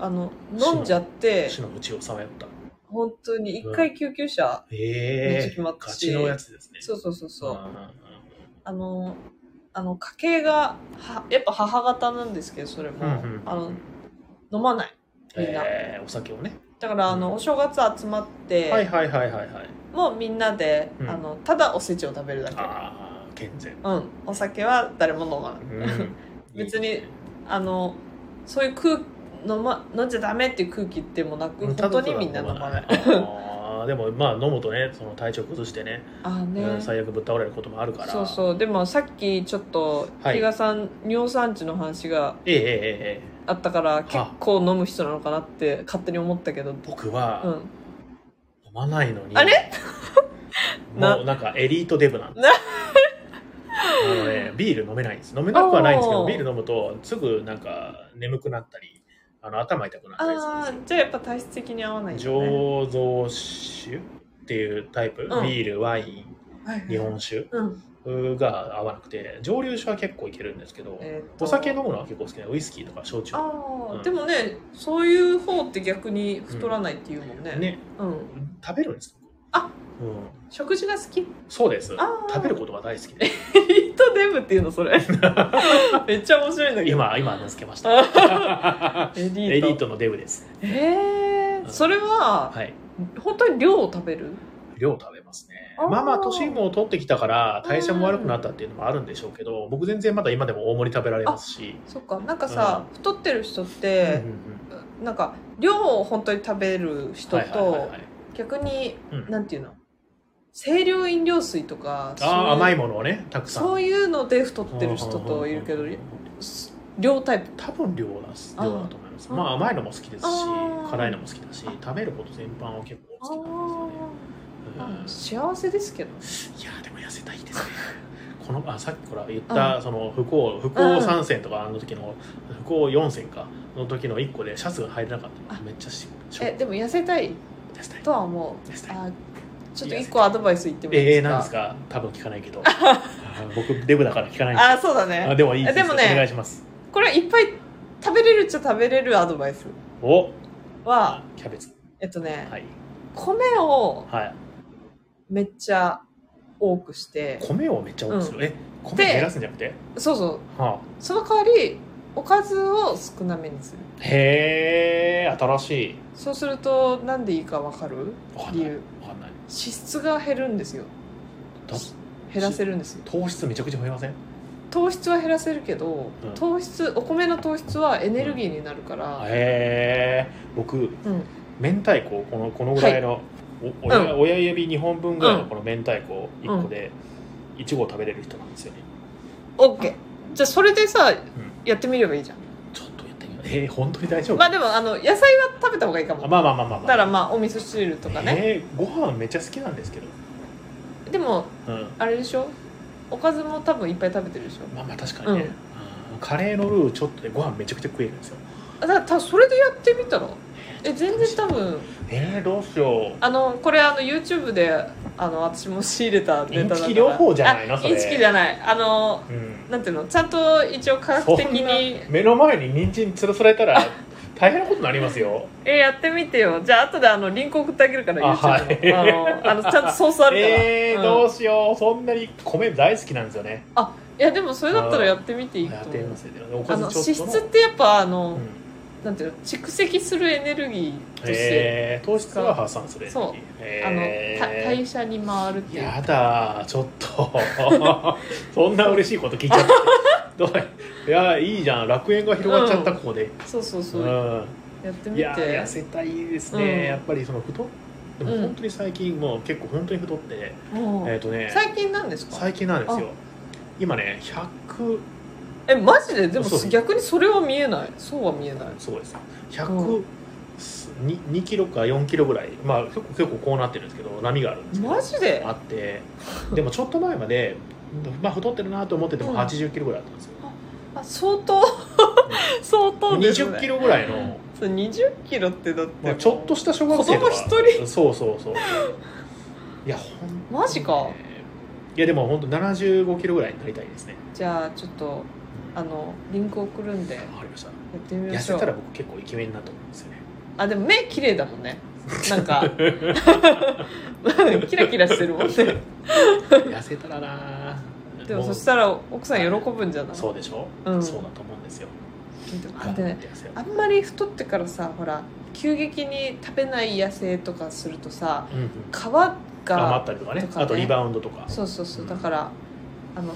あの、飲んじゃって、
死の淵をさまよった
本当に1回救急車、めっちゃ
ええ
決ま
ー、
った
ガ
し
チのやつですね
そうそうそうそう、
んんん
あの、あの、家系が、はやっぱ母方なんですけど、それも、
うんうん
あの、飲まない。みんな
えーお酒をね
だから、あ
うん
の、お正月集まって、
はいはいはいはいはい
もうみんなで、
うん
あのただおせちを食べるだけ
ああ健全
うんお酒は誰も飲まない、
うん
別にあのそういう空飲,、ま、飲んじゃダメっていう空気でもなく本当にみんな飲まない
あーでもまあ飲むとねその体調崩してね
あー
う
ね
ん最悪ぶっ倒れることもあるから
そうそうでもさっきちょっと
はい
比嘉さん、尿酸値の話が
ええええええ
あったから結構飲む人なのかなって勝手に思ったけど
僕
う
は
ん
飲まないのに、
あれ
もうなんかエリートデブなんです
な
あのねビール飲めないんです飲めなくはないんですけど
おー
ビール飲むとすぐなんか眠くなったりあの頭痛くなったりするん
あ
です
ーじゃあやっぱ体質的に合わないんだ
よ、
ね
醸造酒っていうタイプ、
うん
ビールワイン
はいはい
日本酒
うん
が合わなくて蒸留酒は結構いけるんですけど、
えーと
お酒飲むのは結構好きなウイスキーとか焼酎
あー
うん
でもねそういう方って逆に太らないっていうもんね、
ね
うん、
食べるんですよ
あ
うん、
食事が好きリ
そうです
あー
食べることが大好 きで
ットデブっていうの それめっちゃ面白いんだけど
今今名付けました
エリート
エリートのデブです
えー、それは、
はい
本当に量を食べる
量を食べますね
あー
まあまあ年も取ってきたから代謝も悪くなったっていうのもあるんでしょうけど僕全然まだ今でも大盛り食べられますし
そっかなんかさ、太ってる人っ
うんうん
て、なんか量を本当に食べる人と、
はいはいはいはい
逆に、
うん
なんていうの清涼飲料水とかそう
あー甘
い
いうものをねたくさん
そういうので太ってる人といるけ
う
ど
んうんうん
量タイプ
多分量だす
あ
量
ー
だと思いますまあ甘いのも好きですし
あー
辛いのも好きだし食べること全般は結構好きなんですよねうん
あ幸せですけど
いやーでも痩せたい ですね。このあさっきから言った、その不幸不幸三選とかあの時の不幸四選かの時の一個でシャツが入れなかった
あ
めっちゃしショ
え
ック
でも痩せたい
痩せたい
とは思う
痩せたい
あちょっと一個アドバイス言ってもいい
ええ
ですか
なんですか多分聞かない けどあー僕デブだから聞かないんです
あそうだ
あ
ね
でもいいです
でもね
お願いします
これいっぱい食べれるっちゃ食べれるアドバイス
お
は
キャベツ
えっとね、
はい
米を
はい
めっちゃ多くして
米をめっちゃ多くする、え米
で
減らすんじゃなくて
そうそう
はあ
その代わりおかずを少なめにする
へえ新しい
そうするとなんでいいかわかる
わかん
理
ない
由
わかんない
脂質が減るんですよ
だ
減らせるんですよ
糖質めちゃくちゃ増えません
糖質は減らせるけど、
うん
糖質お米の糖質はエネルギーになるから、
へえ僕
うん
明太子このこのぐらいの、お親
う
親指2本分ぐらいの
うん
この明太子1個で1合食べれる人なんですよね、
オッケーじゃあそれでさやってみればいいじゃん
ちょっとやってみようえー、本当に大丈夫、
まあでもあの野菜は食べた方がいいか
あ
もだ
まあまあまあまあまあ
からまあお味噌汁とかね、
えー、ご飯めっちゃ好きなんですけど
でも
うん
あれでしょおかずも多分いっぱい食べてるでしょ
まあまあ確かにね、うんカレーのルーちょっとでご飯めちゃくちゃ食えるんですよ
あだからたそれでやってみたらえ全然多分
えー、どうしよ
あのこれあの YouTube であの私も仕入れたネタ
イン
だから
チキ療法じゃないの
あ
それ
インチキじゃないあの
う、うん、
なんていうのちゃんと一応科学的
そんな
に
目の前に人参吊るされたら大変なことになりますよ
えやってみてよじゃあ後であのリンク送ってあげるから
あ
YouTube の,、あのあのちゃんとソースあるから、
えー、
うん
どうしようそんなに米大好きなんですよね
いやでもそれだったらやってみていい
や
と
っ
思
てみ
う
ますよねお
あ
か
の
ず
脂
ちょっと
質
の
ってやっぱあの、
うん
なんていうの蓄積するエネルギーとして、
えー、糖質が破産する
そうあのた代謝に回るっていう
やだーちょっと そんな嬉しいこと聞いち ゃってどういやいいじゃん楽園が広がっちゃった
うん
ここで、
そうそうそうう、や
ん
って
い
みて
や痩せたいですね、
うん
やっぱりその太っで
う
も
ん
本当に最近もう結構本当に太って、
もう
えっ、とね
最近なんですか
最近なんですよ今ね100
えマジででも
そうそう
逆にそれは見えないそうは見えない
そうです
う
102、2キロか4キロぐらいまあ結構結構こうなってるんですけど波があるんですけど
マジで
あってでもちょっと前まで、まあ、太ってるなと思ってても
うん
80キロぐらいあったんですよ、
あ相当相当ですね
20キロぐらいの、
そう20キロってだってもう、
まあ、ちょっとした小学生とか
子供一
人そうそう そういやほんとね
マジか
いやでも本当75キロぐらいになりたいですね
じゃあちょっとあ
わ
のリンク送るんでや
かりました
ってみま
痩
しょ
せたら
う
僕結構イケメンになと思うんですよね
あでも目綺麗だも んねなんかキラキラしてるもんね
痩せたらな
でも
う
そしたら奥さん喜ぶんじゃない
そうでしょ、
うん
そうだと思うんですよ
でもあで
頑
ね
張って痩せよ
あんまり太ってからさほら急激に食べない野生とかするとさ
ううんうん
皮が
余ったりとかね
とかね
あとリバウンドとか
そうそうそううんだからあの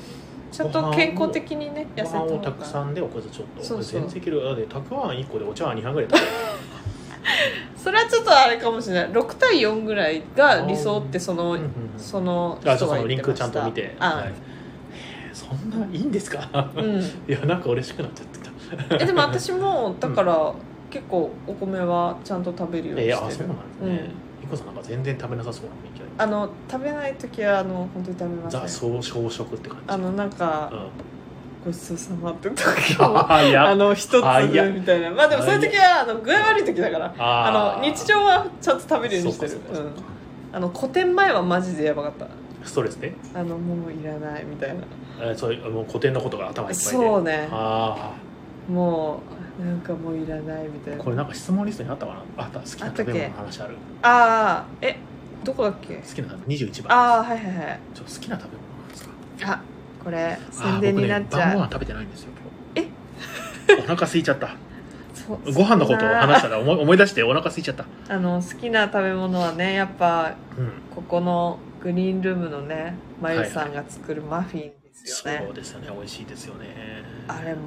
ちゃんと健康的にね
ご
痩せた
飯
方
を
が
たくさんでおかずちょっと
そうそう
全然いけるだってたくあん1個でお茶碗2杯ぐらい食べる
それはちょっとあれかもしれない6対4ぐらいが理想ってその、
うんうんうん
その
あじゃあ
人
そ
は
のリ
言
ン
ってま
ク
し
ち
た
ゃんと見て、
あ、
はいへーそんないいんですか、
うん
いやなんか嬉しくなっちゃってきた
えでも私もだから結構お米はちゃんと食べるように
えー、あ
し
そ
て
う
る、
なんですね、いこさんなんか全然食べなさそうな雰囲気ありま
あの食べない時はあの本当に食べます
ザ・
せん
そう小食って感じ
あのなんか、
うん、
ごちそうさまって時 も
あいや
あの一つ
あいや
みたいなまあでもそういう時はあの具合悪い時だからあ
あ
の
ー
日常はちゃんと食べるようにしてる
そうかそううか
んあの古典前はマジでやばかった
ストレスね、
あのもういらないみたいな
えー、そういうもう古典のことが頭いっぱいで
そうね
あ
もうなんかもういらないみたい
あ
な
これなんか質問リストにあったかなあった好きな食べ物の話ある
ああえどこだっけ
好きな21番
ああはいはいはい
ちょっと好きな食べ物なんですか
あこれ宣伝になっち
あー僕ね、晩
ゃ
ご
う、
飯食べてないんですよ今日 お腹空いちゃった
そう
ご飯のことを話し
そ
たら思い思い出してお腹空いちゃった
んなあの好きな食べ物はねやっぱ
うん
ここのグリーンルームのねまゆさんが作るマフィンです
そ
よね、
うですよね美味しいですよね
あれも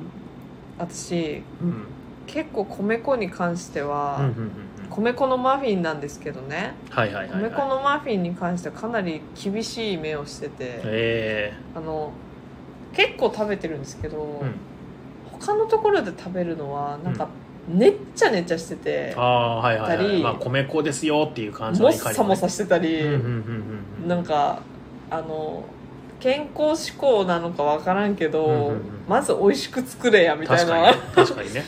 私
うんうん
結構米粉に関しては、
うんうんうん
米粉のマフィンなんですけどね、
はいはいはい、
米粉
はい、
のマフィンに関してはかなり厳しい目をしてて、
え
あの結構食べてるんですけど、
えうん
他のところで食べるのはなんか
う
ねっちゃねっちゃしてて
あ、あはいはい、
た
はい
り
まあ、米粉ですよっていう感じ
も
の
っ
怒りね
さもさしてたり、
うんうんうんうん
なんかあの健康志向なのかわからんけど、
うんうんうん
まず美味しく作れやみたい
確かに
な
ね確かに ね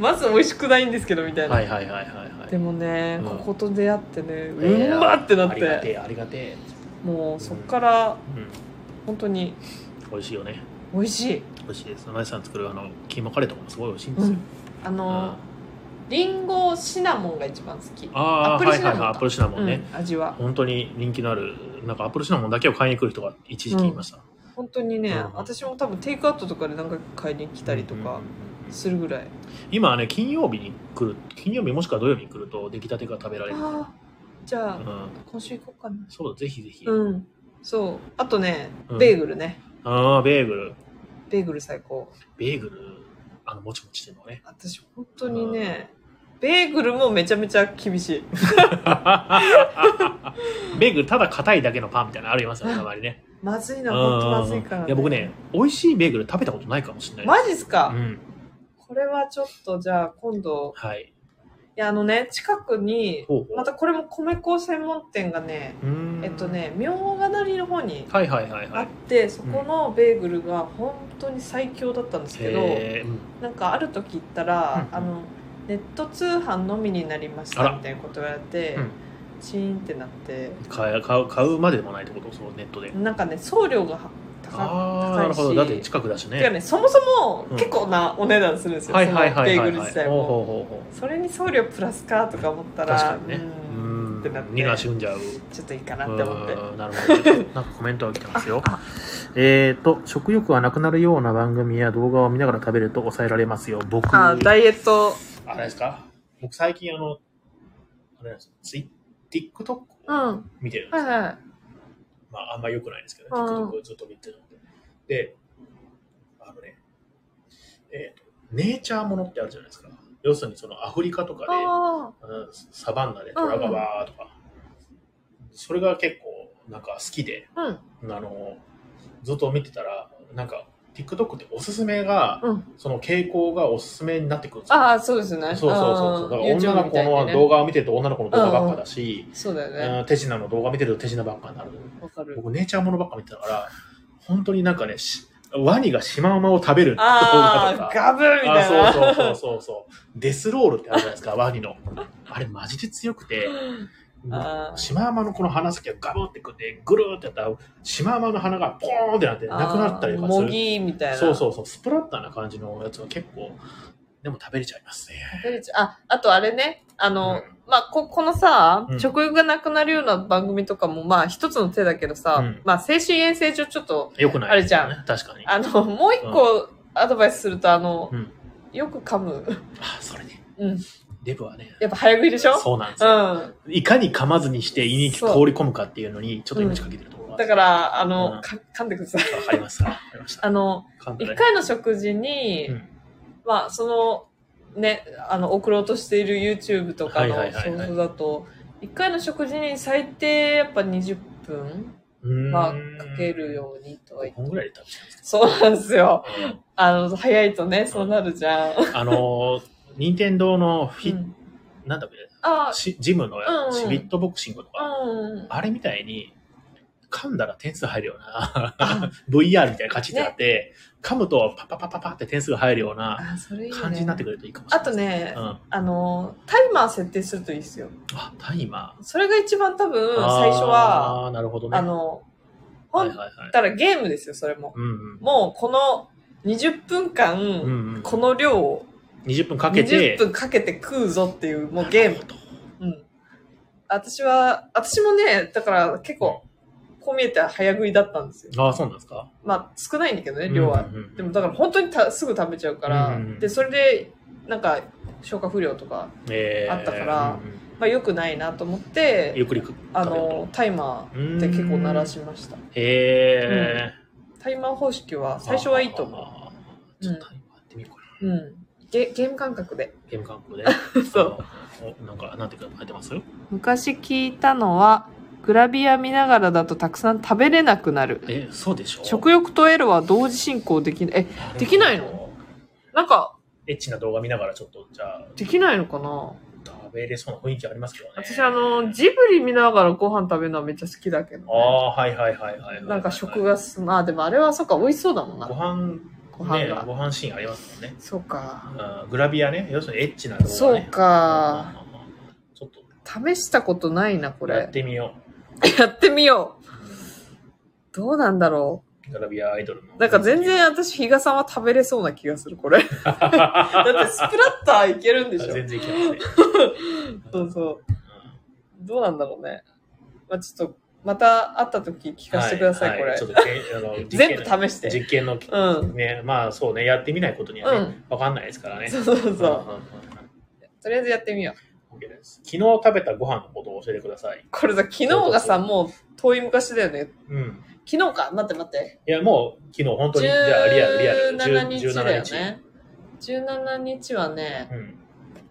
まず美味しくないんですけどみたいな、
はいはいはいはいはい
でもね、
うん
ここと出会ってね
え
う
ー
んまってなっ
ありがて
て
えありがてえ、
もうそっから
うん、
本当に
美味しいよね
美味しい、
美味しいですまゆさん作るあのキーマカレーとかもすごい美味しいんで
う
すよ、
ん、あ
あ
のりんごシナモンが一番好き
あー
アップル
はい
シナ
は
モ
い
ン
はい
か
アップルシナモンね、
うん、味は
本当に人気のあるなんかアップルシナモンだけを買いに来る人が一時期いました。
本当にね、
うん
私も多分テイクアウトとかで何回か買いに来たりと
う
か
ん
するぐらい、
今はね、金曜日に来る、金曜日もしくは土曜日に来ると出来たてが食べられる
あ
か
あじゃあ、
ら。うん。
今週行こうかな
そうだ、ぜひぜひ。
うんそうあとね
うん
ベーグルね、
ああ、ベーグル。
ベーグル最高。
ベーグル、あの、もちもちしてるのね
私本当にね、ベーグルもめちゃめちゃ厳しい
ベーグル、ただ硬いだけのパンみたいなのありますよね、たまにね。
まずい
うん
な本当まずいから、ね、
いや、僕ね、美味しいベーグル食べたことないかもしれない。
マジっすか、
うん。
これはちょっとじゃあ今度
はい。
いやあのね近くに
ほうほう
またこれも米粉専門店がね、
うーん
えっと。ね明ヶ谷の方に
はいはいはいは
あっ
い。
て、そこのベーグルが本当に最強だったんですけど、
へーうん
なんかある時行ったら、
うん
あのネット通販のみになりまし
あ
た
ら
みたいなこと言われて、
うん
チーンってなって
買え買う買うまででもないってことそのネットで。
なんかね送料が
ああ、な
高高
る
いし
ほど。だって近くだして
か
ね。
ねそもそも
うん
結構なお値段するんですよ、
はいはいはいはい
そ
は
の
い。
ベーグル自体も。
ほうほうほうほ
それに送料プラスかとか思った
う。
ら
確かにね。う
うん
ん
ってなっ。
荷が
て
沈んじゃう。
ちょっといいかなって思って
うんなるほど。なんかコメントが来てますよ。えっと、食欲がなくなるような番組や動画を見ながら食べると抑えられますよ。僕、
あダイエット
あれですか僕最近あの、あれなんですよツイ TikTok を
うんは
見てるん
い
ですよ。
はい
まああんま良くないですけど、
うん
TikTok をずっと見てるので。で、あのね、えっ、と、ネイチャーものってあるじゃないですか。要するにそのアフリカとかで、
あ
うんサバンナでトラがバーとか、それが結構なんか好きで、
あうん
あの、ずっと見てたら、なんか TikTok っておすすめが、
うん
その傾向がおすすめになってくるんですよ。
ああそうです
そ
ね
うそうそうそう。だから女の子の動
画
画を見てると女の子の動画ばっかだし、
そうだ
う
よね
ん手品の動画見てると手品ばっかになる。
わかる
僕、ネイチャーものばっか見てたから、本当になんかね、しワニがシマウマを食べる動画と
あ
か
あ。ガブーみたいな
あそうそうそうそうそう。デスロールってあるじゃないですか、ワニの。あれ、マジで強くて、
あー
シマウマのこの鼻先がガブってくって、ぐるーってやったら、シマウマの鼻がポーンってなって、なくなったりとかす
も
る。
ぎみたいな
そうそうそう、スプラッターな感じのやつは結構、でも食べれちゃいますね。
食べれちゃうああとあれねあの、
うん
まあ、ここのさ、
うん
食欲がなくなるような番組とかも、まあ、一つの手だけどさ、
うん
まあ、精神衛生上ちょっと
よくない、
あれじゃん。
確かに。
あの、もう一個アドバイスすると、あの、
うん
よく噛む。
あ、それね。
うん。
デブはね。
やっぱ早食いでしょ
そうなんです
う
よ。
ん。
いかに噛まずにして胃に通
そう
り込むかっていうのに、ちょっと命かけてるところがある
だか、ら、あの、
うん
か噛んでください。
わかりました。わかりました。
あの、
簡単
一
ね
回の食事に、
うん
まあ、その、ね、あの、送ろうとしている YouTube とかの
はいはいはいはい
想像だと、一回の食事に最低やっぱ20分はかけるようにとは言って
こんぐらいで食べちゃうんです
そうなんですよ。
か、
あの、早いとね、そうなるじゃん。
あのー、任天堂のフ
う
ィ、
ん、
なんだっ
あ
け、しジムのや
うんうん
つ、シビットボクシングとか、
うん。
あれみたいに、噛んだら点数入るよう な、VR みたいなカチってあって、噛むとパパパパパって点数が入るような
あ、それいい、ね。
感じになってくれるといいかもしれ
あ
ない
と
です。
ね、
うん。
あの、タイマー設定するといいですよ。
あ、タイマー。
それが一番多分、最初は、
あー、なるほど
あ,、
ね。
の、
は
ほ
い
ん
はいはい。
たらゲームですよ、それも。
うん
もう、この20分間、
うん。うんうん、
この量を
20分かけて
20、分かけて食うぞっていう、もうゲーム。うん。私は、私もね、だから結構、こう見えて早食いだったんですよ。
ああ、そうなんですか
まあ、少ないんだけどね、量は。
うんうんうん
でもだから本当にたすぐ食べちゃうから、
うんうんうん
でそれでなんか消化不良とか、
えー
あったから
うんうん
まあ、良くないなと思っ
ゆってくり食べると
あのタイマーって結構鳴らしました
へえ、
タイマー方式は最初はいいと思
思
う
ちょっとタイマーやってみようかな。
う、うん、ゲゲーム感覚で
ゲーム感覚で。
そう
あの。おなんか、なんていうか、入ってます
昔聞いたのはグラビア見ながらだとたくさん食べれなくなる
え、そうでしょ
食欲とエロは同時進行できないえできないのなんか
エッチな動画見ながらちょっと、じゃあ、
できないのかな
食べれそうな雰囲気ありますけどね。
私あのジブリ見ながらご飯食べるのはめっちゃ好きだけど、ね
あ、あ、はいはいはいはい。
なんか食がすまあでもあれはそっか美味しそうだもん
ご
な
飯、
ご飯
ね
が、
ご飯シーンありますもんね。
そうか
うんグラビアね。要するにエッチな動画ね。
そうか
うん。うんうんちょっと、
試したことないなこれ
やってみよ
やってみよ
う
う。どうなんだろ
グラビアアイドルの。
うなんか全然私比嘉さんは食べれそうな気がするこれだってスプラッターいけるんでしょ
全然いけますね。
そうそうどうなんだろうねまあちょっとまた会った時聞かせてください、
は
これ
ちょっとけあ の実
全
験
部試して
実験の、
うん
ね、まあそうね、やってみないことにはね、
う
わ
ん、
かんないですからね。
そうそう
ん
そうん
んうん
とりあえずやってみよう
OK です昨日食べたご飯のことを教えてください。
これさ昨日がさもう遠い昔だよね
うん。
昨日か待って待って
いや、もう昨日本当に、じゃあリアル、リアル。
17日だよ
17日
ね17日はね
うん。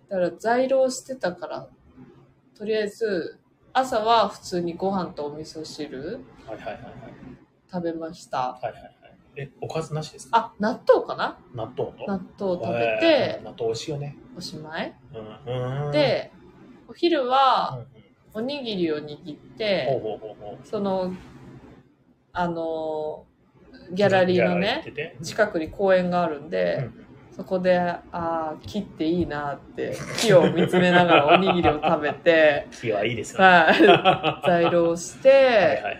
だから在労してたからとりあえず朝は普通にご飯とお味噌汁
はいはいはいはい。
食べました
はいはいはい。え、おかずなしですか
あ納豆かな
納豆と。
納豆食べ
えー
て
納豆美味しいよね。
おしまい
うん。うん、
でお昼
うんう
は
ん、
おにぎりを握っ
ほう
て
ほうほうほ
そのあの
う。
ギャラリー
ギャ
の
ラ行っ
ね
てて
近くに公園があるんで、
うんうん、
そこで、ああ、木っていいなって、木を見つめながらおにぎりを食べて
木 はいいですよね。
はい、在労し
はい
て、
はいはい。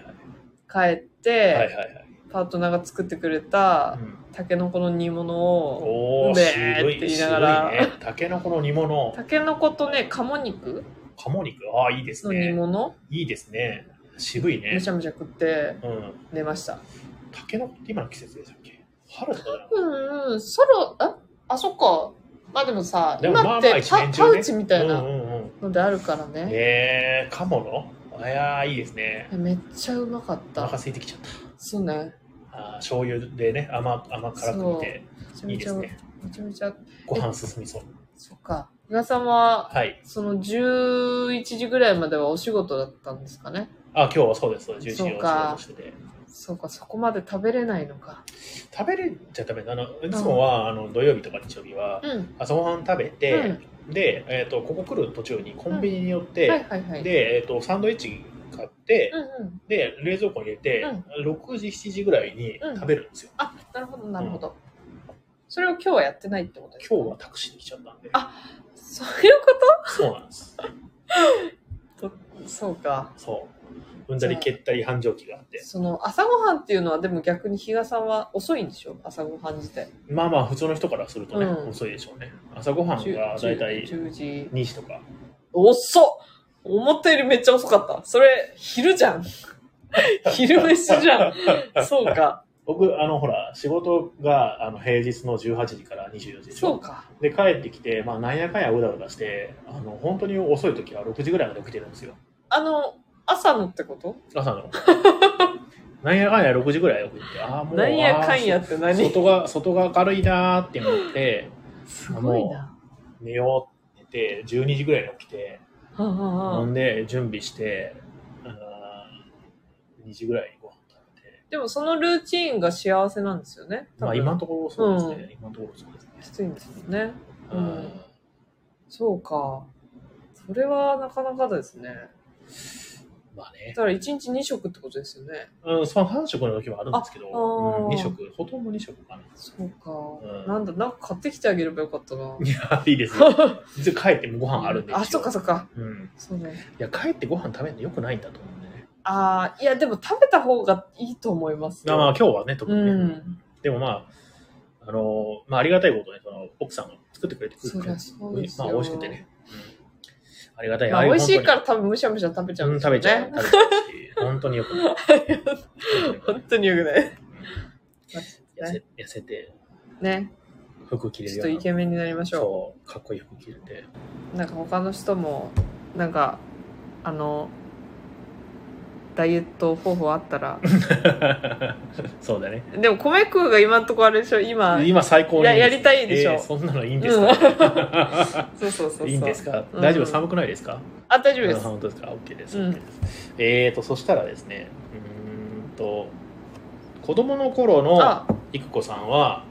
帰っ
はいはい
て、
はい。
パートナーが作ってくれた
う、ん
タケノコの煮物を、
おお、
ね
渋
っ
い、
て言い
渋
ないがら
ね。タケノコの煮物、
タケノコとね、鴨肉
鴨肉、ああ、いいです
の煮
ね。
物、
いいですね。渋いね
むし。ゃむしゃ食って
うん。
寝ました。
タケノコって今の季節でしたっけ春とかだよ
うん、うん、ソロ、あ、あ、そっか。まあでもさ、
でもまあま
今
あ
って
一
パ
年
パ
中ね
ウチみたい
うん
な
うんうん。
のであるからね。
えー、鴨のいやー、いいですね。
めっちゃうまかっ
お腹
た。
空いてきちゃった。
そうね。
あー醤油でね、甘甘辛くて、
めちゃ
いい
め
で
ちゃ、
すね。
めちゃめちゃ
ご飯進みそう。
そっか。皆さんは、
はい。
その11時ぐらいまではお仕事だったんですかね。
あ、今日はそうです、そうです。11時
そう
を仕
か
事してて。
そうか、そこまで食べれないのか。
食べれちゃ食べれあの、いつもは、あの土曜日とか日曜日は、
うん。
朝ごはん食べて、で、えー、とここ来る途中にコンビニに寄って、
はいはいはい。
で、えー、とサンドイッチ買って、
うんうん。
で冷蔵庫に入れて、6時7時ぐらいに
うん
食べるんですよ、
あ、なるほどなるほど。それを今日はやってないってことですか
今日はタクシーで来ちゃったんで
あそういうこ
そうなんです
とそうか。
そううんざり蹴ったり繁盛期があって
その朝ごはんっていうのはでも逆に比嘉さんは遅いんでしょ朝ごはん自体。
まあまあ普通の人からするとね、
うん
遅いでしょうね朝ごはんがだいたい
10時。
2時とか
遅っ思ったよりめっちゃ遅かった。それ、昼じゃ ん。昼飯じゃん。そうか。
僕あのほら仕事があの平日の18時から24時でしょ
そうか。
で帰ってきて、まあ、なんやかんやうだうだしてあの本当に遅い時は6時ぐらいまで起きてるんですよ
あの、朝のってこと
朝 のなんやかんや6時ぐらい起きてああもう
なんやかんや
あ
って
ー
何
外が外が明るいなーって思って
すごいな。
寝ようって寝て12時ぐらいに起きて
はあはあ
飲
はあ
んで準備してあー2時ぐらいにご飯食べて
でもそのルーチンが幸せなんですよね。
まあ今のところそうですね、
う
今のところそうですね
きついんですよね。うん
うん
そうか。それはなかなかですね。
まあね
だ、から1日2食ってことですよね。
うん、その3食の時もあるんですけど、
ああー
うん、2食ほとんど2食かな
そうか。
うん
なんだ、なんか買ってきてあげればよかったな。
いや、いいですよ。実は帰ってもご飯 あるんで。
あ、そっかそ
っか。
っか。
うん。
そうね。
いや、帰ってご飯食べるのよくないんだと思うんでね。
ああ、いや、でも食べた方がいいと思います
まあ
よ。
まあ今日はね、特にね。
うん。
でもまあ、あのーまあありがたいことに、その奥さんが作ってくれてく
そ
る
りゃそうです
ま
よ。
あ美味しくてね。うん、ありがたい。。
まあ。美味しいからら多分むしゃむしゃ食べちゃう
うんん、
です
食
よね。
べちゃう。食べちゃうし、本当によく ない。
本当によくない。
痩せ痩せて、
ね。
服着れる
ち
よ
ょっと
う
イ
な。
ケメンになりましょ
そう、かっこいい服着れて。
う。なんか他の人も、なんか、あの、ダイエット方法あっ たら。
そうだね。
でも米食うが今のところあれでしょ今。
今最高に
いややりたいでしょ
えーそんなのいいんですか、
そうそうそうそう。
いいんですか
うん
大丈夫寒くないですか
あ、大丈夫で
あ
す。
本当ですか ?OK です。
うん
OK ですえーと、そしたらですね、うーんと、子供の頃の
あ、
いくこさんは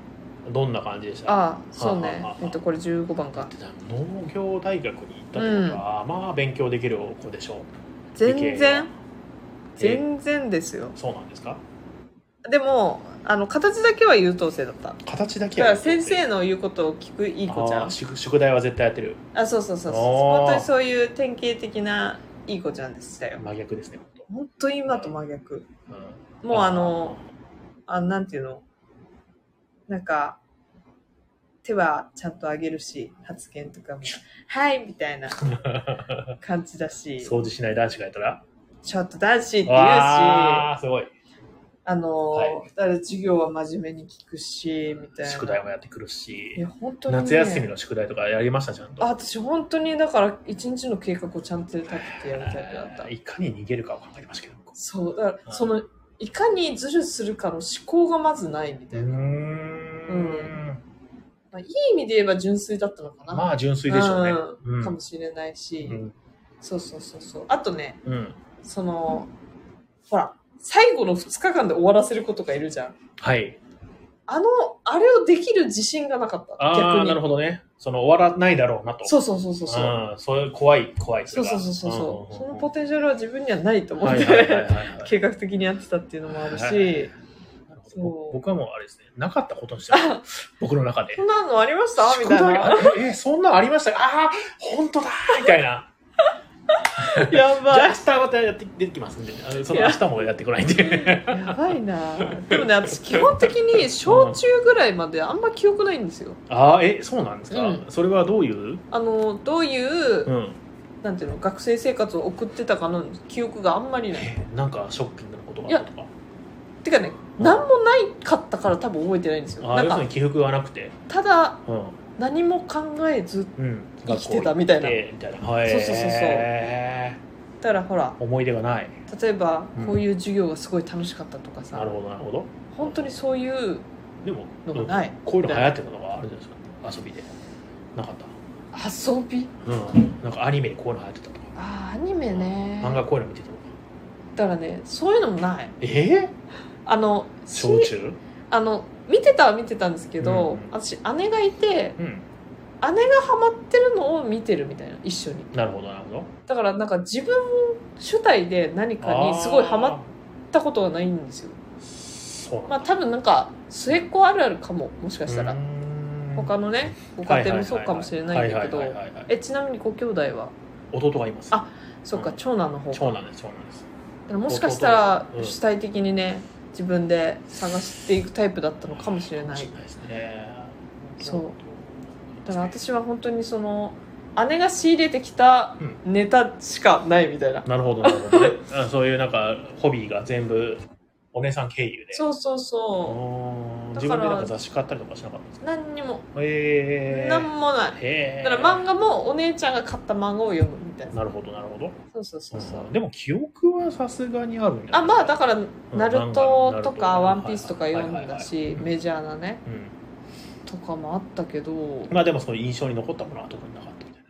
どんな感じでした
あ、そ
はあ
う
はあ
ね
は。あ
えっと、これ15番か。
農業大学に行ったとことか、まあ勉強できる子でしょう。
全
理系は
然、全然ですよ。
そうなんですか
でも、あの、形だけは優等生だった。
形だけ
だ
は
から先生
の
の言うことを聞くいい子ちゃん
あー宿宿題は絶対やってる。
あそうそうそうそう
あー
本当にそういう典型的ないい子ちゃんでしたよ
真逆ですね、本
本当に今と真逆
当うん
もうあのあなんていうのなんか手はちゃんと上げるし発言とかも「はい」みたいな感じだし
掃除しない男子がいたら
ちょっと男子って言うし、
わあ、すごい。
あのー、
は
だから授業は真面目に聞くし、みたいな。
宿題もやってくる
い
し、
や、本当に、ね。
夏休みの宿題とかやりました、ちゃんと。
あ、私本当に、だから、一日の計画をちゃんと立ててやるタイプだった。
いかに逃げるかを考えてましたけど。
そう、だから、その、いかにずるするかの思考がまずないみ
う
たい
ー
な。ま
ん。
あ、いい意味で言えば純粋だったのかな。
まあ、純粋でしょうね。
う
うんん
かもしれないし、
うん。
そうそうそうそう。あとね、
うん。
その、ほら、最後の2日間で終わらせる子とかいるじゃん。
はい。
あの、あれをできる自信がなかった。
ああ、なるほどね。その終わらないだろうなと。
そうそうそうそうそう。
うん。それ怖い、怖い。
そうそうそうそう
ん
そう。そのポテンシャルは自分にはないと思っ
はいはいはい
て、
はい はい
計画的にやってたっていうのもある
はいはい
し、
なるほど
そう
僕はもうあれですね、なかったことにしてます 僕の中で
そ。んなのありま したみたいな。
宿題え、えそんなのありましたああ、本当だみたいな。
や
じゃあ
ばい。
明日またやって出てきますんで、あのその明日もやってこないんで。
やばいなでもね、私基本的に小中ぐらいまであんま記憶ないんですよ。
ああ、え、そうなんですか、
うん
それはどういう
あの、どういう、
うん。
なんていうの、学生生活を送ってたかの記憶があんまりない。
えなんかショッキングなことがあったとか。
てかね、
うん
何もないかったから多分覚えてないんですよ。
ああ、
なん
要する
か
に起伏がなくて。
ただ
うん。
何も考えず
うん。
生きてたみたいな
学校行ってみたいな。はい。
そうそうそうそう
へ
だからほら
ー思い出がない。
例えば
うん
こういう授業がすごい楽しかったとかさ、
なるほど、なるほど。
本当にそういう
でも、
のがない
うんこういうの流行ってたのがあるじゃないですか。遊びで。なかった。
遊び
うん、なんかアニメでこういうの流行ってたとか、
あーアニメね
漫画こういうの見てたとか。
だからねそういうのもない
え
あの
ー、
し
小中
あの見てたは見てたんですけど、
うんうん
私姉がいて
うん。
姉がハマってるのを見てるみたいな一緒に
なるほど、なるほど。
だからなんか自分主体で何かにすごいハマっ
あ
たことがないんですよ
ーそうなんだ
まあ多分なんか末っ子あるあるかももしかしたら
うーん
他のねご家庭もそうかもしれないんだけど
はいはいはいはいはいはい
えちなみにご兄弟は
弟がいます
あそっか
うん
長男の方
長男です長男です
だからもしかしたら
弟はうん
主体的にね自分で探していくタイプだったのかもしれない
知らないですね
そうだから私は本当にその姉が仕入れてきたネタしかないみたいな、
なるほどなるほどね あそういうなんかホビーが全部お姉さん経由で
そうそうそ
ー
う
ん
だ
自
から
分でなんか雑誌買ったりとかしなかったんです
う何にも
かへえ
何もない
へえ
だから漫画もお姉ちゃんが買った漫画を読むみたいな
なるほどなるほど
そうそうそうそう
うんでも記憶はさすがにあるんじゃない
あまあだから「
ん
ナルトと
ナル
か「
ト
ワンピースとか読んだ
はいはい
し
はいはい
メジャーなね
うん
とかもあったけど
まあでもその印象に残ったものは特になかったみたいな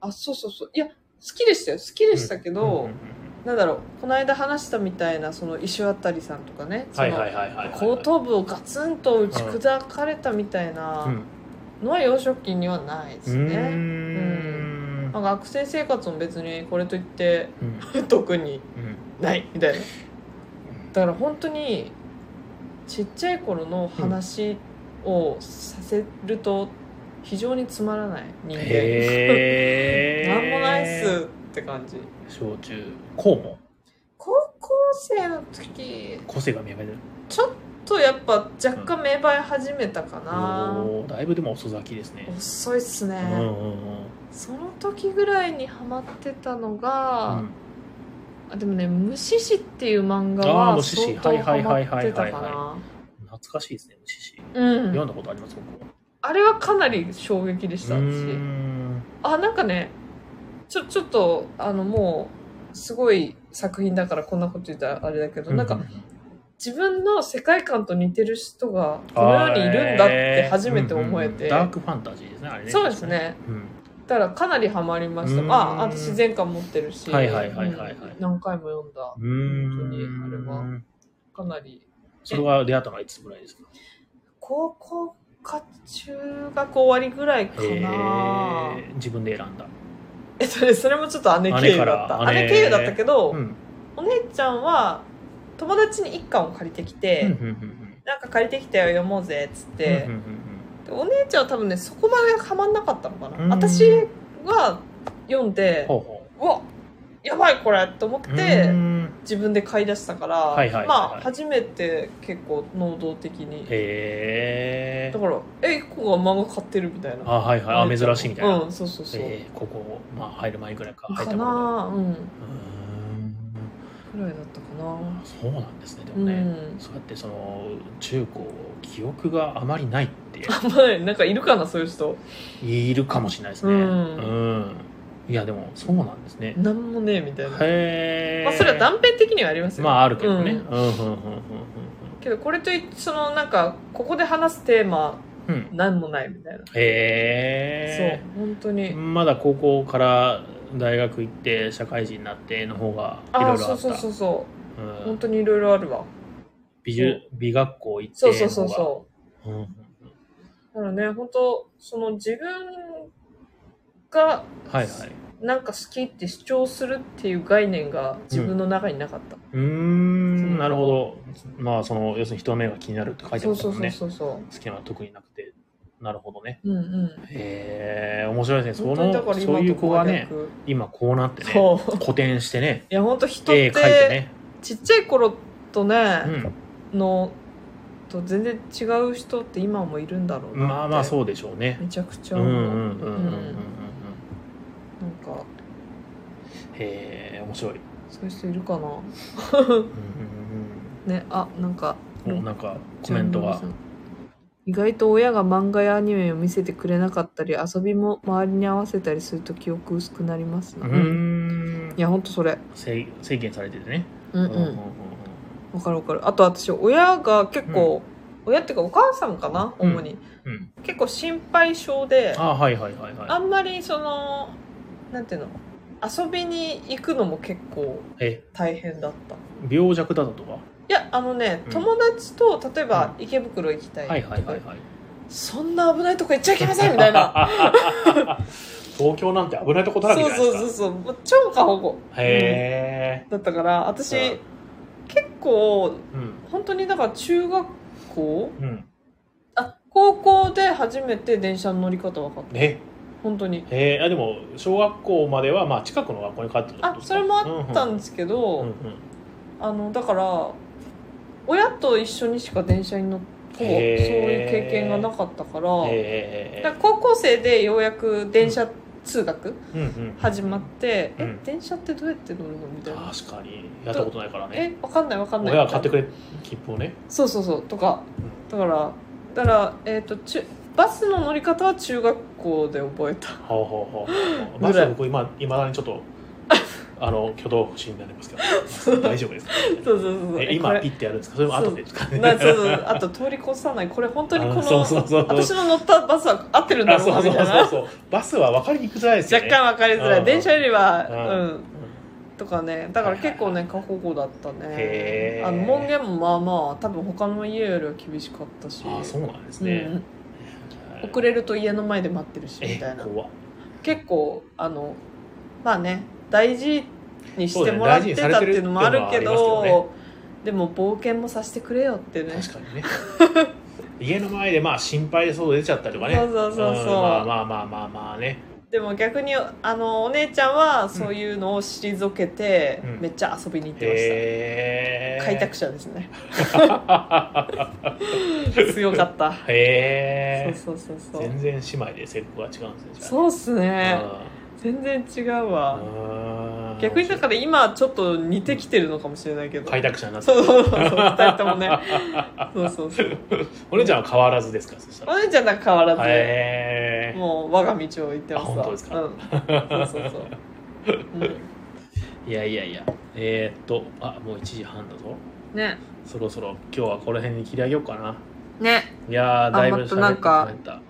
あそうそうそういや好きでしたよ好きでしたけ
うんうん
ど
うん
なんだろうこの間話したみたいなその石渡さんとかねそ
はいは
の
いはいはいはい
後頭部をガツンと打ち砕かれたみたいな
うん
のは幼少期にはないです
うー
ね。
ん
まあ学生生活も別にこれといって
うん
特に
うん
ないみたいなだから本当にちっちゃい頃の話をさせると非常につまらない人間
へえ
なんもないっすって感じ
小中高も
高校生の時
個性が見える
ちょっとやっぱ若干芽生え始めたかな、
おーだいぶでも遅咲きですね
遅いっすね
う、んうんうん
その時ぐらいにハマってたの
う
が、
ん
あでもね「虫師」っていう漫画
あー
は
虫師
相当
はいはいはい
ハマ
は
っ
い
て
はいはい
たかな
懐かしいですね虫師
うん
読んだことあります僕は
あれはかなり衝撃でした
う
私
ーん
あなんかねちょちょっとあのもうすごい作品だからこんなこと言ったらあれだけど、なん
う
か
う
自分の世界観と似てる人がこの世にいるんだって初めて思えて、
あーうんうんうんダークファンタジーですねあれね
そうですね
うん
だからかなりハマりました
うん
まあ私前回持ってるし、
はいはいはいはいはい
うん何回も読んだ
うーん
本当にあれはかなり
それは出会ったのはいつぐらいですか
高校か中学終わりぐらいかな、
えー自分で選んだ
えっとねそれもちょっと姉経由だ
姉
っ
か
た
ら
姉
姉
経由だったけど、
うん
お姉ちゃんは友達に一巻を借りてきて、
うんうんうんうん
なんか借りてきたよ読もうぜっつって
うん、うん
でお姉ちゃんは多分ねそこまでハマんなかったのかな、
うん
私が読んで
うんほうほ
うわやばいこれと思っ
う
て、
うーん
自分で買い出したから、
はいはいはいはい
まあ初めて結構能動的に
へえ
だから「えっ子が漫画買ってる」みたいな
あはいはいあ珍しいみたいな
うんそうそうそう、
えーここまあ入る前ぐらいか入っ
か
た頃
なうん
うーん
くらいだったかな
そうなんですねでもね、
うん
そうやってその中高記憶があまりないって
あん まりなんかいるかなそういう人
いるかもしれないですね
う
うんん、いやでもそうなんですね、
なんもねえみたいな、
へえ
まあ、それは断片的にはありますよ
まああるけどね
う
うんんうんうんうん
けどこれといそのなんかここで話すテーマ
うんうん
なんもないみたいな、
へ
そう本当
え
に、
まだ高校から大学行って社会人になっての方がいろい
あ
ろあ
あ
った
そうそうそうそううん本当にいろいろあるわ
美術美学校行っての
そう
方が
そうそうそう
うんうんうん
だからね、本当その自分が
はいはい
なんか好きって主張するっていう概念が自分の中になかった。
うーんなるほどまあその要するに人の目が気になるって書いて
そ
あ
う
った
そ
も
うんそう
ね
そうそ
好きなのは特になくてなるほどね
う。うんうん。
へえ面白いですねそ
本当にだから
のそういう子がね
今と
今
真逆
こうなってね
そう。
古典してね
いや本当人っ
絵描
て
いてね
ちっちゃい頃と
う
ね、
ん
のと全然違う人って今もいるんだろうなって。
まあまあそうでしょうね
めちゃくち
う
ゃ
んうん
思う。
うんうんうんうんうん
なんか
へえ面白い
そういう人いるかな。
うんうん
ねあなんか。
うんもうなんかコメントが
意外と親が漫画やアニメを見せてくれなかったり遊びも周りに合わせたりすると記憶薄くなります
う
ね、
ーん
いやほんとそれ
制制限されててね
うんう
うんうんうん
んわかるわかるあと私親が結構、親っていうかお母さんかな主に、
うん
結構心配性であ
あはいはいはいは
んまりそのなんていうの遊びに行くのも結構
いえ
大変だったい
病弱だったとかは
やあのね、
うん
友達と例えば池袋行きたい
い
とか、
はいはいはい
そんな危ないとこ行っちゃいけませんみた いな
東京なんて危ないとこだらけ
そ
じ
う
ゃないです
そ
か
うそうそうもう超過保護
へえ
だったから私、
うん
結構
うん
本当にだから中学校
うん
あ高校で初めて電車の乗り方分かった
え
本当に
えー、あでも小学校まではまあ近くの学校に帰ってた
あそれもあったんですすけ
う
ど、
んうん
あのだから親と一緒にしか電車に乗ってほぼそう
へー
いう経験がなかったから,、
え
だから高校生でようやく電車通学
うんうん
始まって、
うん
え電車ってどうやって乗るのみたいな、
確かにやったことないからね
え分かんない分かんない
親が買ってく
れ
れ切符をね
そうそうそうとか
うん
だからだから、えー、と中バスの乗り方は中学校で覚えた
ほうほうほうほうバスは僕今いまだにちょっ とあの挙動不審になりますけど大丈夫ですか
そうそうそうそう
え
えこ
今
れ
ピッてやるんですかそれも後でですかね
なそうそうあと通り越さないこれ本当にこの
あそうそうそう
私の乗ったバスは合ってるんだ
あ
ろう
そ
な
うそ
み
う
た
そ
いうな
そうバスは分かりにくくないですよ
若
ね
干分かりづら
う
い
ん
電車よりは
う
うんとかねだから結構ね過保護だったね
へー
あの門限もまあまあ多分他の家よりは厳しかったし
あそうなんです
うん
ね、
遅れると家の前で待ってるしみ
え
たいな
怖っ
結構あのまあね大事にしてもらって
そうだ
たって
ね
いうのもある
大事にされてるって
けど
いうのはありますよ
でも冒険もさせてくれよってね
確かにね 家の前でまあ心配で外出ちゃったとかね
そうそうそうそうん
まあまあまあまあまあね
でも逆にあのお姉ちゃんはそういうのを退けて、
うん
めっちゃ遊びに行ってました、
へえ
開拓者です ね強かった
へえ
そうそうそうそう
全然姉妹で制服が違うんですね
そうっす
う
ね
ん
全然違うわ
うん
逆にだから今ちょっと似てきてるのかもしれないけど
開拓者になって
そうそうそう2人ともねそうそうそう
お姉ちゃんは変わらずですかそしたら
お姉ちゃんなんか変わらず、
へえ
もう我が道を行ってますわ
あ本当ですか
うん、そうそうそう、
いやいやいやえー、っとあもう1時半だぞ
うん、ね
そろそろ今日はこの辺に切り上げようかな
ね
いやーだいぶ
また
喋
な
っ
ん
て
か
喋った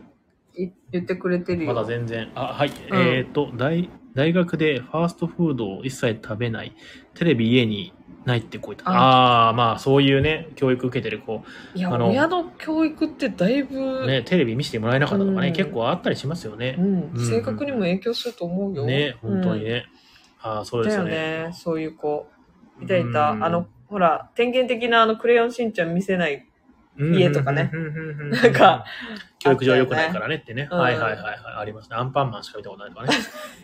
い言ってくれてるよ
まだ全然。あ、はい。
うん
えっ、と、大、大学でファーストフードを一切食べない、テレビ家にないって子いた。ああー、まあ、そういうね、教育受けてる子、
いや
あの
親の教育ってだいぶ、
ね、テレビ見せてもらえなかったとかね、
うん
結構あったりしますよ
う
ね。
ん
うん
性格にも影響すると思うよ。
ね、本当に
うん
ね。ああ、そうで
だ
す
よ
よ
ね
ね。
そういう子。いたいた。
うん
あの、ほら、典型的なあの、クレヨンしんちゃん見せない。
うん
家とかね。
うんうんうんうん
なんか、
教育上良くない
ら。
からねってね。
うん
はいはいはいはい。ありますね。アンパンマンしか見たことないとかね。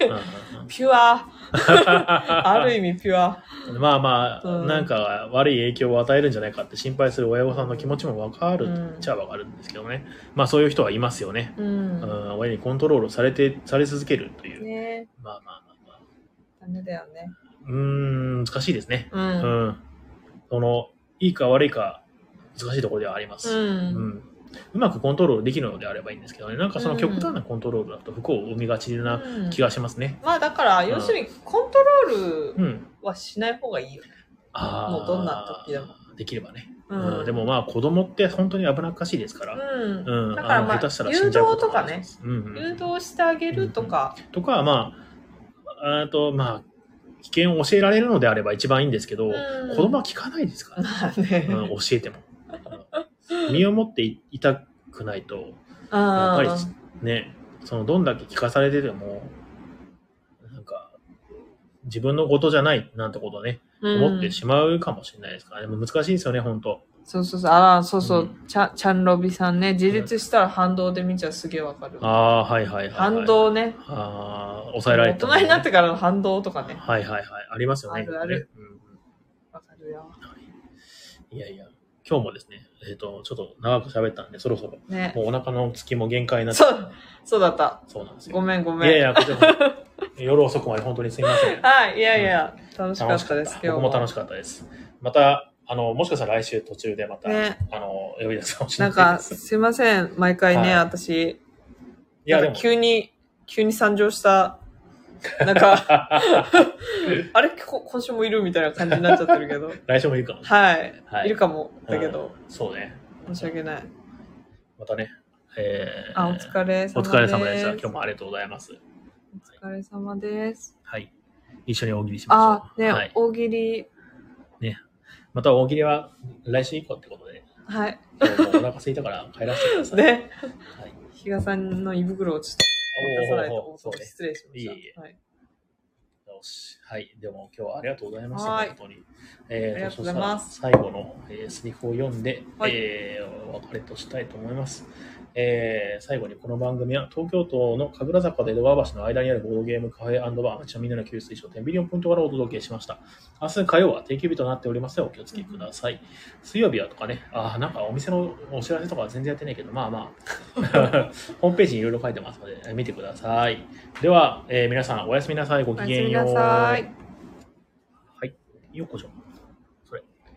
うんうんうん
ピュ ア。 ある意味ピュア。
まあまあ、
うん
なんか悪い影響を与えるんじゃないかって心配する親御さんの気持ちも分かるっちゃ分かるんですけどね、まあそういう人はいますよね、
う。
うんん、親にコントロールされてされ続けるという、
ね
まあまあまあま
ダメだよね。
あうーん、難しいですね。
う。
うんん。その、いいか悪いか、難しいところではありま
う。
す。うんんうまくコントロールできるのであればいいんですけどね、なんかその
うん
極端なコントロールだと不幸を生みがちな
うん
気がしますね。
まあだから、
ん
要するにコントロー
う
ル
ん。
はしない方がいいよ。
ああ。
もうどんな時でも。
できればね。
う
うん。でもまあ子供って本当に危なっかしいですから。
うん。
うん。
だから
の
まあ
下手したら死んじゃうこともあ
誘
り
導
ますうん
誘
うん。
導してあげるとか、
とか、まあ、あと、まあ、危険を教えられるのであれば一番いいんですけど、
うん
子供は聞かないですからね、
まあね、
うん、教えても。うん身をもっていいたくないと、やっぱりね、そのどんだけ聞かされてても、なんか、自分のことじゃないなんてことをね、
うん
思ってしまうかもしれないですから、ね、でも難しいですよね、本当
そうそうそう、あら、そうそうう、ちゃん、ちゃんロビさんね、自立したら反動で見ちゃうすげえわかる。
ああー、はいはいはい、はい。
反動ね。
ああ、抑えられ
大
て、
人になってからの反動とかね。
はいはいはい。ありますよね。
あるある
今ね。うんうん
わかるよ。
いやいや、今日もですね、えっ、と、ちょっと長く喋ったんで、そろそろ、
ね。
もうお腹のつきも限界になって、
そう、そうだった。
そうなんです
ご
よ。
めんご
い
めん。
やいや、こちらこ そ夜遅くまで本当にすみません。
はい、いやいや、楽しかったです、今日
僕も楽しかったです。また、あの、もしかしたら来週途中でまた、
ね
あの、呼び出すかもしれ
な
なんい
か、
です。
すいません、毎回ね、
はい
私。
いや、で
なん
も
か、急に、急に参上した、な んか、あれ、こ今週もいるみたいな感じになっちゃってるけ ど。
来週もいるかも。
はい、
はい
い、るかも、だけど、
そうね。
申し訳ない。
またね。えー
あ、お疲れ様です。
お疲れ様でした。今日もありがとうございます。
お疲れ様です。
はい。一緒に大喜利しま
あ、
しょう。
ね、
はい。
大喜利、
また大喜利は来週以降ってことで、
はい。
今日もうお腹空いたから帰らせてください。
ね、
はい。
比嘉さんの胃袋をちょっと出さないと
おーおーおー
思
そう
っ
ね
て、。失礼しました。
いえいえ
はい、
よし。はい。でも今日はありがとうございました。
はい
本当に。え
ありがとうございます
そしたら最後の、えーセリフを読んで、
はい
えーお別れとしたいと思います。えー最後にこの番組は東京都の神楽坂と江戸川橋の間にあるボードゲームカフェバー、町のみんなの給水所、10ビリオンポイントからお届けしました。明日火曜は定休日となっておりますのでお気をつけください。水曜日はとかね、あーなんかお店のお知らせとかは全然やってないけど、まあまあ、 ホームページにいろいろ書いてますので、えー見てください。では、えー皆さんおやすみなさい。ご
お
き
や
げ
す
ん
み
よ
な
う。
さい。
よっこいしょ。